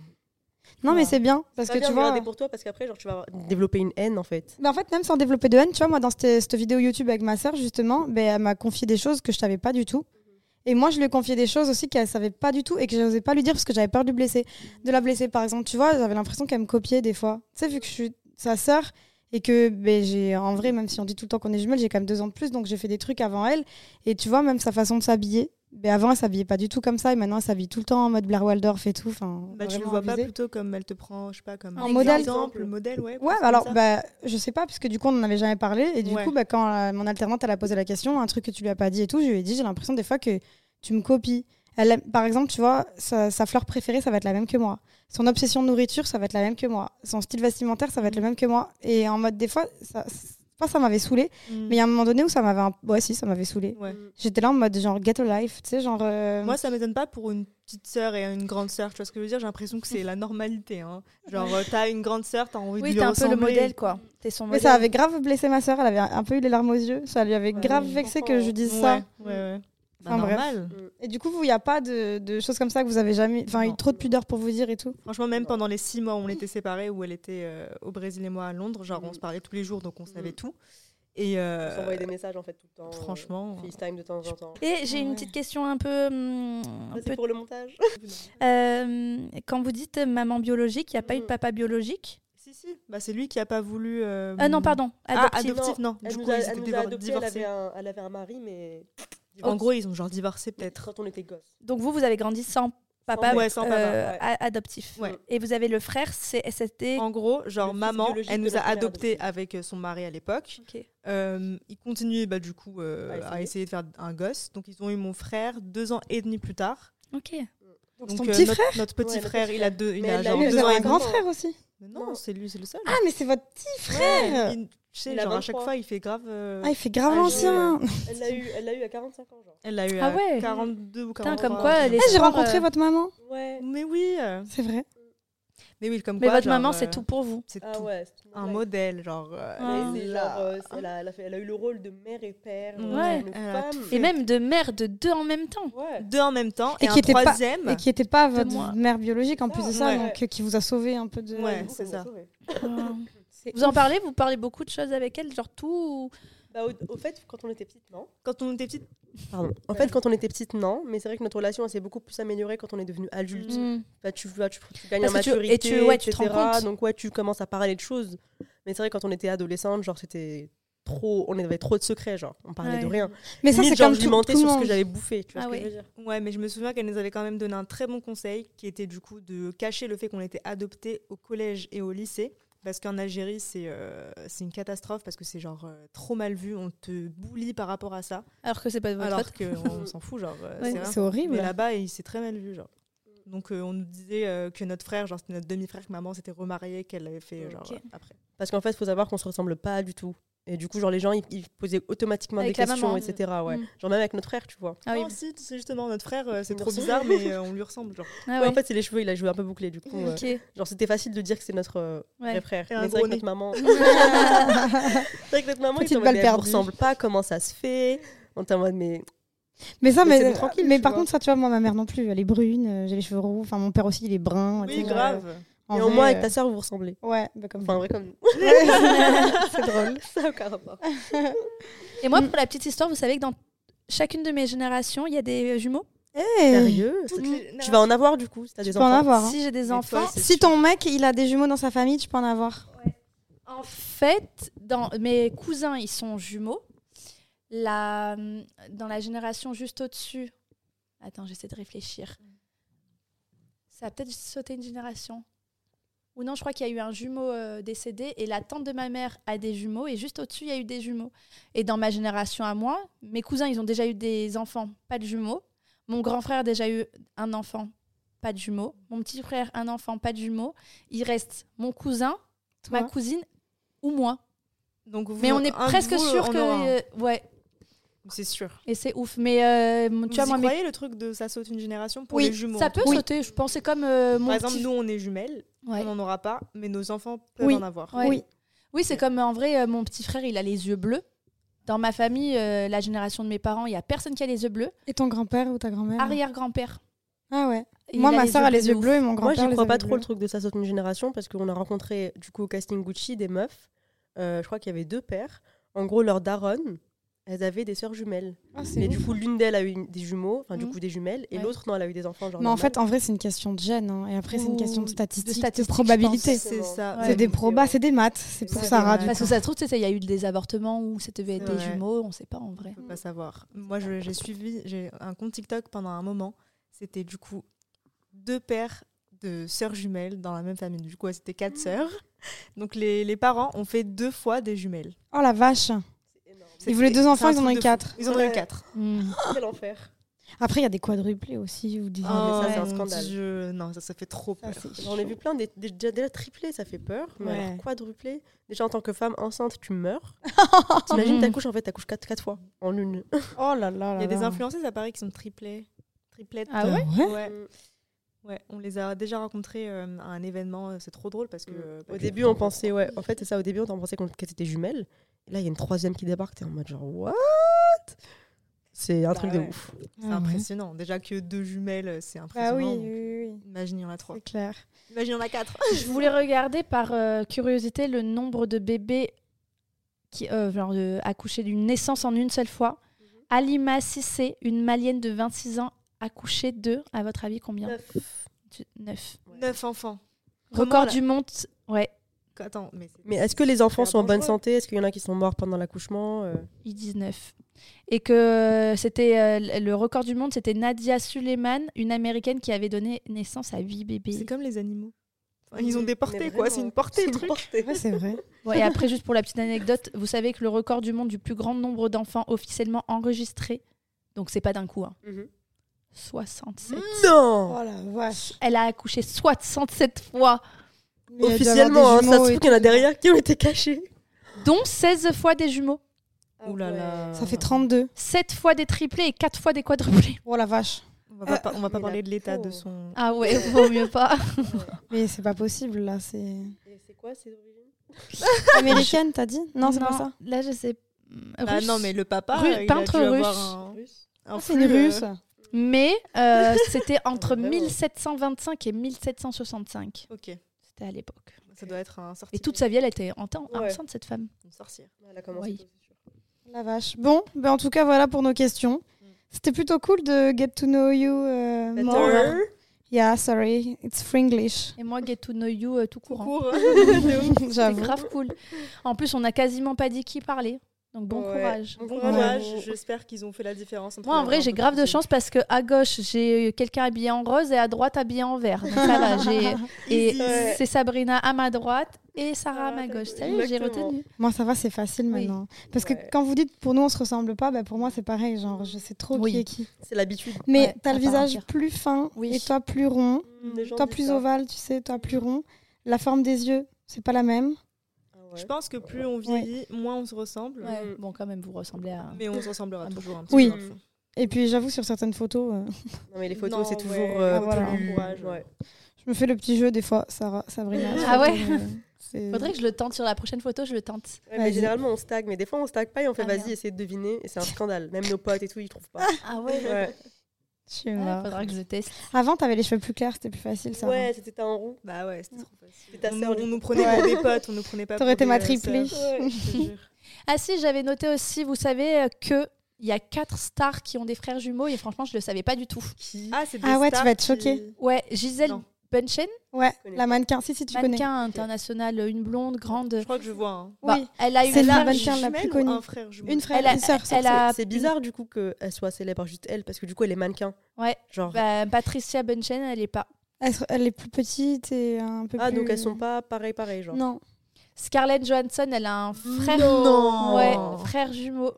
Speaker 2: Non, mais
Speaker 5: Ouais.
Speaker 2: c'est bien parce que tu vois.
Speaker 3: pour toi parce qu'après, genre, tu vas développer une haine, en fait.
Speaker 2: Mais en fait, même sans développer de haine, tu vois, moi, dans cette, cette vidéo YouTube avec ma sœur, justement, ben, elle m'a confié des choses que je savais pas du tout. Et moi, je lui ai confié des choses aussi qu'elle savait pas du tout et que je n'osais pas lui dire parce que j'avais peur de, lui blesser, de la blesser, par exemple. Tu vois, j'avais l'impression qu'elle me copiait des fois. Tu sais, vu que je suis sa sœur et que ben, j'ai, en vrai, même si on dit tout le temps qu'on est jumelles, j'ai quand même deux ans de plus, donc j'ai fait des trucs avant elle. Et tu vois, même sa façon de s'habiller. Ben, avant, elle s'habillait pas du tout comme ça et maintenant, elle s'habille tout le temps en mode Blair Waldorf et tout. Enfin,
Speaker 5: Bah, tu le
Speaker 2: vraiment
Speaker 5: vois pas
Speaker 2: abusé.
Speaker 5: plutôt comme elle te prend, je sais pas, comme
Speaker 2: Un modèle.
Speaker 5: exemple, modèle, ouais.
Speaker 2: Ouais,
Speaker 5: parce que
Speaker 2: alors,
Speaker 5: ça-
Speaker 2: bah, je sais pas, parce que du coup, on n'en avait jamais parlé. Et du
Speaker 5: Ouais.
Speaker 2: coup, bah, quand euh, mon alternante, elle a posé la question, un truc que tu lui as pas dit et tout, je lui ai dit, j'ai l'impression des fois que tu me copies. Elle aime- par exemple, tu vois, sa, sa fleur préférée, ça va être la même que moi. Son obsession de nourriture, ça va être la même que moi. Son style vestimentaire, ça va
Speaker 5: Mm.
Speaker 2: être le même que moi. Et en mode, des fois, ça, c'est pas ça m'avait saoulé,
Speaker 5: Mm.
Speaker 2: mais il y a un moment donné où ça m'avait. un- Ouais, si, ça m'avait saoulé.
Speaker 5: Ouais.
Speaker 2: J'étais là en mode, genre, get a life, tu sais, genre. euh,
Speaker 5: Moi, ça m'étonne pas pour une petite sœur et une grande sœur. Tu vois ce que je veux dire J'ai l'impression que c'est la normalité. Hein. Genre, euh, t'as une grande sœur, t'as
Speaker 4: Oui,
Speaker 5: envie de
Speaker 4: t'es
Speaker 5: lui
Speaker 4: un peu le
Speaker 5: ressembler.
Speaker 4: modèle, quoi. T'es son
Speaker 2: mais
Speaker 4: modèle.
Speaker 2: ça avait grave blessé ma sœur, elle avait un peu eu les larmes aux yeux. Ça lui avait grave
Speaker 3: je
Speaker 2: vexé
Speaker 3: comprends,
Speaker 2: que je dise
Speaker 5: Ouais,
Speaker 2: ça.
Speaker 5: ouais, ouais. Bah,
Speaker 2: Enfin, bref.
Speaker 5: normal.
Speaker 2: Et du coup, vous, il n'y a pas de, de choses comme ça que vous avez jamais. Enfin, eu
Speaker 5: Non.
Speaker 2: trop de pudeur pour vous dire et tout.
Speaker 5: Franchement, même pendant les six mois où on était séparés, où elle était euh, au Brésil et moi à Londres, genre on
Speaker 3: Mm.
Speaker 5: se parlait tous les jours, donc on savait
Speaker 3: Mm.
Speaker 5: tout. Et
Speaker 3: On
Speaker 5: euh,
Speaker 3: s'envoyait des messages en fait tout le temps. euh,
Speaker 5: franchement,
Speaker 3: FaceTime de temps en temps.
Speaker 4: Et j'ai une
Speaker 2: Ouais.
Speaker 4: petite question un peu. hum, un
Speaker 3: Ça,
Speaker 4: peu-
Speaker 3: C'est pour le montage.
Speaker 4: Euh, quand vous dites maman biologique, il n'y a pas eu de
Speaker 3: Mm.
Speaker 4: papa biologique
Speaker 5: si si, bah, c'est lui qui a pas voulu. euh,
Speaker 4: Ah non, pardon,
Speaker 5: Ah,
Speaker 4: adoptif.
Speaker 5: adoptif, non.
Speaker 3: Elle
Speaker 5: Du
Speaker 3: nous
Speaker 5: coup,
Speaker 3: a,
Speaker 5: ils
Speaker 3: elle
Speaker 5: étaient
Speaker 3: nous a
Speaker 5: divor-
Speaker 3: adoptés, elle avait,
Speaker 5: divorcés.
Speaker 3: un, elle avait un mari, mais.
Speaker 5: En gros, ils ont genre divorcé peut-être.
Speaker 3: Quand on était gosse.
Speaker 4: Donc vous, vous avez grandi sans papa,
Speaker 5: Ouais, sans papa,
Speaker 4: euh,
Speaker 3: ouais.
Speaker 4: a- adoptif.
Speaker 5: Ouais.
Speaker 4: Et vous avez le frère, c'est- c'était.
Speaker 5: En gros, genre
Speaker 3: fils
Speaker 5: maman,
Speaker 3: biologique
Speaker 5: elle
Speaker 3: de
Speaker 5: nous a
Speaker 3: la première
Speaker 5: adoptés
Speaker 3: adoptive.
Speaker 5: avec euh, son mari à l'époque.
Speaker 4: Ok.
Speaker 5: Euh, ils continuaient bah, du coup euh,
Speaker 3: À essayer.
Speaker 5: à essayer de faire un gosse. Donc ils ont eu mon frère deux ans et demi plus tard.
Speaker 4: Ok.
Speaker 2: Donc,
Speaker 5: Donc,
Speaker 2: ton
Speaker 5: euh,
Speaker 2: petit
Speaker 5: notre,
Speaker 2: frère
Speaker 5: notre petit
Speaker 3: Ouais, notre
Speaker 5: frère,
Speaker 3: petit
Speaker 5: il a deux, il
Speaker 3: Mais
Speaker 5: a
Speaker 3: elle l'a
Speaker 5: genre
Speaker 3: eu,
Speaker 2: Mais vous
Speaker 5: deux
Speaker 2: avez
Speaker 5: ans
Speaker 2: un
Speaker 5: et
Speaker 2: grand
Speaker 5: demi.
Speaker 2: frère aussi.
Speaker 5: Mais Non,
Speaker 3: Non.
Speaker 5: c'est lui, c'est le seul.
Speaker 2: Ah, mais c'est votre petit frère
Speaker 5: Il- tu sais,
Speaker 3: Il a
Speaker 5: genre à chaque
Speaker 3: 23.
Speaker 5: fois, il fait grave. euh,
Speaker 2: Ah, il fait grave
Speaker 3: Ah,
Speaker 2: l'ancien
Speaker 3: Elle l'a eu, elle l'a eu à 45 ans, genre.
Speaker 5: Elle l'a eu
Speaker 4: Ah
Speaker 5: à
Speaker 4: ouais.
Speaker 5: 42 ou
Speaker 4: Putain,
Speaker 5: 43.
Speaker 4: comme quoi. les
Speaker 2: Ah, J'ai
Speaker 4: histoires,
Speaker 2: rencontré
Speaker 4: euh,
Speaker 2: votre maman,
Speaker 3: Ouais.
Speaker 5: Mais oui. euh,
Speaker 2: c'est vrai.
Speaker 5: Mais oui, comme
Speaker 4: Mais
Speaker 5: quoi,
Speaker 4: votre
Speaker 5: genre,
Speaker 4: maman,
Speaker 5: euh,
Speaker 4: c'est tout pour vous.
Speaker 5: C'est
Speaker 3: Ah
Speaker 5: tout.
Speaker 3: ouais. c'est une
Speaker 5: Un
Speaker 3: blague.
Speaker 5: modèle, genre. euh,
Speaker 4: Ah.
Speaker 5: elle est
Speaker 3: C'est
Speaker 5: là.
Speaker 3: genre, euh, c'est- elle, a, elle a fait- elle a eu le rôle de mère et père, euh,
Speaker 4: Ouais.
Speaker 3: une
Speaker 5: Elle a tout
Speaker 3: femme.
Speaker 4: Et même de mère de deux en même temps.
Speaker 3: Ouais.
Speaker 5: Deux en même temps
Speaker 2: Et
Speaker 5: et,
Speaker 2: qui
Speaker 5: un
Speaker 2: était pas-
Speaker 5: troisième.
Speaker 2: Et qui n'était pas
Speaker 4: De moi.
Speaker 2: votre mère biologique en
Speaker 3: C'est
Speaker 2: plus de ça,
Speaker 5: ça,
Speaker 3: ouais.
Speaker 2: donc euh, qui vous a sauvé un peu de.
Speaker 5: Ouais.
Speaker 3: Beaucoup
Speaker 5: c'est
Speaker 3: m'ont
Speaker 5: ça.
Speaker 3: sauvée.
Speaker 4: vous en parlez Vous parlez beaucoup de choses avec elle Genre tout ou-
Speaker 3: Bah, au, au fait, quand on était petite, non.
Speaker 5: Quand on était petite,
Speaker 3: En fait, quand on était petite, non. Mais c'est vrai que notre relation, elle s'est beaucoup plus améliorée quand on est devenu adulte.
Speaker 4: Mm.
Speaker 3: Bah, tu, vois, tu, tu gagnes
Speaker 4: Parce
Speaker 3: en
Speaker 4: que tu- et
Speaker 3: maturité,
Speaker 4: tu- ouais, tu te
Speaker 3: etc.
Speaker 4: rends compte.
Speaker 3: Donc ouais, tu commences à parler de choses. Mais c'est vrai quand on était adolescente, genre c'était trop, on avait trop de secrets, genre on parlait de
Speaker 4: Ouais.
Speaker 3: rien.
Speaker 2: Mais ça,
Speaker 3: Limite,
Speaker 2: c'est
Speaker 3: genre,
Speaker 2: comme
Speaker 3: je
Speaker 2: tout,
Speaker 3: lui mentais
Speaker 2: tout le
Speaker 3: sur ce
Speaker 2: monde.
Speaker 3: que j'avais bouffé. Tu vois
Speaker 4: Ah
Speaker 3: ce que
Speaker 4: oui.
Speaker 3: je veux dire
Speaker 5: Ouais, mais je me souviens qu'elle nous avait quand même donné un très bon conseil qui était du coup de cacher le fait qu'on était adopté au collège et au lycée. Parce qu'en Algérie, c'est euh, c'est une catastrophe parce que c'est genre euh, trop mal vu, on te boulie par rapport à ça.
Speaker 4: Alors que c'est pas de votre
Speaker 5: alors
Speaker 4: faute.
Speaker 5: qu'on s'en fout, genre. euh,
Speaker 4: Ouais.
Speaker 5: c'est rien.
Speaker 2: C'est horrible.
Speaker 5: Mais là-bas, il s'est très mal vu, genre. Donc euh, on nous disait euh, que notre frère, genre c'était notre demi-frère, que maman s'était remariée, qu'elle l'avait fait, genre
Speaker 4: Ok.
Speaker 5: euh, après.
Speaker 3: Parce qu'en fait, il faut savoir qu'on se ressemble pas du tout. Et du coup, genre les gens, ils, ils posaient automatiquement
Speaker 4: Avec
Speaker 3: des
Speaker 4: la
Speaker 3: questions,
Speaker 4: maman.
Speaker 3: etc. Ouais.
Speaker 4: Mm.
Speaker 3: Genre même avec notre frère, tu vois.
Speaker 4: Ah oui.
Speaker 5: Non, Oh, si, c'est justement notre frère, euh, c'est
Speaker 3: Il
Speaker 5: trop
Speaker 3: ressemble.
Speaker 5: bizarre, mais euh, on lui ressemble, genre.
Speaker 4: Ah
Speaker 3: Ouais,
Speaker 4: ouais.
Speaker 3: En fait, c'est les cheveux, il a joué un peu bouclé. Du coup, euh,
Speaker 4: Ok.
Speaker 3: genre c'était facile de dire que c'est notre euh,
Speaker 4: Ouais.
Speaker 3: vrai frère.
Speaker 5: Et un
Speaker 3: Mais c'est
Speaker 5: gros
Speaker 3: vrai que notre maman, c'est vrai que notre maman,
Speaker 2: Petite
Speaker 3: il
Speaker 2: balle
Speaker 3: ne
Speaker 2: perdue.
Speaker 3: ressemble pas. Comment ça se fait On était en mode mais
Speaker 2: Mais ça,
Speaker 3: Mais
Speaker 2: mais,
Speaker 3: c'est
Speaker 2: euh,
Speaker 3: bon, tranquille,
Speaker 2: mais
Speaker 3: tu
Speaker 2: par
Speaker 3: vois.
Speaker 2: contre, ça, tu vois, moi, ma mère non plus, elle est brune, euh, j'ai les cheveux roux, enfin, mon père aussi, il est brun. tu
Speaker 5: Oui,
Speaker 2: sais,
Speaker 5: grave.
Speaker 2: en
Speaker 3: Et au
Speaker 2: vrai,
Speaker 3: moins avec
Speaker 2: euh,
Speaker 3: ta sœur, vous vous ressemblez.
Speaker 2: Ouais, bah, comme
Speaker 3: Enfin, vrai comme.
Speaker 2: c'est drôle.
Speaker 3: Ça, aucun rapport.
Speaker 4: Et moi, pour la petite histoire, vous savez que dans chacune de mes générations, il y a des jumeaux.
Speaker 3: Sérieux
Speaker 5: Toutes les
Speaker 3: Tu vas en avoir du coup, si t'as
Speaker 2: Tu
Speaker 3: des
Speaker 2: peux en
Speaker 3: enfants.
Speaker 2: avoir. hein.
Speaker 4: Si j'ai des
Speaker 5: toi,
Speaker 4: enfants,
Speaker 5: c'est
Speaker 2: Si ton mec, il a des jumeaux dans sa famille, tu peux en avoir.
Speaker 4: En fait, dans mes cousins, ils sont jumeaux. La, dans la génération juste au-dessus. Attends, j'essaie de réfléchir. Ça a peut-être sauté une génération. Ou non, je crois qu'il y a eu un jumeau euh, décédé et la tante de ma mère a des jumeaux et juste au-dessus, il y a eu des jumeaux. Et dans ma génération à moi, mes cousins, ils ont déjà eu des enfants, pas de jumeaux. Mon grand frère a déjà eu un enfant, pas de jumeaux. Mon petit frère, un enfant, pas de jumeaux. Il reste mon cousin,
Speaker 2: Toi.
Speaker 4: ma cousine ou moi.
Speaker 5: Donc, vous-
Speaker 4: Mais on est
Speaker 5: un de
Speaker 4: presque
Speaker 5: vous,
Speaker 4: sûr
Speaker 5: on
Speaker 4: que
Speaker 5: aura un.
Speaker 4: euh, ouais,
Speaker 5: C'est sûr.
Speaker 4: et c'est ouf. Mais euh, mon- tu vois
Speaker 5: Vous y
Speaker 4: moi, mes-
Speaker 5: croyez le truc de ça saute une génération pour
Speaker 4: oui,
Speaker 5: les jumeaux
Speaker 4: ça peut
Speaker 5: Oui.
Speaker 4: sauter. Je pensais comme euh, mon
Speaker 5: Par exemple,
Speaker 4: petit-
Speaker 5: nous, on est jumelles,
Speaker 4: Ouais.
Speaker 5: on n'en aura pas, mais nos enfants peuvent
Speaker 2: Oui.
Speaker 5: en avoir.
Speaker 4: Ouais.
Speaker 2: Oui.
Speaker 4: Oui, c'est comme euh, en vrai, euh, mon petit frère, il a les yeux bleus. Dans ma famille, euh, la génération de mes parents, il y a personne qui a les yeux bleus.
Speaker 2: Et ton grand-père ou ta grand-mère
Speaker 4: Arrière-grand-père.
Speaker 2: Ah ouais.
Speaker 4: il
Speaker 2: Moi,
Speaker 4: a
Speaker 2: ma soeur a les yeux
Speaker 4: de
Speaker 2: bleus et
Speaker 4: ouf.
Speaker 2: mon
Speaker 3: Moi,
Speaker 2: grand-père.
Speaker 3: j'y
Speaker 2: les
Speaker 3: crois
Speaker 2: avait
Speaker 3: pas trop
Speaker 2: bleus.
Speaker 3: le truc de ça saute une génération parce qu'on a rencontré du coup au casting Gucci des meufs. Euh, je crois qu'il y avait deux pères. En gros, leur daronne, elles avaient des sœurs jumelles.
Speaker 2: Ah, c'est
Speaker 3: Mais
Speaker 2: ouf.
Speaker 3: du coup, l'une d'elles a eu une- des jumeaux, enfin du
Speaker 4: Mhm.
Speaker 3: coup des jumelles, et
Speaker 4: Ouais.
Speaker 3: l'autre non, elle a eu des enfants. Genre
Speaker 2: Mais en
Speaker 3: normal.
Speaker 2: fait, en vrai, c'est une question de gène. hein, Et après, c'est une question
Speaker 4: Ou
Speaker 2: de
Speaker 4: de
Speaker 2: statistique, de,
Speaker 4: statistique, je
Speaker 2: probabilité.
Speaker 4: pense.
Speaker 2: C'est
Speaker 5: C'est ça.
Speaker 4: Ouais.
Speaker 2: c'est des
Speaker 3: Ouais.
Speaker 2: probas, c'est des maths. C'est pour
Speaker 5: Ouais.
Speaker 2: Sarah.
Speaker 5: Ouais.
Speaker 2: du
Speaker 4: Parce
Speaker 2: coup.
Speaker 4: que ça se trouve, tu sais, il y a eu des avortements ou ça devait être
Speaker 5: Ouais.
Speaker 4: des jumeaux, on sait pas en vrai.
Speaker 5: On peut pas savoir. Moi, je- j'ai suivi j'ai un compte TikTok pendant un moment. C'était du coup deux paires de sœurs jumelles dans la même famille. Du coup, elles étaient quatre sœurs. Donc, les, les parents ont fait deux fois des jumelles.
Speaker 2: Oh la vache.
Speaker 3: C'est énorme.
Speaker 5: C'est-
Speaker 2: Ils voulaient deux
Speaker 5: c'est
Speaker 2: enfants,
Speaker 5: un
Speaker 2: ils en ont
Speaker 5: truc
Speaker 2: eu
Speaker 5: de fou.
Speaker 2: quatre.
Speaker 5: Ils en ont eu
Speaker 3: Ouais.
Speaker 5: quatre.
Speaker 4: Mm.
Speaker 3: Quel enfer.
Speaker 2: Après, il y a des quadruplés aussi. Ou des...
Speaker 3: Ah, mais ça, c'est un
Speaker 5: Oh, mon
Speaker 3: scandale.
Speaker 5: Dieu, Non, ça, ça fait trop peur.
Speaker 3: J'en ai vu plein, des, des- déjà, déjà triplés, ça fait peur. Mais
Speaker 2: Ouais.
Speaker 3: alors quadruplés, déjà en tant que femme enceinte, tu meurs. T'imagines, t'accouches en fait, t'accouches quatre, quatre fois en une.
Speaker 2: Oh là là là.
Speaker 5: Il y a des
Speaker 2: là.
Speaker 5: influenceuses, ça paraît, qui sont triplées. Triplettes.
Speaker 4: Ah ouais
Speaker 2: Ah ouais
Speaker 5: Ouais. Ouais, on les a déjà rencontrés euh, à un événement, euh, c'est trop drôle parce que. euh, bah,
Speaker 3: Au
Speaker 5: que-
Speaker 3: début, on pensait, ouais, en fait, c'est ça, au début, on pensait qu'on- qu'elles étaient jumelles. Et là, il y a une troisième qui débarque, t'es en mode genre, what C'est un
Speaker 5: Bah
Speaker 3: truc de
Speaker 5: ouais.
Speaker 3: ouf.
Speaker 5: C'est impressionnant. Déjà que deux jumelles, euh, c'est
Speaker 2: Bah
Speaker 5: impressionnant.
Speaker 2: Ah oui,
Speaker 5: donc
Speaker 2: oui, oui,
Speaker 5: Imagine, il y en a trois.
Speaker 2: c'est clair.
Speaker 5: Imagine, il y en a quatre.
Speaker 4: Je voulais regarder par euh, curiosité le nombre de bébés qui euh, genre, euh, accouchés d'une naissance en une seule fois.
Speaker 5: Mhm.
Speaker 4: Alima Sissé, une malienne de 26 ans, accouchée de, à votre avis, combien Tu- Neuf.
Speaker 3: Ouais.
Speaker 5: Neuf enfants.
Speaker 4: Record
Speaker 5: Vraiment,
Speaker 4: du monde, ouais,
Speaker 5: là- Attends, mais c'est-
Speaker 3: Mais est-ce que les enfants
Speaker 5: C'est
Speaker 3: sont en bonne
Speaker 5: dangereux.
Speaker 3: santé Est-ce qu'il y en a qui sont morts pendant l'accouchement Euh,
Speaker 4: ils disent neuf. Et que euh, c'était euh, l- le record du monde, c'était Nadia Suleiman, une américaine qui avait donné naissance à huit
Speaker 5: c'est
Speaker 4: bébés.
Speaker 5: comme les animaux. Enfin, ils ont
Speaker 3: Mais
Speaker 5: des portées,
Speaker 3: vraiment,
Speaker 5: quoi. C'est une portée,
Speaker 3: c'est
Speaker 5: le
Speaker 3: une
Speaker 5: truc.
Speaker 3: portée.
Speaker 2: Ouais, c'est vrai.
Speaker 4: Bon, et après, juste pour la petite anecdote, vous savez que le record du monde du plus grand nombre d'enfants officiellement enregistrés, donc c'est pas d'un coup, hein,
Speaker 3: Mhm.
Speaker 4: 67.
Speaker 3: Non
Speaker 2: Oh la vache.
Speaker 4: Elle a accouché 67 fois,
Speaker 2: Mais elle doit
Speaker 3: Officiellement,
Speaker 2: avoir
Speaker 3: hein,
Speaker 2: des
Speaker 3: ça
Speaker 2: jumeaux
Speaker 3: se
Speaker 2: et
Speaker 3: trouve qu'il y en a
Speaker 2: tout.
Speaker 3: derrière qui ont été cachés.
Speaker 4: dont 16 fois des jumeaux,
Speaker 3: Ouh là
Speaker 5: Ah
Speaker 3: là.
Speaker 2: Ça fait 32.
Speaker 4: 7 fois des triplés et 4 fois des quadruplés.
Speaker 2: Oh la vache.
Speaker 5: On va pas, on va pas
Speaker 3: Mais la
Speaker 5: parler de l'état de
Speaker 3: peau.
Speaker 5: son.
Speaker 4: Ah ouais, vaut mieux pas.
Speaker 2: Mais c'est pas possible là, c'est.
Speaker 3: Et C'est quoi ces origines
Speaker 2: Américaine, t'as dit Non, c'est pas ça.
Speaker 4: Là, je sais.
Speaker 5: Ah
Speaker 4: Russe.
Speaker 5: non, mais le papa,
Speaker 4: Ru-
Speaker 5: euh, il
Speaker 4: peintre
Speaker 5: a dû avoir
Speaker 4: russe.
Speaker 5: un- un
Speaker 2: Ah, c'est une
Speaker 5: flux, euh,
Speaker 2: russe.
Speaker 4: Mais euh, c'était entre
Speaker 3: Vraiment.
Speaker 4: 1725 et 1765.
Speaker 5: Ok,
Speaker 4: C'était à l'époque.
Speaker 5: ça doit être un sorti.
Speaker 4: Et toute sa vie, elle était en temps
Speaker 3: Ouais.
Speaker 4: enceinte, cette femme.
Speaker 5: Une sorcière.
Speaker 3: Bah, Elle a commencé
Speaker 4: Oui.
Speaker 3: tôt, c'est sûr.
Speaker 2: La vache. Bon, ben en tout cas, voilà pour nos questions. C'était plutôt cool de get to know you euh,
Speaker 5: Better.
Speaker 2: more. Yeah, sorry, it's Fringlish.
Speaker 4: Et moi, Get to Know You euh, tout courant.
Speaker 5: Cours.
Speaker 4: C'est
Speaker 2: J'avoue.
Speaker 4: grave cool. En plus, on n'a quasiment pas dit qui parlait. Donc bon
Speaker 3: Ouais.
Speaker 4: courage.
Speaker 3: Bon
Speaker 5: Bon
Speaker 3: courage.
Speaker 5: courage, j'espère qu'ils ont fait la différence. entre
Speaker 4: Moi, en
Speaker 5: les
Speaker 4: vrai,
Speaker 5: gens,
Speaker 4: j'ai
Speaker 5: un peu
Speaker 4: grave de
Speaker 5: plus
Speaker 4: chance parce que à gauche, j'ai quelqu'un habillé en rose et à droite, habillé en vert. Donc ça va, j'ai- Et
Speaker 3: Ouais.
Speaker 4: c'est Sabrina à ma droite et Sarah à
Speaker 3: Sarah
Speaker 4: Ah, ma
Speaker 3: à ta
Speaker 4: gauche.
Speaker 3: gauche.
Speaker 4: Ça y est, j'ai
Speaker 3: Exactement.
Speaker 4: retenu.
Speaker 2: Moi, ça va, c'est facile
Speaker 4: Oui.
Speaker 2: maintenant. Parce que
Speaker 3: Ouais.
Speaker 2: quand vous dites pour nous, on se ressemble pas, ben pour moi, c'est pareil. Genre, je sais trop
Speaker 4: Oui.
Speaker 2: qui est qui.
Speaker 3: C'est l'habitude.
Speaker 2: Mais
Speaker 4: Ouais,
Speaker 2: t'as le
Speaker 4: à part
Speaker 2: visage
Speaker 4: entière.
Speaker 2: plus fin
Speaker 4: Oui.
Speaker 2: et toi plus rond.
Speaker 3: Mm, Les gens
Speaker 2: Toi
Speaker 3: disent
Speaker 2: plus
Speaker 3: ça.
Speaker 2: ovale, tu sais, toi plus rond. La forme des yeux, c'est pas la même.
Speaker 3: Ah ouais.
Speaker 5: Je pense que plus on vieillit, moins on se ressemble.
Speaker 4: Ouais. Bon, quand même, vous ressemblez à.
Speaker 5: Mm. Mais on se ressemblera toujours un petit
Speaker 2: Oui.
Speaker 5: peu. hein. dans le fond.
Speaker 2: Et puis j'avoue, sur certaines photos, euh,
Speaker 3: Non, mais les photos,
Speaker 5: Non,
Speaker 3: c'est toujours
Speaker 5: ouais.
Speaker 3: euh,
Speaker 2: Ah, voilà.
Speaker 3: plus- courage. Ouais.
Speaker 2: je me fais le petit jeu des fois, Sarah, Sabrina. sur
Speaker 4: Ah ouais
Speaker 2: les photos, mais, euh,
Speaker 4: Faudrait que je le tente sur la prochaine photo, je le tente.
Speaker 3: Ouais, mais
Speaker 2: Vas-y.
Speaker 3: généralement, on stagne, mais des fois, on stagne pas et on fait
Speaker 4: Ah, merde.
Speaker 3: vas-y, essaye de deviner. Et c'est un scandale. Même nos potes et tout, ils trouvent pas.
Speaker 4: Ah ouais.
Speaker 2: Je
Speaker 3: Ouais,
Speaker 2: suis marre.
Speaker 4: faudra que je teste.
Speaker 2: Avant, t'avais les cheveux plus clairs, c'était plus facile, hein. Sarah.
Speaker 3: ouais c'était ta en roue.
Speaker 5: Bah ouais, c'était trop facile.
Speaker 3: C'était ta
Speaker 5: on,
Speaker 3: sœur.
Speaker 5: on
Speaker 3: du
Speaker 5: nous
Speaker 3: coup.
Speaker 5: prenait pour des potes, on nous prenait pas
Speaker 2: T'aurais
Speaker 5: pour
Speaker 2: été ma
Speaker 5: des, euh,
Speaker 2: triplée.
Speaker 5: sœurs. Ouais, je te jure.
Speaker 4: Ah si, j'avais noté aussi, vous savez, euh, que il y a quatre stars qui ont des frères jumeaux et franchement, je le savais pas du tout.
Speaker 3: Qui
Speaker 5: Ah, c'est des
Speaker 2: Ah ouais, tu
Speaker 5: stars
Speaker 2: vas être
Speaker 5: qui-
Speaker 2: choquée.
Speaker 4: Ouais, Gisèle
Speaker 5: Non.
Speaker 4: Bunchen,
Speaker 2: Ouais,
Speaker 3: connais
Speaker 2: la mannequin. Si, si, tu connais.
Speaker 4: mannequin international, une blonde grande.
Speaker 5: Je crois que je vois hein. un.
Speaker 4: Bah,
Speaker 2: Oui.
Speaker 4: elle a eu
Speaker 2: C'est
Speaker 4: une
Speaker 2: la
Speaker 4: large-
Speaker 2: mannequin la
Speaker 5: jumelle
Speaker 2: plus
Speaker 5: ou
Speaker 2: connue.
Speaker 5: Un frère jumeau.
Speaker 2: Une frère,
Speaker 4: Elle a-
Speaker 2: une sœur. sœur,
Speaker 4: elle a-
Speaker 2: sœur.
Speaker 3: C'est bizarre du coup Ah, qu'elle soit célèbre par juste elle parce que du coup elle est mannequin.
Speaker 4: Ouais.
Speaker 3: Genre.
Speaker 4: Bah, Patricia Bunchen, elle est pas.
Speaker 2: Elle, se- elle est plus petite et un peu
Speaker 3: ah
Speaker 2: plus...
Speaker 3: donc elles sont pas pareilles pareilles genre.
Speaker 2: Non.
Speaker 4: Scarlett Johansson, elle a un frère.
Speaker 5: Non.
Speaker 4: Ouais, frère jumeau.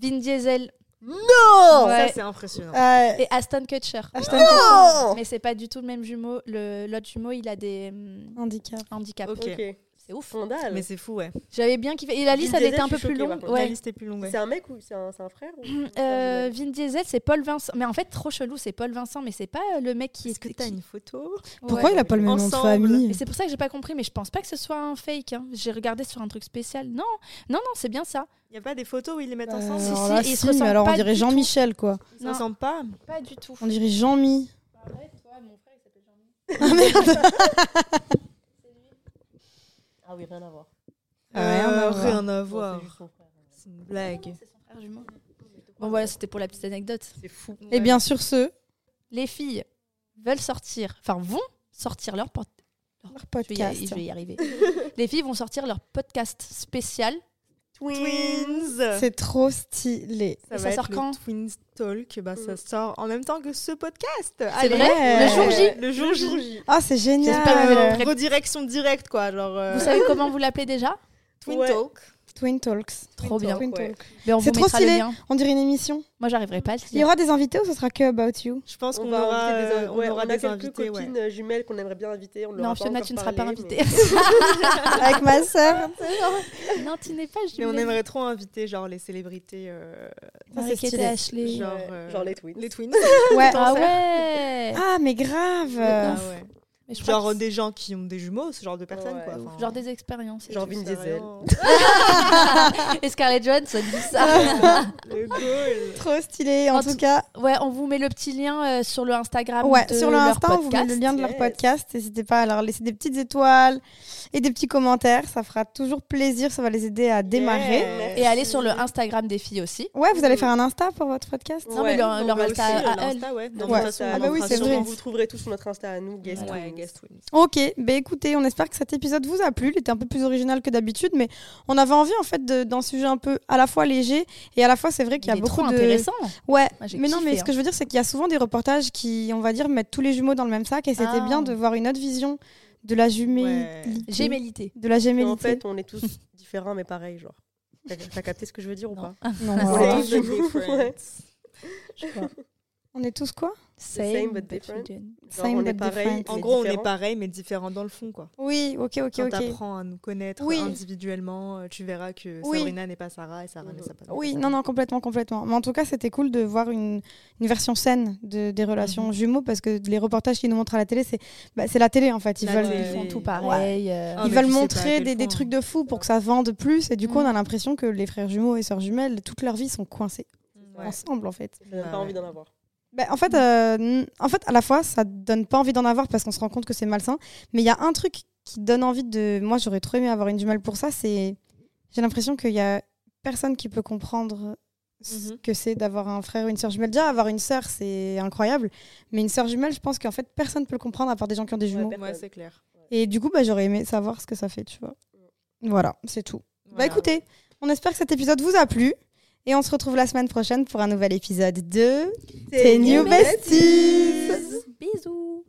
Speaker 4: Vin Diesel
Speaker 3: Non.
Speaker 4: Ouais.
Speaker 5: Ça, c'est impressionnant.
Speaker 2: Euh,
Speaker 4: et Aston Kutcher.
Speaker 2: Ashton Kutcher.
Speaker 4: Mais c'est pas du tout le même jumeau. Le- L'autre jumeau, il a des hum,
Speaker 2: Handicap.
Speaker 4: handicaps.
Speaker 5: Ok.
Speaker 3: Ok.
Speaker 4: C'est ouf.
Speaker 3: Scandale.
Speaker 5: Mais c'est fou, ouais.
Speaker 4: J'avais bien kiffé. Et la
Speaker 3: Vin
Speaker 4: liste, elle
Speaker 3: Diesel,
Speaker 4: était un
Speaker 3: je
Speaker 4: peu
Speaker 3: suis
Speaker 4: plus
Speaker 3: choquée, par
Speaker 4: longue.
Speaker 3: contre.
Speaker 5: La
Speaker 4: Ouais.
Speaker 5: liste est plus longue. ouais.
Speaker 3: C'est un mec ou c'est un, c'est un frère ou...
Speaker 4: Euh, Vin Diesel, c'est Paul Vincent. Mais en fait, trop chelou, c'est Paul Vincent, mais c'est pas euh, le mec qui
Speaker 5: Est-ce que
Speaker 4: qui-
Speaker 5: t'as une photo
Speaker 2: Pourquoi il a pas le même nom de
Speaker 5: Ensemble.
Speaker 4: Mais
Speaker 2: famille
Speaker 4: c'est pour ça que j'ai pas compris, mais je pense pas que ce soit un fake. hein. J'ai regardé sur un truc spécial. Non, non, non, c'est bien ça.
Speaker 5: Il n'y a pas des photos où ils les mettent
Speaker 2: Euh,
Speaker 5: ensemble
Speaker 4: si,
Speaker 2: alors là,
Speaker 4: ils se
Speaker 2: si, mais
Speaker 4: ressemblent
Speaker 2: alors on
Speaker 4: pas
Speaker 2: dirait
Speaker 4: du tout.
Speaker 2: Jean-Michel, quoi.
Speaker 5: Ils se
Speaker 4: Non.
Speaker 5: ressemblent pas
Speaker 4: Pas du tout.
Speaker 2: On dirait Jean-Mi.
Speaker 4: mon frère, il s'appelle Jean-Mi.
Speaker 2: Ah
Speaker 4: Euh,
Speaker 2: merde
Speaker 3: Ah oui rien à voir.
Speaker 2: Ouais,
Speaker 5: Euh,
Speaker 2: Ah, rien
Speaker 5: Rien à
Speaker 3: Non,
Speaker 5: voir.
Speaker 3: c'est juste son frère.
Speaker 5: C'est une blague.
Speaker 4: C'est son frère jumeau. Bon, voilà, c'était pour la petite anecdote.
Speaker 3: C'est fou.
Speaker 2: Et bien sur ce,
Speaker 4: Les filles veulent sortir, enfin, vont sortir leur pod-
Speaker 2: leur
Speaker 4: Je vais y,
Speaker 2: podcast.
Speaker 4: je vais y arriver. Les filles vont sortir leur podcast spécial.
Speaker 3: Euh.
Speaker 5: Twins
Speaker 2: C'est trop stylé.
Speaker 4: Et ça
Speaker 5: être
Speaker 4: sort
Speaker 5: le
Speaker 4: quand
Speaker 5: Twins Talk, bah, ça
Speaker 3: Mm.
Speaker 5: sort en même temps que ce podcast.
Speaker 4: C'est
Speaker 5: Allez, Euh,
Speaker 4: vrai
Speaker 2: Ouais.
Speaker 4: Le jour J
Speaker 5: Le jour J.
Speaker 2: Ah, c'est
Speaker 4: J'espère
Speaker 2: génial.
Speaker 4: que-
Speaker 5: Redirection directe, quoi. Genre, euh,
Speaker 4: Vous savez comment vous l'appelez déjà
Speaker 5: Twin
Speaker 3: Ouais.
Speaker 5: Talk.
Speaker 2: Twin Talks.
Speaker 4: Trop bien.
Speaker 2: Twin
Speaker 3: Ouais.
Speaker 2: Talks.
Speaker 4: Mais on
Speaker 2: C'est
Speaker 4: vous
Speaker 2: trop
Speaker 4: mettra le
Speaker 2: stylé.
Speaker 4: lien.
Speaker 2: On dirait une émission.
Speaker 4: Moi, j'arriverai pas à le
Speaker 2: Il y
Speaker 4: dire.
Speaker 2: aura des invités ou ce sera que About You
Speaker 5: Je pense
Speaker 3: On
Speaker 5: qu'on
Speaker 3: va
Speaker 5: aura,
Speaker 3: inviter des,
Speaker 5: euh,
Speaker 3: in-
Speaker 5: on
Speaker 3: ouais,
Speaker 5: aura
Speaker 3: on a
Speaker 5: des
Speaker 3: quelques
Speaker 5: invités. ouais.
Speaker 3: copines euh, jumelles qu'on aimerait bien inviter. On leur a
Speaker 4: Non,
Speaker 3: pas
Speaker 4: Fiona,
Speaker 3: encore
Speaker 4: tu ne seras pas
Speaker 3: parlé, mais-
Speaker 4: invitée.
Speaker 2: avec ma sœur.
Speaker 4: non, tu n'es pas
Speaker 5: Mais on
Speaker 4: jumelle.
Speaker 5: aimerait trop inviter genre les célébrités, euh,
Speaker 2: Ça, c'est
Speaker 4: Marie-Kate et
Speaker 2: stylé.
Speaker 4: Ashley.
Speaker 5: genre,
Speaker 3: Ouais,
Speaker 5: euh,
Speaker 3: genre les twins.
Speaker 5: les twins.
Speaker 2: Ouais.
Speaker 4: Ah ouais
Speaker 2: Ah, mais grave.
Speaker 5: Ah ouais.
Speaker 1: Mais je crois
Speaker 5: Genre
Speaker 1: que
Speaker 5: des gens qui ont des jumeaux, ce genre de personnes,
Speaker 3: Ouais.
Speaker 5: quoi.
Speaker 1: c'est-
Speaker 5: Enfin, hein.
Speaker 1: genre des expériences. et
Speaker 3: Genre
Speaker 1: tout.
Speaker 3: Vin
Speaker 5: c'est
Speaker 3: Diesel.
Speaker 5: vraiment
Speaker 1: Et Scarlett Johansson dit ça.
Speaker 5: le goal.
Speaker 2: Trop stylé. En,
Speaker 1: En
Speaker 2: tout,
Speaker 1: tout-
Speaker 2: cas,
Speaker 1: ouais, on vous met le petit lien euh, sur le Instagram.
Speaker 2: ouais,
Speaker 1: de
Speaker 2: sur le
Speaker 1: leur
Speaker 2: Insta, on vous met
Speaker 1: podcast.
Speaker 2: le lien de leur
Speaker 3: yes.
Speaker 2: podcast. N'hésitez pas à leur laisser des petites étoiles et des petits commentaires. Ça fera toujours plaisir. Ça va les aider à démarrer.
Speaker 5: Yeah.
Speaker 1: Et allez sur le Instagram des filles aussi.
Speaker 2: Ouais, vous allez faire un Insta pour votre podcast
Speaker 1: Non, mais leur-
Speaker 3: on
Speaker 1: leur
Speaker 3: va
Speaker 1: Insta
Speaker 5: euh,
Speaker 3: aussi,
Speaker 1: à
Speaker 3: leur
Speaker 1: elle.
Speaker 3: Insta, ouais. Dans
Speaker 2: Ouais.
Speaker 3: notre Insta,
Speaker 2: Ah bah
Speaker 3: on
Speaker 2: oui,
Speaker 3: fera
Speaker 2: c'est
Speaker 3: sûrement-
Speaker 2: vrai.
Speaker 3: Vous le trouguerez tout sur notre Insta à nous, Guest
Speaker 5: Ouais,
Speaker 3: Wins.
Speaker 5: guest wins.
Speaker 2: Ok, bah écoutez, on espère que cet épisode vous a plu. Il était un peu plus original que d'habitude, mais on avait envie en fait de- d'un sujet un peu à la fois léger et à la fois c'est vrai qu'il y a
Speaker 1: Il est
Speaker 2: beaucoup
Speaker 1: trop
Speaker 2: de.
Speaker 1: intéressant.
Speaker 2: Ouais,
Speaker 1: Moi, j'ai
Speaker 2: mais non,
Speaker 1: kiffé,
Speaker 2: mais ce
Speaker 1: hein.
Speaker 2: que je veux dire c'est qu'il y a souvent des reportages qui, on va dire, mettent tous les jumeaux dans le même sac et c'était
Speaker 1: Ah.
Speaker 2: bien de voir une autre vision de la jumélité.
Speaker 1: Gémellité.
Speaker 2: De la
Speaker 3: Mais En
Speaker 2: gémellité.
Speaker 3: fait, on est tous différents, mais pareil, genre. T'as- T'as capté ce que je veux dire ou
Speaker 1: Non.
Speaker 3: pas
Speaker 2: Non,
Speaker 3: On
Speaker 2: voilà.
Speaker 3: est tous différents. Ouais.
Speaker 2: on est tous quoi
Speaker 3: same but different.
Speaker 1: different.
Speaker 3: Genre,
Speaker 2: Same
Speaker 3: on est
Speaker 2: but
Speaker 3: pareil.
Speaker 2: different.
Speaker 5: En
Speaker 3: mais
Speaker 5: gros, on est
Speaker 3: différents.
Speaker 5: pareil, mais différent dans le fond, quoi.
Speaker 2: Oui, ok, ok,
Speaker 5: Quand
Speaker 2: ok.
Speaker 5: t'apprends à nous connaître
Speaker 2: Oui.
Speaker 5: individuellement, euh, tu verras que
Speaker 2: Oui.
Speaker 5: Sabrina n'est pas Sarah et Sarah n'est pas Sarah.
Speaker 2: Oui, non, non, complètement, complètement. Mais en tout cas, c'était cool de voir une, une version saine de, des
Speaker 5: Mhm.
Speaker 2: relations jumeaux parce que les reportages qu'ils nous montrent à la télé, c'est bah, c'est la télé en fait. Ils
Speaker 5: La
Speaker 2: veulent,
Speaker 5: télé.
Speaker 1: Ils font
Speaker 5: Ouais.
Speaker 1: tout pareil. euh,
Speaker 5: Ah,
Speaker 2: ils
Speaker 5: mais
Speaker 2: veulent
Speaker 5: tu sais pas à
Speaker 2: montrer
Speaker 5: quel
Speaker 2: des, des
Speaker 5: point. Mhm.
Speaker 2: trucs de fou pour que ça vende plus. Et du coup,
Speaker 1: Mm.
Speaker 2: on a l'impression que les frères jumeaux et sœurs jumelles, toute leur vie, sont coincés ensemble en fait.
Speaker 3: J'ai même
Speaker 5: Ouais.
Speaker 3: pas envie d'en avoir.
Speaker 2: Bah, en, fait euh, n- en fait, à la fois, ça donne pas envie d'en avoir parce qu'on se rend compte que c'est malsain. Mais il y a un truc qui donne envie de. Moi, j'aurais trop aimé avoir une jumelle pour ça. C'est. J'ai l'impression qu'il y a personne qui peut comprendre ce
Speaker 5: Mhm.
Speaker 2: que c'est d'avoir un frère ou une sœur jumelle. Déjà, avoir une sœur, c'est incroyable. Mais une sœur jumelle, je pense qu'en fait, personne peut le comprendre à part des gens qui ont des jumeaux.
Speaker 5: Ouais, c'est clair.
Speaker 2: Et du coup, bah, j'aurais aimé savoir ce que ça fait, tu vois. Voilà, c'est tout. Bah
Speaker 5: Voilà.
Speaker 2: écoutez, on espère que cet épisode vous a plu. Et on se retrouve la semaine prochaine pour un nouvel épisode de... Tes New Besties
Speaker 1: Bisous.